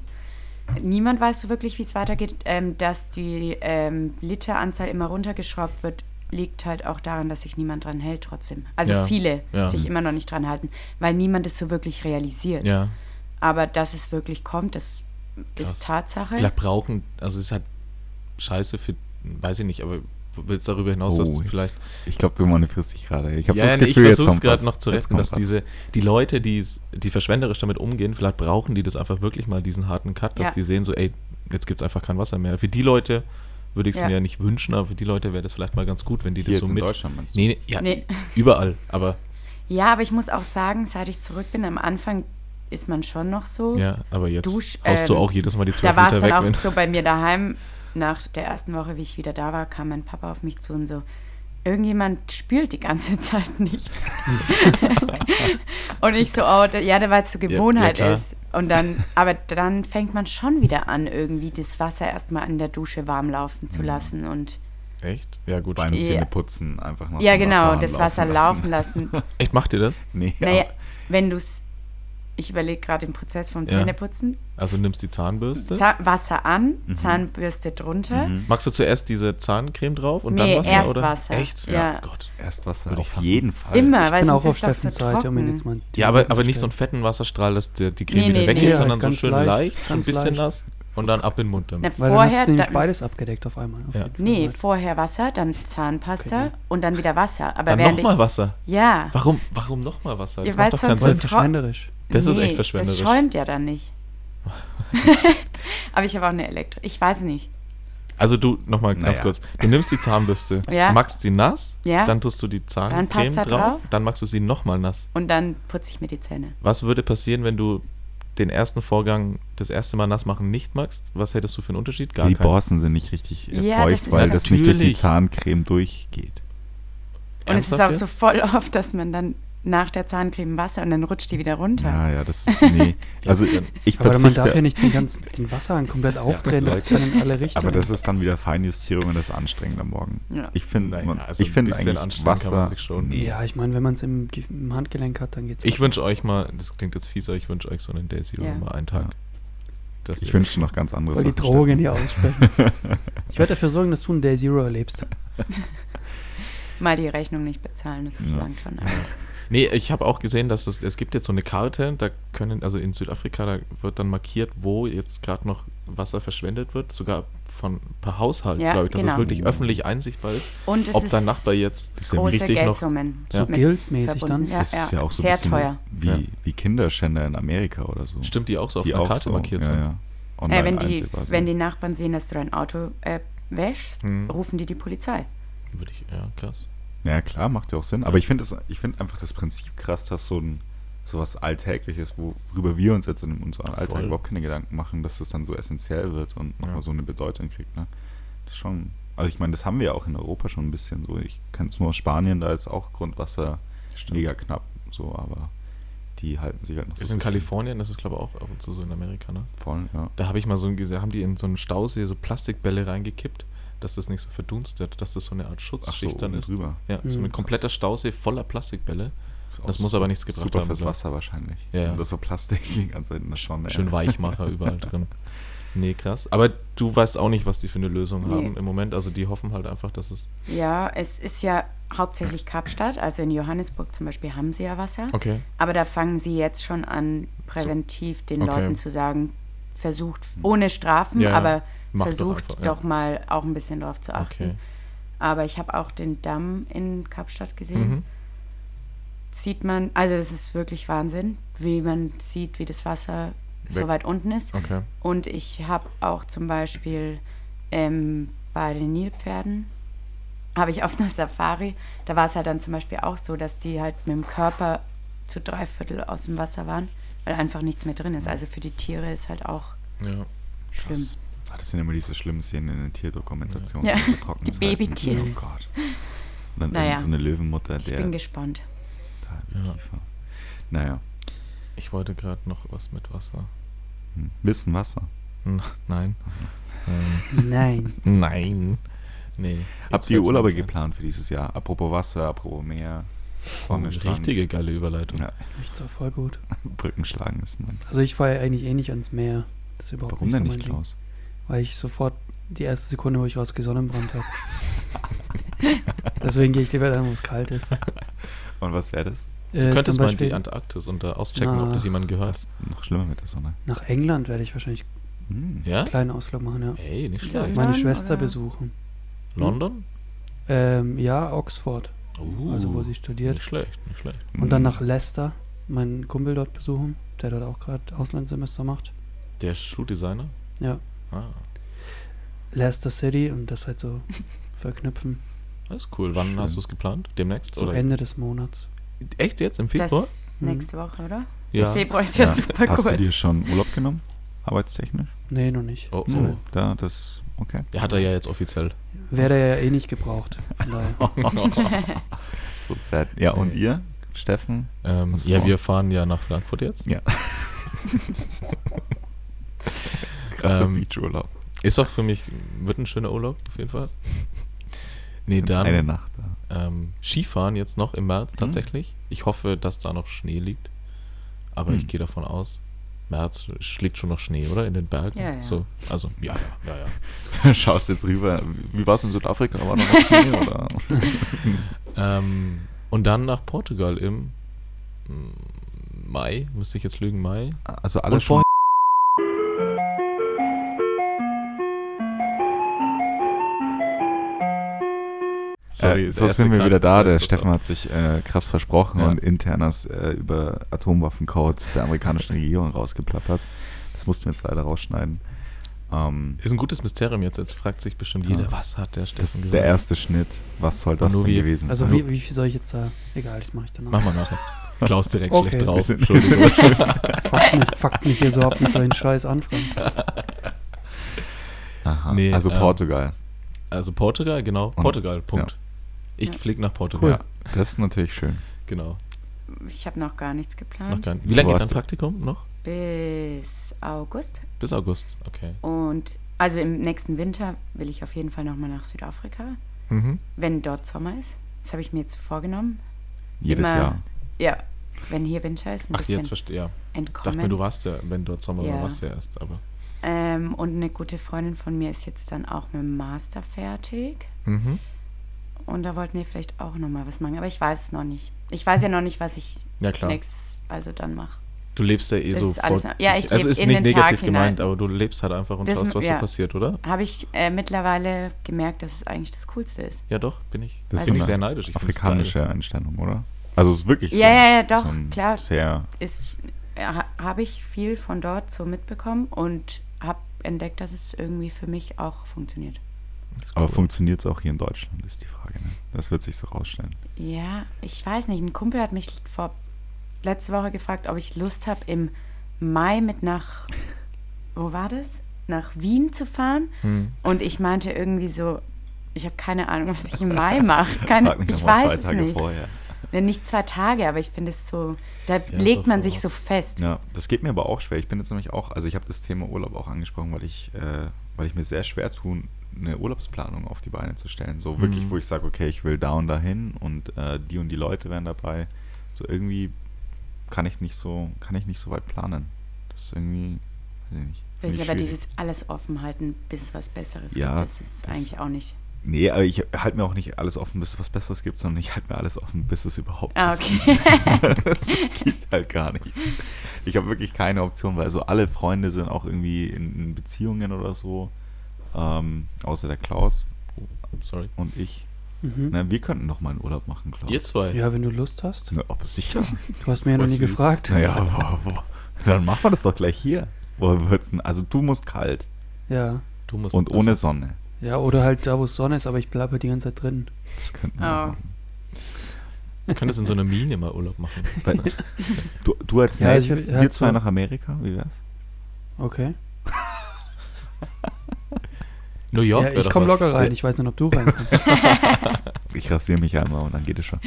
Speaker 2: Niemand weiß so wirklich, wie es weitergeht. Ähm, dass die ähm, Literanzahl immer runtergeschraubt wird, liegt halt auch daran, dass sich niemand dran hält trotzdem. Also
Speaker 1: Ja,
Speaker 2: viele
Speaker 1: ja.
Speaker 2: sich immer noch nicht dran halten, weil niemand es so wirklich realisiert.
Speaker 1: Ja.
Speaker 2: Aber dass es wirklich kommt, das
Speaker 1: Krass.
Speaker 2: ist Tatsache.
Speaker 1: Vielleicht brauchen, also es ist halt scheiße für, weiß ich nicht, aber willst darüber hinaus, dass
Speaker 3: Oh,
Speaker 1: du
Speaker 3: jetzt-
Speaker 1: vielleicht.
Speaker 3: Ich glaube, du manifestierst dich gerade. Ich habe
Speaker 1: ja,
Speaker 3: das
Speaker 1: nee,
Speaker 3: Gefühl,
Speaker 1: ich
Speaker 3: jetzt
Speaker 1: versuche es
Speaker 3: kommt was.
Speaker 1: gerade noch zu
Speaker 3: Jetzt
Speaker 1: retten,
Speaker 3: kommt
Speaker 1: dass
Speaker 3: was.
Speaker 1: diese, die Leute, die, die verschwenderisch damit umgehen, vielleicht brauchen die das einfach wirklich mal diesen harten Cut, dass
Speaker 2: Ja.
Speaker 1: die sehen so, ey, jetzt gibt es einfach kein Wasser mehr. Für die Leute würde ich es
Speaker 2: Ja.
Speaker 1: mir ja nicht wünschen, aber für die Leute wäre das vielleicht mal ganz gut, wenn die
Speaker 3: Hier
Speaker 1: das so
Speaker 3: jetzt in
Speaker 1: mit.
Speaker 3: Deutschland meinst du?
Speaker 1: Nee, nee, ja,
Speaker 2: [laughs] Nee.
Speaker 1: überall, aber
Speaker 2: Ja, aber ich muss auch sagen, seit ich zurück bin, am Anfang ist man schon noch so.
Speaker 1: Ja, aber jetzt
Speaker 2: Dusch-
Speaker 1: haust du
Speaker 2: ähm,
Speaker 1: auch jedes Mal die 12
Speaker 2: da war
Speaker 1: Liter
Speaker 2: es
Speaker 1: weg.
Speaker 2: dann auch
Speaker 1: Wenn,
Speaker 2: so bei mir daheim. Nach der ersten Woche, wie ich wieder da war, kam mein Papa auf mich zu und so, irgendjemand spült die ganze [laughs] Zeit
Speaker 1: [laughs]
Speaker 2: nicht. und ich so, oh, da, ja, da, weil es so
Speaker 1: ja,
Speaker 2: Gewohnheit
Speaker 1: klar.
Speaker 2: ist. Und dann, aber dann fängt man schon wieder an, irgendwie das Wasser erstmal in der Dusche warm laufen
Speaker 1: Mhm.
Speaker 2: zu lassen und
Speaker 1: [laughs] echt? Ja, gut.
Speaker 3: Beim
Speaker 2: Ja.
Speaker 3: Zähneputzen einfach noch
Speaker 2: ja
Speaker 3: dem
Speaker 2: genau,
Speaker 3: Wasserhahn
Speaker 2: das Wasser
Speaker 1: [laughs]
Speaker 2: laufen lassen.
Speaker 1: Echt, macht ihr das?
Speaker 3: Nee,
Speaker 2: Naja,
Speaker 3: aber-
Speaker 2: wenn du es, ich überlege gerade den Prozess vom
Speaker 1: Ja.
Speaker 2: Zähneputzen,
Speaker 1: Also nimmst die Zahnbürste?
Speaker 2: Zahn, Wasser an,
Speaker 1: Mhm.
Speaker 2: Zahnbürste drunter.
Speaker 1: Magst du zuerst diese Zahncreme drauf und
Speaker 2: Nee,
Speaker 1: dann Wasser?
Speaker 2: erst
Speaker 1: oder?
Speaker 2: Wasser.
Speaker 1: Echt?
Speaker 2: Ja.
Speaker 1: Gott.
Speaker 3: erst Wasser
Speaker 1: Würde ich
Speaker 3: auf
Speaker 1: fassen.
Speaker 3: jeden Fall.
Speaker 2: Immer, weil
Speaker 4: Also Ich bin
Speaker 2: sonst
Speaker 4: auch auf
Speaker 2: ist doch so
Speaker 4: Steffens Seite, um ihn
Speaker 2: trocken.
Speaker 4: jetzt mal.
Speaker 1: Ja, aber, aber nicht so einen fetten Wasserstrahl, dass der, die Creme
Speaker 2: Nee,
Speaker 1: wieder
Speaker 2: nee,
Speaker 1: weggeht,
Speaker 2: nee.
Speaker 1: sondern
Speaker 4: Ja,
Speaker 1: so
Speaker 4: ganz
Speaker 1: schön
Speaker 4: leicht,
Speaker 1: leicht, so ein
Speaker 4: ganz
Speaker 1: bisschen
Speaker 4: leicht.
Speaker 1: nass und dann ab in den Mund
Speaker 2: Na,
Speaker 1: damit.
Speaker 4: Weil dann
Speaker 2: vorher,
Speaker 4: hast du nämlich
Speaker 2: dann,
Speaker 4: beides abgedeckt auf einmal. Auf
Speaker 1: Ja.
Speaker 4: jeden Fall.
Speaker 2: nee, vorher Wasser, dann Zahnpasta und dann wieder Wasser. Aber
Speaker 1: Dann
Speaker 2: während
Speaker 1: nochmal
Speaker 2: ich,
Speaker 1: Wasser.
Speaker 2: Ja,
Speaker 1: Warum, warum nochmal Wasser?
Speaker 2: Ja,
Speaker 1: Das
Speaker 2: weil's
Speaker 1: macht doch keinen
Speaker 2: sonst
Speaker 4: Voll
Speaker 1: Sinn.
Speaker 2: so tro-
Speaker 4: verschwenderisch.
Speaker 1: Das ist
Speaker 2: nee,
Speaker 1: echt verschwenderisch.
Speaker 2: Das schäumt ja
Speaker 1: [laughs]
Speaker 2: dann nicht. aber ich habe auch eine Elektro. Ich weiß nicht.
Speaker 1: Also du, nochmal ganz
Speaker 3: Naja.
Speaker 1: kurz. Du nimmst die Zahnbürste,
Speaker 2: Ja.
Speaker 1: machst sie nass,
Speaker 2: Ja.
Speaker 1: dann tust du die Zahncreme
Speaker 2: Zahnpasta
Speaker 1: drauf,
Speaker 2: drauf.
Speaker 1: dann machst du sie nochmal nass.
Speaker 2: Und dann putze ich mir die Zähne.
Speaker 1: Was würde passieren, wenn du den ersten Vorgang das erste Mal nass machen nicht magst? Was hättest du für einen Unterschied? Gar
Speaker 3: die
Speaker 1: keinen.
Speaker 3: Borsten sind nicht richtig äh,
Speaker 2: Ja, das
Speaker 3: feucht,
Speaker 2: ist
Speaker 3: weil das nicht durch die
Speaker 1: natürlich-
Speaker 3: Zahncreme durchgeht.
Speaker 2: Und es ist auch
Speaker 1: Ernsthaft
Speaker 2: so
Speaker 1: jetzt?
Speaker 2: voll oft, dass man dann nach der Zahncreme Wasser und dann rutscht die wieder runter.
Speaker 3: Ja, ja, das
Speaker 1: [laughs]
Speaker 3: ist. Nee. Also ich
Speaker 4: Aber man darf ja
Speaker 3: verzichte.
Speaker 4: nicht den ganzen den Wasserhahn komplett aufdrehen, das ist
Speaker 3: Leute.
Speaker 4: dann in alle Richtungen.
Speaker 3: Aber das ist dann wieder Feinjustierung und das ist anstrengend am Morgen.
Speaker 2: Ja.
Speaker 3: Ich finde
Speaker 1: Naja,
Speaker 3: man-
Speaker 1: also
Speaker 3: ich
Speaker 1: ein
Speaker 3: finde
Speaker 1: bisschen
Speaker 3: eigentlich
Speaker 1: anstrengend kann man
Speaker 3: Wasser.
Speaker 1: sich schon.
Speaker 3: Nee.
Speaker 4: ja, ich meine, wenn man es im, Ge- im Handgelenk hat, dann geht's.
Speaker 1: Ich wünsche euch mal, das klingt jetzt fies, aber ich wünsche euch so einen Daisy
Speaker 2: Ja.
Speaker 1: Room mal einen Tag.
Speaker 3: Ja.
Speaker 1: Dass
Speaker 3: Ich
Speaker 1: ihr-
Speaker 3: wünsche noch ganz andere
Speaker 4: Voll die
Speaker 3: Sachen.
Speaker 4: Drogen hier aussprechen. Ich werde dafür sorgen, dass du einen Day Zero erlebst.
Speaker 2: Mal die Rechnung nicht bezahlen, das
Speaker 3: Ja.
Speaker 2: langt schon. Aber
Speaker 1: Nee, ich habe auch gesehen, dass es, es gibt jetzt so eine Karte, da können, also in Südafrika, da wird dann markiert, wo jetzt gerade noch Wasser verschwendet wird, sogar von per Haushalt,
Speaker 2: Ja,
Speaker 1: glaube ich, dass es
Speaker 2: genau.
Speaker 1: wirklich öffentlich einsichtbar ist,
Speaker 2: Und es
Speaker 1: ob
Speaker 2: ist
Speaker 1: dein Nachbar jetzt
Speaker 3: Das ist ja
Speaker 2: große
Speaker 1: richtig noch.
Speaker 2: Geldsummen.
Speaker 1: So
Speaker 2: mit
Speaker 4: guildmäßig
Speaker 2: verbunden.
Speaker 4: dann?
Speaker 2: Ja,
Speaker 3: Das ist ja auch so ein
Speaker 2: Sehr
Speaker 3: bisschen
Speaker 2: teuer.
Speaker 3: Wie,
Speaker 1: Ja.
Speaker 3: wie Kinderschänder in Amerika oder so.
Speaker 1: Stimmt, die auch so auf
Speaker 3: die
Speaker 1: einer
Speaker 3: auch
Speaker 1: Karte
Speaker 3: so,
Speaker 1: markiert
Speaker 3: ja,
Speaker 1: sind.
Speaker 3: ja. Online
Speaker 2: Äh, wenn, die,
Speaker 3: einsehbar sind.
Speaker 2: wenn die Nachbarn sehen, dass du dein Auto äh, wäschst,
Speaker 1: Mhm.
Speaker 2: rufen die die Polizei.
Speaker 1: Würde ich, ja, krass.
Speaker 3: Ja, klar, macht ja auch Sinn. Aber ich finde das- ich finde einfach das Prinzip krass, dass so ein so was Alltägliches, worüber wir uns jetzt in unserem Alltag
Speaker 1: Voll.
Speaker 3: überhaupt keine Gedanken machen, dass das dann so essentiell wird und nochmal
Speaker 1: Ja.
Speaker 3: so eine Bedeutung kriegt. Ne? Das ist schon. Also ich meine, das haben wir ja auch in Europa schon ein bisschen so. Ich kann es nur aus Spanien, da ist auch Grundwasser mega knapp, so, aber die halten sich halt noch
Speaker 1: Ist
Speaker 3: so
Speaker 1: in
Speaker 3: ein bisschen
Speaker 1: Kalifornien, das ist glaube ich auch ab und zu so in Amerika, ne?
Speaker 3: voll, ja.
Speaker 1: Da habe ich mal so ein, gesehen, haben die in so einen Stausee so Plastikbälle reingekippt, dass das nicht so verdunstet, dass das so eine Art Schutzschicht dann
Speaker 3: oben
Speaker 1: ist.
Speaker 3: drüber.
Speaker 1: Ja, so
Speaker 4: Mhm.
Speaker 1: ein kompletter Stausee voller Plastikbälle.
Speaker 3: Ist auch
Speaker 1: Das muss aber nichts gebracht
Speaker 3: super
Speaker 1: haben.
Speaker 3: fürs
Speaker 1: glaub ich.
Speaker 3: Wasser wahrscheinlich.
Speaker 1: Ja, ja.
Speaker 3: Und das ist so Plastik die ganze Zeit in der Schwamme.
Speaker 1: Schön Weichmacher
Speaker 3: [laughs]
Speaker 1: überall drin. Nee, krass. Aber du weißt auch nicht, was die für eine Lösung
Speaker 2: Nee.
Speaker 1: haben im Moment. Also die hoffen halt einfach, dass es.
Speaker 2: Ja, es ist ja hauptsächlich Kapstadt, also in Johannesburg zum Beispiel haben sie ja Wasser.
Speaker 1: Okay.
Speaker 2: Aber da fangen sie jetzt schon an, präventiv den
Speaker 1: Okay.
Speaker 2: Leuten zu sagen, versucht ohne Strafen,
Speaker 1: Ja, ja.
Speaker 2: aber
Speaker 1: Macht doch
Speaker 2: versucht doch,
Speaker 1: einfach, ja.
Speaker 2: mal auch ein bisschen drauf zu achten.
Speaker 1: Okay.
Speaker 2: Aber ich habe auch den Damm in Kapstadt gesehen.
Speaker 1: Mhm.
Speaker 2: Sieht man, also es ist wirklich Wahnsinn, wie man sieht, wie das Wasser so
Speaker 1: Weg.
Speaker 2: weit unten ist.
Speaker 1: Okay.
Speaker 2: Und ich habe auch zum Beispiel ähm, bei den Nilpferden, habe ich auf einer Safari, da war es halt dann zum Beispiel auch so, dass die halt mit dem Körper zu drei Viertel aus dem Wasser waren, weil einfach nichts mehr drin ist. Also für die Tiere ist halt auch
Speaker 1: Ja.
Speaker 2: schlimm.
Speaker 1: Mhm. Krass.
Speaker 3: Ah, das sind immer diese schlimmen Szenen in den Tierdokumentationen.
Speaker 2: Ja.
Speaker 3: wenn sie trocken
Speaker 2: Die
Speaker 3: sind.
Speaker 2: Babytiere.
Speaker 3: Oh Gott. Und dann
Speaker 2: Naja.
Speaker 3: irgend so eine Löwenmutter,
Speaker 2: Ich bin
Speaker 3: der
Speaker 2: gespannt.
Speaker 3: total
Speaker 1: Ja.
Speaker 3: Kiefer. Naja,
Speaker 1: Ich wollte gerade noch was mit Wasser.
Speaker 3: hm. Wissen Wasser.
Speaker 1: N-
Speaker 3: [laughs]
Speaker 1: Nein. ähm,
Speaker 4: Nein.
Speaker 2: [laughs]
Speaker 1: nein. Nee. Jetzt
Speaker 3: Habt ihr
Speaker 1: fällt's mir
Speaker 3: Urlaube
Speaker 1: nicht ein.
Speaker 3: geplant für dieses Jahr? Apropos Wasser, apropos Meer, Sonne,
Speaker 1: Oh,
Speaker 3: Strand.
Speaker 1: richtige geile Überleitung.
Speaker 3: Ja,
Speaker 4: Echt so voll gut.
Speaker 3: Brücken schlagen ist mein.
Speaker 4: Also ich fahre ja eigentlich eh nicht ans Meer. Das ist überhaupt
Speaker 3: Warum
Speaker 4: nicht
Speaker 3: denn
Speaker 4: so mein
Speaker 3: nicht,
Speaker 4: Ding.
Speaker 3: Klaus?
Speaker 4: Weil ich sofort die erste Sekunde, wo ich rausgehe,
Speaker 2: [laughs]
Speaker 4: Sonnenbrand habe. Deswegen gehe ich lieber dahin, wo es kalt ist. Äh,
Speaker 3: Und was wäre das?
Speaker 1: Du
Speaker 4: zum
Speaker 1: könntest mal in
Speaker 4: Beispiel
Speaker 1: die Antarktis und da auschecken, ob das
Speaker 4: Ach,
Speaker 1: jemand gehört.
Speaker 3: Das ist noch schlimmer mit der Sonne.
Speaker 4: nach England werde ich wahrscheinlich einen
Speaker 3: Hm.
Speaker 1: Ja?
Speaker 4: kleinen Ausflug machen, ja.
Speaker 1: Ey, nicht
Speaker 2: Ja.
Speaker 1: schlecht.
Speaker 4: Meine
Speaker 2: London,
Speaker 4: Schwester
Speaker 2: oder?
Speaker 4: besuchen.
Speaker 1: London?
Speaker 4: Ähm, ja, Oxford,
Speaker 1: Uh,
Speaker 4: also wo sie
Speaker 1: Nicht
Speaker 4: studiert.
Speaker 1: schlecht, nicht schlecht.
Speaker 3: Hm.
Speaker 4: Und dann nach Leicester, meinen Kumpel dort besuchen, der dort auch gerade Auslandssemester macht.
Speaker 1: Der Schuhdesigner?
Speaker 4: Ja.
Speaker 1: Ah,
Speaker 4: Leicester City und das
Speaker 2: [laughs]
Speaker 4: halt so verknüpfen.
Speaker 1: das ist cool. Wann
Speaker 3: Schön.
Speaker 1: hast du es geplant? Demnächst?
Speaker 4: So
Speaker 1: oder?
Speaker 4: Ende des Monats.
Speaker 1: Echt jetzt? Im Februar?
Speaker 2: Das nächste Woche, oder?
Speaker 1: Ja.
Speaker 2: Februar ist ja,
Speaker 3: Ja.
Speaker 2: super
Speaker 3: Hast du
Speaker 2: kurz.
Speaker 3: dir schon Urlaub genommen? Arbeitstechnisch?
Speaker 4: Nee, noch nicht.
Speaker 1: Oh,
Speaker 4: Also,
Speaker 3: Nö,
Speaker 1: oh.
Speaker 3: Da, das, okay.
Speaker 1: Der hat er ja jetzt offiziell. [laughs]
Speaker 4: Wäre ja eh nicht gebraucht. Von daher.
Speaker 3: So sad. Ja, und
Speaker 1: Äh.
Speaker 3: ihr, Steffen?
Speaker 1: Ähm,
Speaker 3: Was
Speaker 1: ja,
Speaker 3: vor?
Speaker 1: wir fahren ja nach Frankfurt jetzt.
Speaker 3: Ja. Krasser
Speaker 1: Ähm,
Speaker 3: Beachurlaub.
Speaker 1: Ist auch für mich, wird ein schöner Urlaub, auf jeden Fall. Nee,
Speaker 3: Eine
Speaker 1: dann
Speaker 3: Nacht da.
Speaker 1: ähm, Skifahren jetzt noch im
Speaker 3: Mhm.
Speaker 1: März tatsächlich. Ich hoffe, dass da noch Schnee liegt. Aber ich
Speaker 3: Hm.
Speaker 1: gehe davon aus, März sch- liegt schon noch Schnee, oder? In den Bergen.
Speaker 2: Ja, ja.
Speaker 1: So, also, ja, ja, ja,
Speaker 3: [laughs] Schaust jetzt rüber. Wie war es in Südafrika? War da noch Schnee oder?
Speaker 1: ja. Ähm, und dann nach Portugal im mm, Mai, müsste ich jetzt lügen, Mai.
Speaker 3: Also alle
Speaker 1: Und
Speaker 3: schon.
Speaker 1: Sorry,
Speaker 3: äh,
Speaker 1: der
Speaker 3: so
Speaker 1: erste
Speaker 3: sind wir
Speaker 1: Cut,
Speaker 3: wieder da.
Speaker 1: sorry,
Speaker 3: Der
Speaker 1: so-
Speaker 3: Steffen hat sich äh, krass versprochen
Speaker 1: Ja.
Speaker 3: und internes äh, über Atomwaffencodes der amerikanischen Regierung rausgeplappert. Das mussten wir jetzt leider rausschneiden. Ähm,
Speaker 1: Ist ein gutes Mysterium jetzt. Jetzt fragt sich bestimmt
Speaker 3: Ja.
Speaker 1: jeder, was hat der Steffen
Speaker 3: das ist
Speaker 1: gesagt?
Speaker 3: der erste Schnitt. Was soll das
Speaker 1: Nur
Speaker 3: denn
Speaker 1: wir-
Speaker 3: gewesen
Speaker 4: Also
Speaker 3: sein?
Speaker 4: wie, wie viel soll ich jetzt sagen? Egal, das mache ich danach.
Speaker 1: Mach mal nachher. Klaus direkt
Speaker 4: Okay.
Speaker 1: schlecht
Speaker 3: Wir
Speaker 1: drauf.
Speaker 3: sind-
Speaker 1: Entschuldigung.
Speaker 4: Fuck mich, fuck mich hier so ab mit solchen scheiß Anfragen.
Speaker 3: Aha.
Speaker 1: Nee,
Speaker 3: also
Speaker 1: ähm,
Speaker 3: Portugal.
Speaker 1: Also Portugal, genau. Portugal, Punkt. Ich
Speaker 2: Ja.
Speaker 1: flieg nach Portugal.
Speaker 4: Cool.
Speaker 1: Ja,
Speaker 3: Das ist natürlich schön.
Speaker 1: genau.
Speaker 2: Ich habe noch gar nichts
Speaker 1: Noch
Speaker 2: geplant.
Speaker 1: gar nicht. Wie lange
Speaker 3: Du
Speaker 1: geht
Speaker 3: hast-
Speaker 1: dein Praktikum noch?
Speaker 2: Bis August.
Speaker 1: Bis August, okay.
Speaker 2: Und also im nächsten Winter will ich auf jeden Fall nochmal nach Südafrika,
Speaker 1: Mhm.
Speaker 2: wenn dort Sommer ist. Das habe ich mir jetzt vorgenommen.
Speaker 3: Jedes
Speaker 2: Immer-
Speaker 3: Jahr.
Speaker 2: Ja, wenn hier Winter ist, ein
Speaker 1: Ach, jetzt
Speaker 2: bisschen
Speaker 1: verstehe ja. Dachte mir,
Speaker 2: entkommen.
Speaker 1: du warst ja, wenn dort Sommer war,
Speaker 2: Ja.
Speaker 1: warst du ja erst, aber.
Speaker 2: Ähm, und eine gute Freundin von mir ist jetzt dann auch mit dem Master fertig.
Speaker 1: Mhm.
Speaker 2: Und da wollten wir vielleicht auch nochmal was machen. Aber ich weiß es noch nicht. Ich weiß ja noch nicht, was ich
Speaker 1: Ja, klar.
Speaker 2: nächstes also dann mache.
Speaker 1: Du lebst ja eh
Speaker 2: Das
Speaker 1: so.
Speaker 2: ist alles-
Speaker 1: vor-
Speaker 2: ja, ich
Speaker 1: also
Speaker 2: leb
Speaker 1: ist
Speaker 2: in
Speaker 1: nicht
Speaker 2: den
Speaker 1: negativ
Speaker 2: Tag
Speaker 1: gemeint,
Speaker 2: hinein.
Speaker 1: aber du lebst halt einfach und
Speaker 2: Das-
Speaker 1: schaust, was
Speaker 2: ja.
Speaker 1: so passiert, oder?
Speaker 2: Habe ich äh, mittlerweile gemerkt, dass es eigentlich das Coolste ist.
Speaker 1: Ja, doch, bin ich.
Speaker 3: Das
Speaker 2: ist
Speaker 1: bin
Speaker 2: so
Speaker 1: ich
Speaker 3: eine
Speaker 1: sehr neidisch. Ich find's geil.
Speaker 3: Afrikanische Einstellung, oder? Also es ist wirklich so.
Speaker 2: Ja, ja, ja, doch,
Speaker 3: so ein
Speaker 2: klar.
Speaker 3: Sehr.
Speaker 2: Ist ha, habe ich viel von dort so mitbekommen und habe entdeckt, dass es irgendwie für mich auch funktioniert.
Speaker 3: Aber funktioniert es auch hier in Deutschland, ist die Frage. Ne? Das wird sich so rausstellen.
Speaker 2: Ja, ich weiß nicht. Ein Kumpel hat mich vor letzte Woche gefragt, ob ich Lust habe, im Mai mit nach, wo war das? Nach Wien zu fahren.
Speaker 1: Hm.
Speaker 2: Und ich meinte irgendwie so, ich habe keine Ahnung, was ich im Mai
Speaker 3: [laughs]
Speaker 2: mache. Keine,
Speaker 3: Frag mich
Speaker 2: ich
Speaker 3: nochmal
Speaker 2: weiß
Speaker 3: zwei
Speaker 2: es
Speaker 3: Tage
Speaker 2: nicht.
Speaker 3: vorher.
Speaker 2: Nee, nicht zwei Tage, aber ich finde es so, da
Speaker 1: so
Speaker 2: legt man sich
Speaker 1: voraus.
Speaker 2: so fest.
Speaker 3: Ja, das geht mir aber auch schwer. Ich bin jetzt nämlich auch, also ich habe das Thema Urlaub auch angesprochen, weil ich, äh, weil ich mir sehr schwer tun, eine Urlaubsplanung auf die Beine zu stellen. So wirklich,
Speaker 1: Mhm.
Speaker 3: wo ich sage, okay, ich will da und dahin und äh, die und die Leute wären dabei. So irgendwie kann ich nicht so, kann ich nicht so weit planen. Das ist irgendwie, weiß ich nicht.
Speaker 2: Das
Speaker 3: Finde
Speaker 2: ist
Speaker 3: ich
Speaker 2: aber
Speaker 3: schwierig.
Speaker 2: dieses alles offen halten, bis es was Besseres
Speaker 3: Ja,
Speaker 2: gibt. Das ist
Speaker 3: das-
Speaker 2: eigentlich auch nicht.
Speaker 3: Nee, aber ich halte mir auch nicht alles offen, bis es was Besseres gibt, sondern ich halte mir alles offen, bis es überhaupt
Speaker 2: Ah,
Speaker 3: was
Speaker 2: okay. [laughs]
Speaker 3: gibt. Es gibt halt gar nichts. Ich habe wirklich keine Option, weil so alle Freunde sind auch irgendwie in, in Beziehungen oder so. Ähm, außer der Klaus
Speaker 1: Sorry.
Speaker 3: und ich.
Speaker 4: Mhm.
Speaker 3: Na, wir könnten noch mal einen Urlaub machen, Klaus.
Speaker 1: Ihr zwei.
Speaker 4: Ja, wenn du Lust hast.
Speaker 3: Na, aber sicher.
Speaker 4: Du hast mir ja noch nie gefragt.
Speaker 3: Naja, wo, wo. dann machen wir das doch gleich hier. Wo wird's denn? Also du musst kalt
Speaker 4: Ja.
Speaker 1: Du musst
Speaker 3: und
Speaker 1: [laughs]
Speaker 3: ohne Sonne.
Speaker 4: Ja, oder halt da, wo es Sonne ist, aber ich bleibe halt die ganze Zeit drin.
Speaker 3: Das könnten wir
Speaker 2: Oh.
Speaker 3: machen.
Speaker 1: Du könntest in so einer Mine mal Urlaub machen.
Speaker 2: [laughs]
Speaker 3: Weil- Du, du als
Speaker 4: Ja, ich-
Speaker 3: Native,
Speaker 4: ja,
Speaker 3: wir zwei
Speaker 4: so.
Speaker 3: nach Amerika, wie wär's?
Speaker 4: Okay.
Speaker 1: New York
Speaker 4: ja,
Speaker 1: wär
Speaker 4: ich
Speaker 1: doch
Speaker 4: komme
Speaker 1: was.
Speaker 4: locker rein. Ich weiß nicht, ob du reinkommst.
Speaker 1: [laughs]
Speaker 3: Ich rasiere mich ja einmal und dann geht
Speaker 4: [laughs]
Speaker 3: es schon.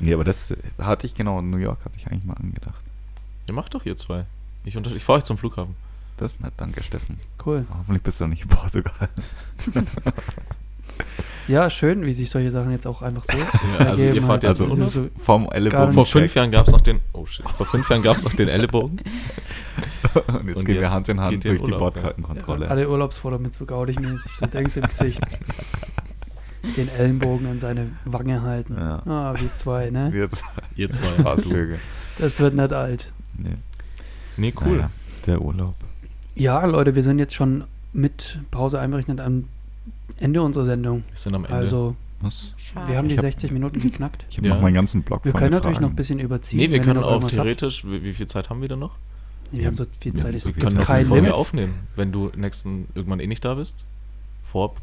Speaker 3: nee, aber das hatte ich genau, in New York hatte ich eigentlich mal angedacht.
Speaker 1: Ja, macht doch ihr zwei. Ich, unter- ich fahre euch zum Flughafen.
Speaker 3: Das ist nett, danke Steffen.
Speaker 4: Cool.
Speaker 3: Hoffentlich bist du noch nicht in Portugal. [laughs]
Speaker 4: Ja, schön, wie sich solche Sachen jetzt auch einfach so.
Speaker 1: Ja, [laughs] also ihr
Speaker 4: ergeben
Speaker 1: fahrt jetzt
Speaker 4: halt.
Speaker 1: in Urlaub?
Speaker 4: So,
Speaker 3: Vom Ellenbogen
Speaker 1: Vor
Speaker 4: Nicht
Speaker 1: fünf Jahren gab es noch den. Oh shit. Vor fünf Jahren gab es noch den
Speaker 4: [laughs]
Speaker 1: Ellenbogen.
Speaker 3: Jahren. Und jetzt
Speaker 1: Und
Speaker 3: gehen wir
Speaker 1: jetzt
Speaker 3: Hand in Hand
Speaker 1: geht ihr in
Speaker 3: durch die
Speaker 1: Urlaub, ja.
Speaker 3: Bordkartenkontrolle.
Speaker 4: Alle Urlaubsfotos mit so gaudig mäßig, so Dings im
Speaker 1: [laughs]
Speaker 4: Gesicht. Den Ellenbogen an seine Wange halten.
Speaker 3: Ja.
Speaker 4: Ah, wir zwei, ne?
Speaker 3: Jetzt
Speaker 1: Ihr
Speaker 3: [laughs]
Speaker 1: zwei.
Speaker 3: war's
Speaker 1: Du.
Speaker 3: Vögel.
Speaker 4: Das wird nicht alt.
Speaker 3: Nee.
Speaker 1: Nee, cool.
Speaker 3: Naja, der Urlaub.
Speaker 4: Ja, Leute, wir sind jetzt schon mit Pause einberechnet am Ende unserer Sendung.
Speaker 1: Wir sind am Ende.
Speaker 4: Also,
Speaker 3: Was?
Speaker 2: Schade.
Speaker 4: wir haben die
Speaker 3: Ich hab-
Speaker 4: 60
Speaker 1: [laughs]
Speaker 4: Minuten geknackt.
Speaker 3: Ich habe
Speaker 1: Ja.
Speaker 3: noch meinen ganzen Blog
Speaker 4: Wir
Speaker 3: voll
Speaker 4: können
Speaker 3: mit
Speaker 4: natürlich noch
Speaker 3: Fragen.
Speaker 4: ein bisschen überziehen.
Speaker 1: nee, wir
Speaker 4: wenn
Speaker 1: können
Speaker 4: ihr noch
Speaker 1: auch
Speaker 4: irgendwas habt.
Speaker 1: theoretisch. Wie, wie viel Zeit haben wir denn noch?
Speaker 4: Nee, wir haben so viel
Speaker 3: Ja,
Speaker 4: Zeit,
Speaker 3: wir
Speaker 4: ist
Speaker 1: Wir
Speaker 3: viel
Speaker 1: können
Speaker 3: Zeit
Speaker 1: noch
Speaker 4: kein
Speaker 1: eine Folge
Speaker 4: Limit.
Speaker 1: aufnehmen, wenn du nächsten irgendwann eh nicht da bist. Vor.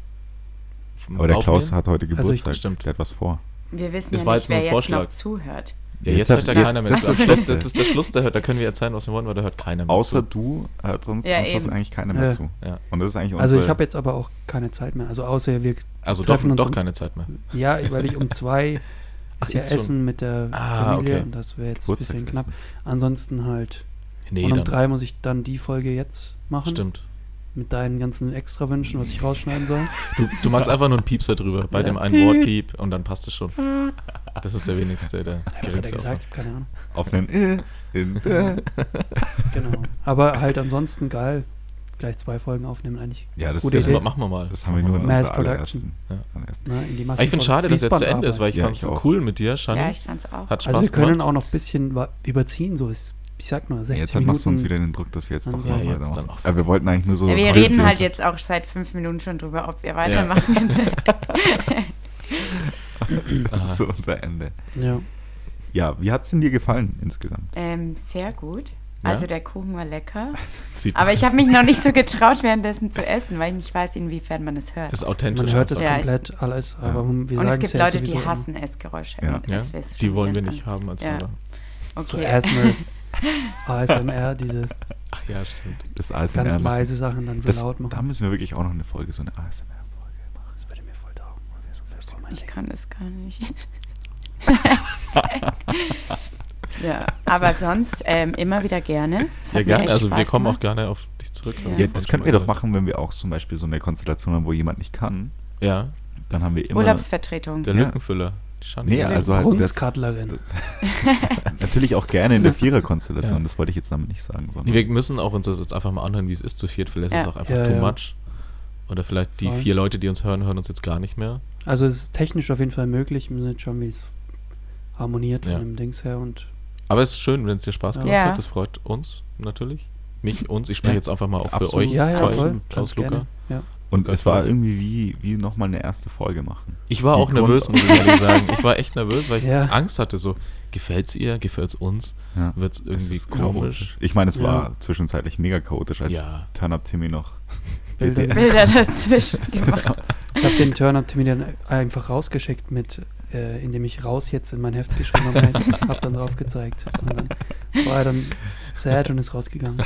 Speaker 1: vom
Speaker 3: Aber der Klaus
Speaker 1: Aufnehmen.
Speaker 3: hat heute
Speaker 4: Also ich-
Speaker 3: Geburtstag,
Speaker 1: Stimmt.
Speaker 3: der hat was vor.
Speaker 2: Wir wissen
Speaker 1: Das
Speaker 2: ja
Speaker 1: war
Speaker 2: nicht,
Speaker 1: jetzt nur
Speaker 2: wer
Speaker 1: ein
Speaker 2: jetzt noch
Speaker 1: Vorschlag.
Speaker 2: zuhört.
Speaker 1: Ja, jetzt,
Speaker 3: Jetzt
Speaker 1: hört ja
Speaker 3: hat-
Speaker 1: keiner
Speaker 3: jetzt-
Speaker 1: mehr
Speaker 3: das
Speaker 1: zu. Am
Speaker 3: ist
Speaker 1: Schluss,
Speaker 3: das Beste.
Speaker 1: das ist der Schluss, der hört, da können wir erzählen, was wir wollen, weil da hört keiner mehr
Speaker 3: Außer
Speaker 1: zu.
Speaker 3: du hört sonst
Speaker 2: Ja,
Speaker 3: ansonsten
Speaker 2: eben.
Speaker 3: eigentlich keiner mehr
Speaker 4: Ja.
Speaker 3: zu.
Speaker 1: Ja.
Speaker 3: Und das ist eigentlich
Speaker 4: Also ich
Speaker 3: unsere-
Speaker 4: habe jetzt aber auch keine Zeit mehr. Also außer wir,
Speaker 1: Also doch,
Speaker 4: treffen uns um
Speaker 1: doch
Speaker 4: am-
Speaker 1: keine Zeit mehr.
Speaker 4: ja,
Speaker 1: [laughs]
Speaker 4: weil ich um zwei ist ja
Speaker 5: ist schon.
Speaker 4: Essen mit der
Speaker 1: Ah,
Speaker 4: Familie
Speaker 1: okay.
Speaker 4: und das wäre jetzt ein bisschen
Speaker 3: Geburtstagsessen.
Speaker 4: knapp. Ansonsten halt.
Speaker 1: Nee,
Speaker 4: und um
Speaker 1: dann.
Speaker 4: drei muss ich dann die Folge jetzt machen.
Speaker 1: Stimmt.
Speaker 4: Mit deinen ganzen Extrawünschen, was ich
Speaker 1: [laughs]
Speaker 4: rausschneiden soll.
Speaker 1: Du, du machst einfach nur einen Piepser drüber, bei
Speaker 4: Ja.
Speaker 1: dem einen Wort Piep und dann passt es schon. Das ist der wenigste, der
Speaker 4: Was hat er
Speaker 1: geringste
Speaker 4: gesagt? Ich hab keine Ahnung.
Speaker 3: auf einen
Speaker 4: [laughs]
Speaker 3: äh, in, äh.
Speaker 4: Genau. Aber halt ansonsten geil. Gleich zwei Folgen aufnehmen eigentlich.
Speaker 3: Ja, das,
Speaker 4: Gute
Speaker 1: Das
Speaker 3: ist,
Speaker 4: Idee.
Speaker 1: ma- machen wir mal.
Speaker 3: das haben wir nur in
Speaker 4: Mass
Speaker 3: unserer allerersten.
Speaker 1: Production.
Speaker 3: allerersten.
Speaker 4: Ne, in die
Speaker 1: Aber ich finde schade, dass jetzt zu Ende ist, weil ich
Speaker 3: Ja,
Speaker 1: fand es
Speaker 3: ich auch.
Speaker 1: cool mit dir, Shani.
Speaker 2: Ja, ich fand's auch.
Speaker 1: Hat Spaß
Speaker 4: Also wir können
Speaker 1: gemacht.
Speaker 4: auch noch ein bisschen wa- überziehen, so ist, ich sag nur, 60
Speaker 3: Ja, jetzt
Speaker 4: Minuten.
Speaker 3: machst du uns wieder den Druck, dass wir jetzt doch
Speaker 4: Also
Speaker 3: mal
Speaker 1: ja, jetzt dann
Speaker 3: weitermachen.
Speaker 1: auch.
Speaker 3: Äh, wir wollten eigentlich nur so.
Speaker 2: Ja, wir
Speaker 3: Heute
Speaker 2: reden
Speaker 3: vielleicht-
Speaker 2: halt jetzt auch seit fünf Minuten schon drüber, ob wir weitermachen.
Speaker 3: Das ist so unser Ende.
Speaker 4: Ja.
Speaker 3: Ja, wie hat es denn dir gefallen insgesamt?
Speaker 2: ähm, sehr gut.
Speaker 1: Ja?
Speaker 2: Also der Kuchen war lecker.
Speaker 1: Sieht
Speaker 2: Aber ich habe mich noch nicht so getraut, währenddessen zu essen, weil ich nicht weiß, inwiefern man es hört.
Speaker 1: ist authentisch.
Speaker 4: Man hört
Speaker 1: einfach.
Speaker 4: das
Speaker 2: Ja, ich-
Speaker 4: komplett alles, aber wir
Speaker 2: Und es
Speaker 4: sagen
Speaker 2: gibt
Speaker 4: ja
Speaker 2: Leute,
Speaker 4: sowieso
Speaker 2: die
Speaker 4: immer.
Speaker 2: hassen Essgeräusche.
Speaker 3: Ja.
Speaker 2: und
Speaker 1: Ja,
Speaker 2: das wisst
Speaker 1: die
Speaker 2: schon
Speaker 1: wollen wir
Speaker 2: gern
Speaker 1: nicht
Speaker 2: an.
Speaker 1: haben also als
Speaker 2: Ja.
Speaker 1: Hörer.
Speaker 4: So
Speaker 2: Okay. [laughs]
Speaker 4: ASMR, ASMR, dieses
Speaker 1: Ach ja, stimmt.
Speaker 3: Das ASMR.
Speaker 4: ganz
Speaker 3: machen.
Speaker 4: leise Sachen dann so
Speaker 3: das,
Speaker 4: laut
Speaker 3: Da
Speaker 4: machen.
Speaker 3: müssen wir wirklich auch noch eine Folge, so eine ASMR-Folge machen.
Speaker 4: Das würde mir voll taugen. Voll mein
Speaker 2: Ich
Speaker 4: Ding.
Speaker 2: kann das gar nicht.
Speaker 1: [laughs]
Speaker 2: ja, aber sonst ähm, immer wieder gerne. Es hat
Speaker 1: Ja,
Speaker 2: mir
Speaker 1: gerne.
Speaker 2: echt
Speaker 1: Also wir
Speaker 2: Spaß
Speaker 1: kommen auch
Speaker 2: gemacht.
Speaker 1: gerne auf dich zurück. haben
Speaker 2: Ja.
Speaker 3: Ja,
Speaker 1: vorhin
Speaker 3: das
Speaker 1: schon
Speaker 3: könnten
Speaker 1: mal
Speaker 3: wir doch
Speaker 1: gesagt.
Speaker 3: machen, wenn wir auch zum Beispiel so eine Konstellation haben, wo jemand nicht kann.
Speaker 1: Ja,
Speaker 3: Dann haben wir immer.
Speaker 2: Urlaubsvertretung.
Speaker 1: der
Speaker 3: Ja.
Speaker 1: Lückenfüller. Die Shani.
Speaker 3: Nee, also halt-
Speaker 4: Brunskadlerin.
Speaker 3: [laughs] natürlich auch gerne in
Speaker 2: [laughs]
Speaker 3: der Viererkonstellation.
Speaker 1: Ja.
Speaker 3: Das wollte ich jetzt damit nicht sagen. Sondern
Speaker 1: Nee, wir müssen auch uns das jetzt einfach mal anhören, wie es ist zu viert. Vielleicht ist
Speaker 2: Ja.
Speaker 1: es auch einfach
Speaker 4: Mhm. Ja,
Speaker 1: too
Speaker 4: ja.
Speaker 1: much. Oder vielleicht die
Speaker 4: Voll.
Speaker 1: vier Leute, die uns hören, hören uns jetzt gar nicht mehr.
Speaker 4: Also es ist technisch auf jeden Fall möglich. Wir müssen jetzt schauen, wie es harmoniert
Speaker 1: Ja.
Speaker 4: von dem Dings her. Und
Speaker 1: Aber es ist schön, wenn es dir Spaß gemacht
Speaker 2: Ja.
Speaker 1: hat. Das freut uns natürlich. Mich, uns. Ich spreche
Speaker 3: Ja.
Speaker 1: jetzt einfach mal auch für
Speaker 3: Absolut.
Speaker 1: euch.
Speaker 4: ja, ja,
Speaker 1: zwei,
Speaker 4: voll.
Speaker 1: Klaus
Speaker 4: Ganz
Speaker 1: Luca.
Speaker 4: gerne. Ja.
Speaker 3: Und
Speaker 1: Ganz
Speaker 3: es war
Speaker 1: leise.
Speaker 3: irgendwie wie, wie nochmal eine erste Folge machen.
Speaker 1: Ich war
Speaker 3: Die
Speaker 1: auch nervös, muss
Speaker 3: Grund-
Speaker 1: ich ehrlich sagen. Ich war echt nervös, weil ich
Speaker 4: Ja.
Speaker 1: Angst hatte. So, gefällt es ihr? Gefällt es uns?
Speaker 3: Ja.
Speaker 1: Wird es
Speaker 3: Es
Speaker 1: irgendwie
Speaker 3: ist
Speaker 1: komisch?
Speaker 3: Ich meine, es
Speaker 4: Ja.
Speaker 3: war zwischenzeitlich mega chaotisch, als
Speaker 1: Ja.
Speaker 3: Turn-Up-Timmy noch [laughs]
Speaker 4: Bilder.
Speaker 3: BTS
Speaker 2: [laughs] Bilder dazwischen gemacht.
Speaker 4: ich habe den Turn-Up-Termin dann einfach rausgeschickt mit, äh, indem ich raus jetzt in mein Heft geschrieben habe, habe dann drauf gezeigt. Und dann war er dann sad und ist rausgegangen.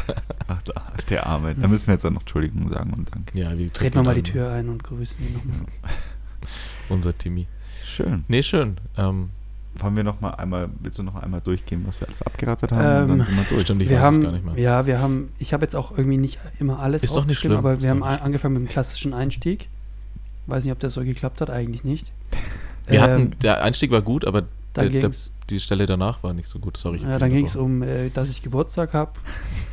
Speaker 3: Ach, da- der Arme. Da müssen wir jetzt dann noch Entschuldigung sagen und danke.
Speaker 1: Ja, wir
Speaker 4: Treten
Speaker 1: drücken
Speaker 4: wir mal die
Speaker 1: dann
Speaker 4: Tür ein und grüßen ihn nochmal.
Speaker 1: Unser Timmy.
Speaker 3: Schön.
Speaker 1: Nee, schön. Ähm,
Speaker 3: Wollen wir noch mal einmal, willst du noch einmal durchgehen, was wir alles abgeratet haben? und
Speaker 4: Ähm,
Speaker 3: dann sind wir durch.
Speaker 1: stimmt, ich
Speaker 4: wir
Speaker 1: weiß
Speaker 4: haben,
Speaker 1: es gar nicht mehr.
Speaker 4: Ja, wir haben, ich habe jetzt auch irgendwie nicht immer alles
Speaker 1: Ist doch nicht
Speaker 4: aufgeschrieben,
Speaker 1: schlimm,
Speaker 4: aber
Speaker 1: ist
Speaker 4: wir
Speaker 1: doch
Speaker 4: haben
Speaker 1: nicht
Speaker 4: a-
Speaker 1: schlimm.
Speaker 4: angefangen mit dem klassischen Einstieg. Weiß nicht, ob das so geklappt hat, eigentlich nicht.
Speaker 1: Wir
Speaker 4: Ähm,
Speaker 1: hatten, der Einstieg war gut, aber
Speaker 4: dann
Speaker 1: der- der-
Speaker 4: ging es
Speaker 1: die Stelle danach war nicht so gut. Sorry. ich hab
Speaker 4: ja, dann
Speaker 1: dich
Speaker 4: ging's um, äh, dass ich Geburtstag habe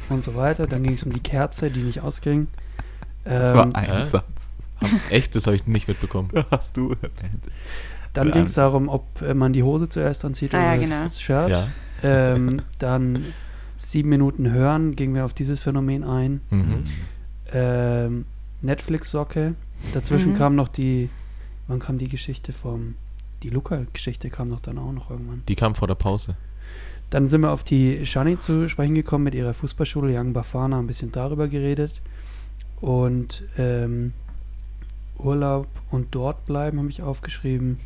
Speaker 4: und so weiter. Dann ging es um die Kerze, die nicht ausging.
Speaker 3: Das
Speaker 4: Ähm,
Speaker 3: war ein
Speaker 1: Hä?
Speaker 3: Satz.
Speaker 1: unterbrochen.
Speaker 4: um-
Speaker 1: Hab- Echt, das habe ich nicht mitbekommen.
Speaker 3: Da hast du.
Speaker 4: dann
Speaker 3: ein-
Speaker 4: ging es darum, ob äh, man die Hose zuerst anzieht
Speaker 2: Ah, ja,
Speaker 4: oder
Speaker 2: genau.
Speaker 4: das Shirt.
Speaker 1: Ja.
Speaker 4: Ähm, [laughs] dann sieben Minuten hören, gingen wir auf dieses Phänomen ein.
Speaker 1: Mhm.
Speaker 4: ähm, Netflix-Socke. Dazwischen
Speaker 2: Mhm.
Speaker 4: kam noch die, wann kam die Geschichte vom, die Luca-Geschichte kam doch dann auch noch irgendwann.
Speaker 1: Die kam vor der Pause.
Speaker 4: Dann sind wir auf die Shani zu sprechen gekommen mit ihrer Fußballschule, Young Bafana, ein bisschen darüber geredet. Und ähm, Urlaub und dort bleiben habe ich aufgeschrieben.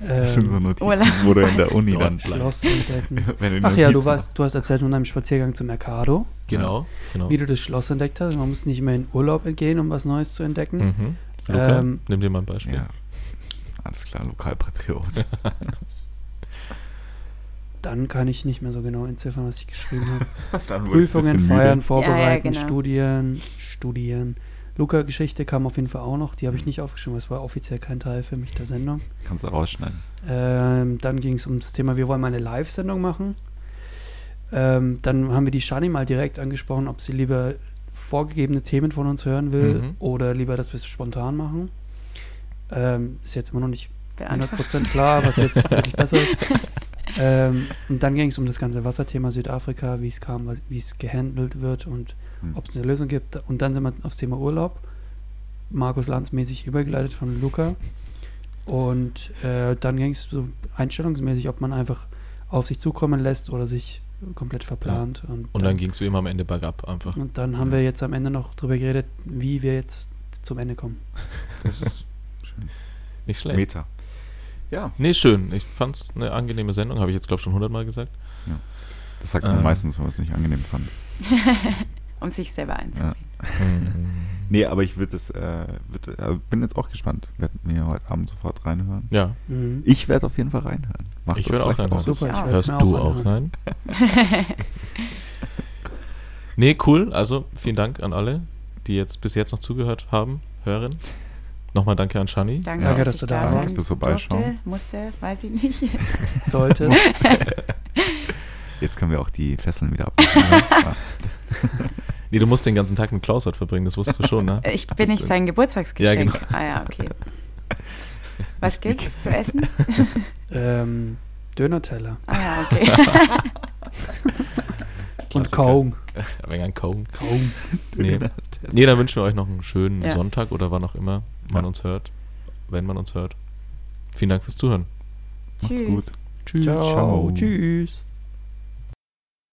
Speaker 3: Das sind so
Speaker 4: Ähm,
Speaker 3: Notizen,
Speaker 2: Urlaub.
Speaker 3: wo du in der Uni dann
Speaker 1: Dort
Speaker 4: Schloss entdecken.
Speaker 3: [laughs] wenn du
Speaker 4: Ach ja, du,
Speaker 3: Notizen
Speaker 4: warst, du hast erzählt von deinem Spaziergang zum Mercado,
Speaker 1: Genau. genau.
Speaker 4: wie du das Schloss entdeckt hast. Man muss nicht immer in Urlaub gehen, um was Neues zu entdecken.
Speaker 3: Hm,
Speaker 1: Mhm. Luca,
Speaker 4: Ähm,
Speaker 1: nimm dir mal ein
Speaker 3: hast.
Speaker 1: Beispiel.
Speaker 3: Ja. Alles klar, [laughs] Lokalpatriot.
Speaker 4: Dann kann ich nicht mehr so genau entziffern, was ich geschrieben
Speaker 3: [laughs]
Speaker 4: habe.
Speaker 3: Dann wurde ich ein
Speaker 4: Prüfungen,
Speaker 3: bisschen
Speaker 4: Feiern,
Speaker 3: müde.
Speaker 4: Vorbereiten,
Speaker 2: genau.
Speaker 4: Studien, Studieren. Luca-Geschichte kam auf jeden Fall auch noch. Die
Speaker 3: Hm.
Speaker 4: habe ich nicht aufgeschrieben, weil es war offiziell kein Teil für mich der Sendung.
Speaker 3: Kannst du rausschneiden.
Speaker 4: Ähm, dann ging es ums Thema, wir wollen mal eine Live-Sendung machen. Ähm, dann haben wir die Shani mal direkt angesprochen, ob sie lieber vorgegebene Themen von uns hören will
Speaker 1: Mhm.
Speaker 4: oder lieber, dass wir es spontan machen. Ähm, ist jetzt immer noch nicht
Speaker 2: Beantwortet.
Speaker 4: 100% klar, was jetzt wirklich besser ist. Ähm, und dann ging es um das ganze Wasserthema Südafrika, wie es kam, was- wie es gehandelt wird und
Speaker 3: Hm.
Speaker 4: ob es eine Lösung gibt. Und dann sind wir aufs Thema Urlaub. Markus Lanz-mäßig übergeleitet von Luca. Und äh, dann ging es so einstellungsmäßig, ob man einfach auf sich zukommen lässt oder sich komplett verplant. Und,
Speaker 1: Und dann ging es wie immer am Ende bergab einfach.
Speaker 4: und dann haben wir jetzt am Ende noch drüber geredet, wie wir jetzt zum Ende kommen. [laughs]
Speaker 3: Das ist schön.
Speaker 1: Nicht schlecht.
Speaker 3: Meta. Ja,
Speaker 1: Nee, schön. Ich fand's eine angenehme Sendung, habe ich jetzt, glaube ich, schon hundertmal gesagt.
Speaker 3: das sagt man
Speaker 1: Ähm.
Speaker 3: meistens, wenn man es nicht angenehm fand.
Speaker 2: um sich selber einzubringen.
Speaker 3: Nee, aber ich würd das, äh, würd, äh, bin jetzt auch gespannt. Werd mir heute Abend sofort reinhören.
Speaker 1: ja,
Speaker 4: Mhm.
Speaker 3: Ich werde auf jeden Fall reinhören. Mach
Speaker 1: ich
Speaker 3: das
Speaker 1: würde auch
Speaker 3: vielleicht
Speaker 1: reinhauen.
Speaker 4: Super, ich
Speaker 2: Ja.
Speaker 4: werd's
Speaker 1: Hörst
Speaker 4: mir
Speaker 1: du auch ne?
Speaker 4: anhören.
Speaker 1: rein? [laughs] nee, cool. Also vielen Dank an alle, die jetzt bis jetzt noch zugehört haben, hören. Nochmal danke an Shani.
Speaker 2: Danke,
Speaker 3: Danke,
Speaker 2: dass,
Speaker 4: dass
Speaker 2: du
Speaker 4: du
Speaker 2: da
Speaker 4: da
Speaker 2: warst.
Speaker 4: warst.
Speaker 3: Dass du vorbeischauen.
Speaker 2: musste, weiß
Speaker 1: [laughs]
Speaker 2: ich nicht.
Speaker 4: Solltest.
Speaker 3: Jetzt können wir auch die Fesseln wieder ne? abnehmen.
Speaker 1: Nee, du musst den ganzen Tag mit Klaus heute verbringen, das wusstest du schon, ne?
Speaker 2: Ich bin nicht sein Geburtstagsgeschenk.
Speaker 1: Ja, genau.
Speaker 2: Ah ja,
Speaker 1: [laughs]
Speaker 2: okay. Was gibt's zu essen?
Speaker 4: ähm, Döner-Teller.
Speaker 2: Ah ja, okay.
Speaker 4: Und
Speaker 1: Klassiker.
Speaker 4: kaum.
Speaker 1: Wenn ein Kaum.
Speaker 4: Kaum.
Speaker 1: [laughs] Nee. nee, dann wünschen wir euch noch einen schönen
Speaker 2: Ja.
Speaker 1: Sonntag oder wann auch immer man
Speaker 3: Ja.
Speaker 1: uns hört, wenn man uns hört. Vielen Dank fürs Zuhören.
Speaker 3: Macht's
Speaker 2: [laughs] Tschüss.
Speaker 3: gut.
Speaker 4: Tschüss.
Speaker 3: Ciao.
Speaker 4: Tschüss.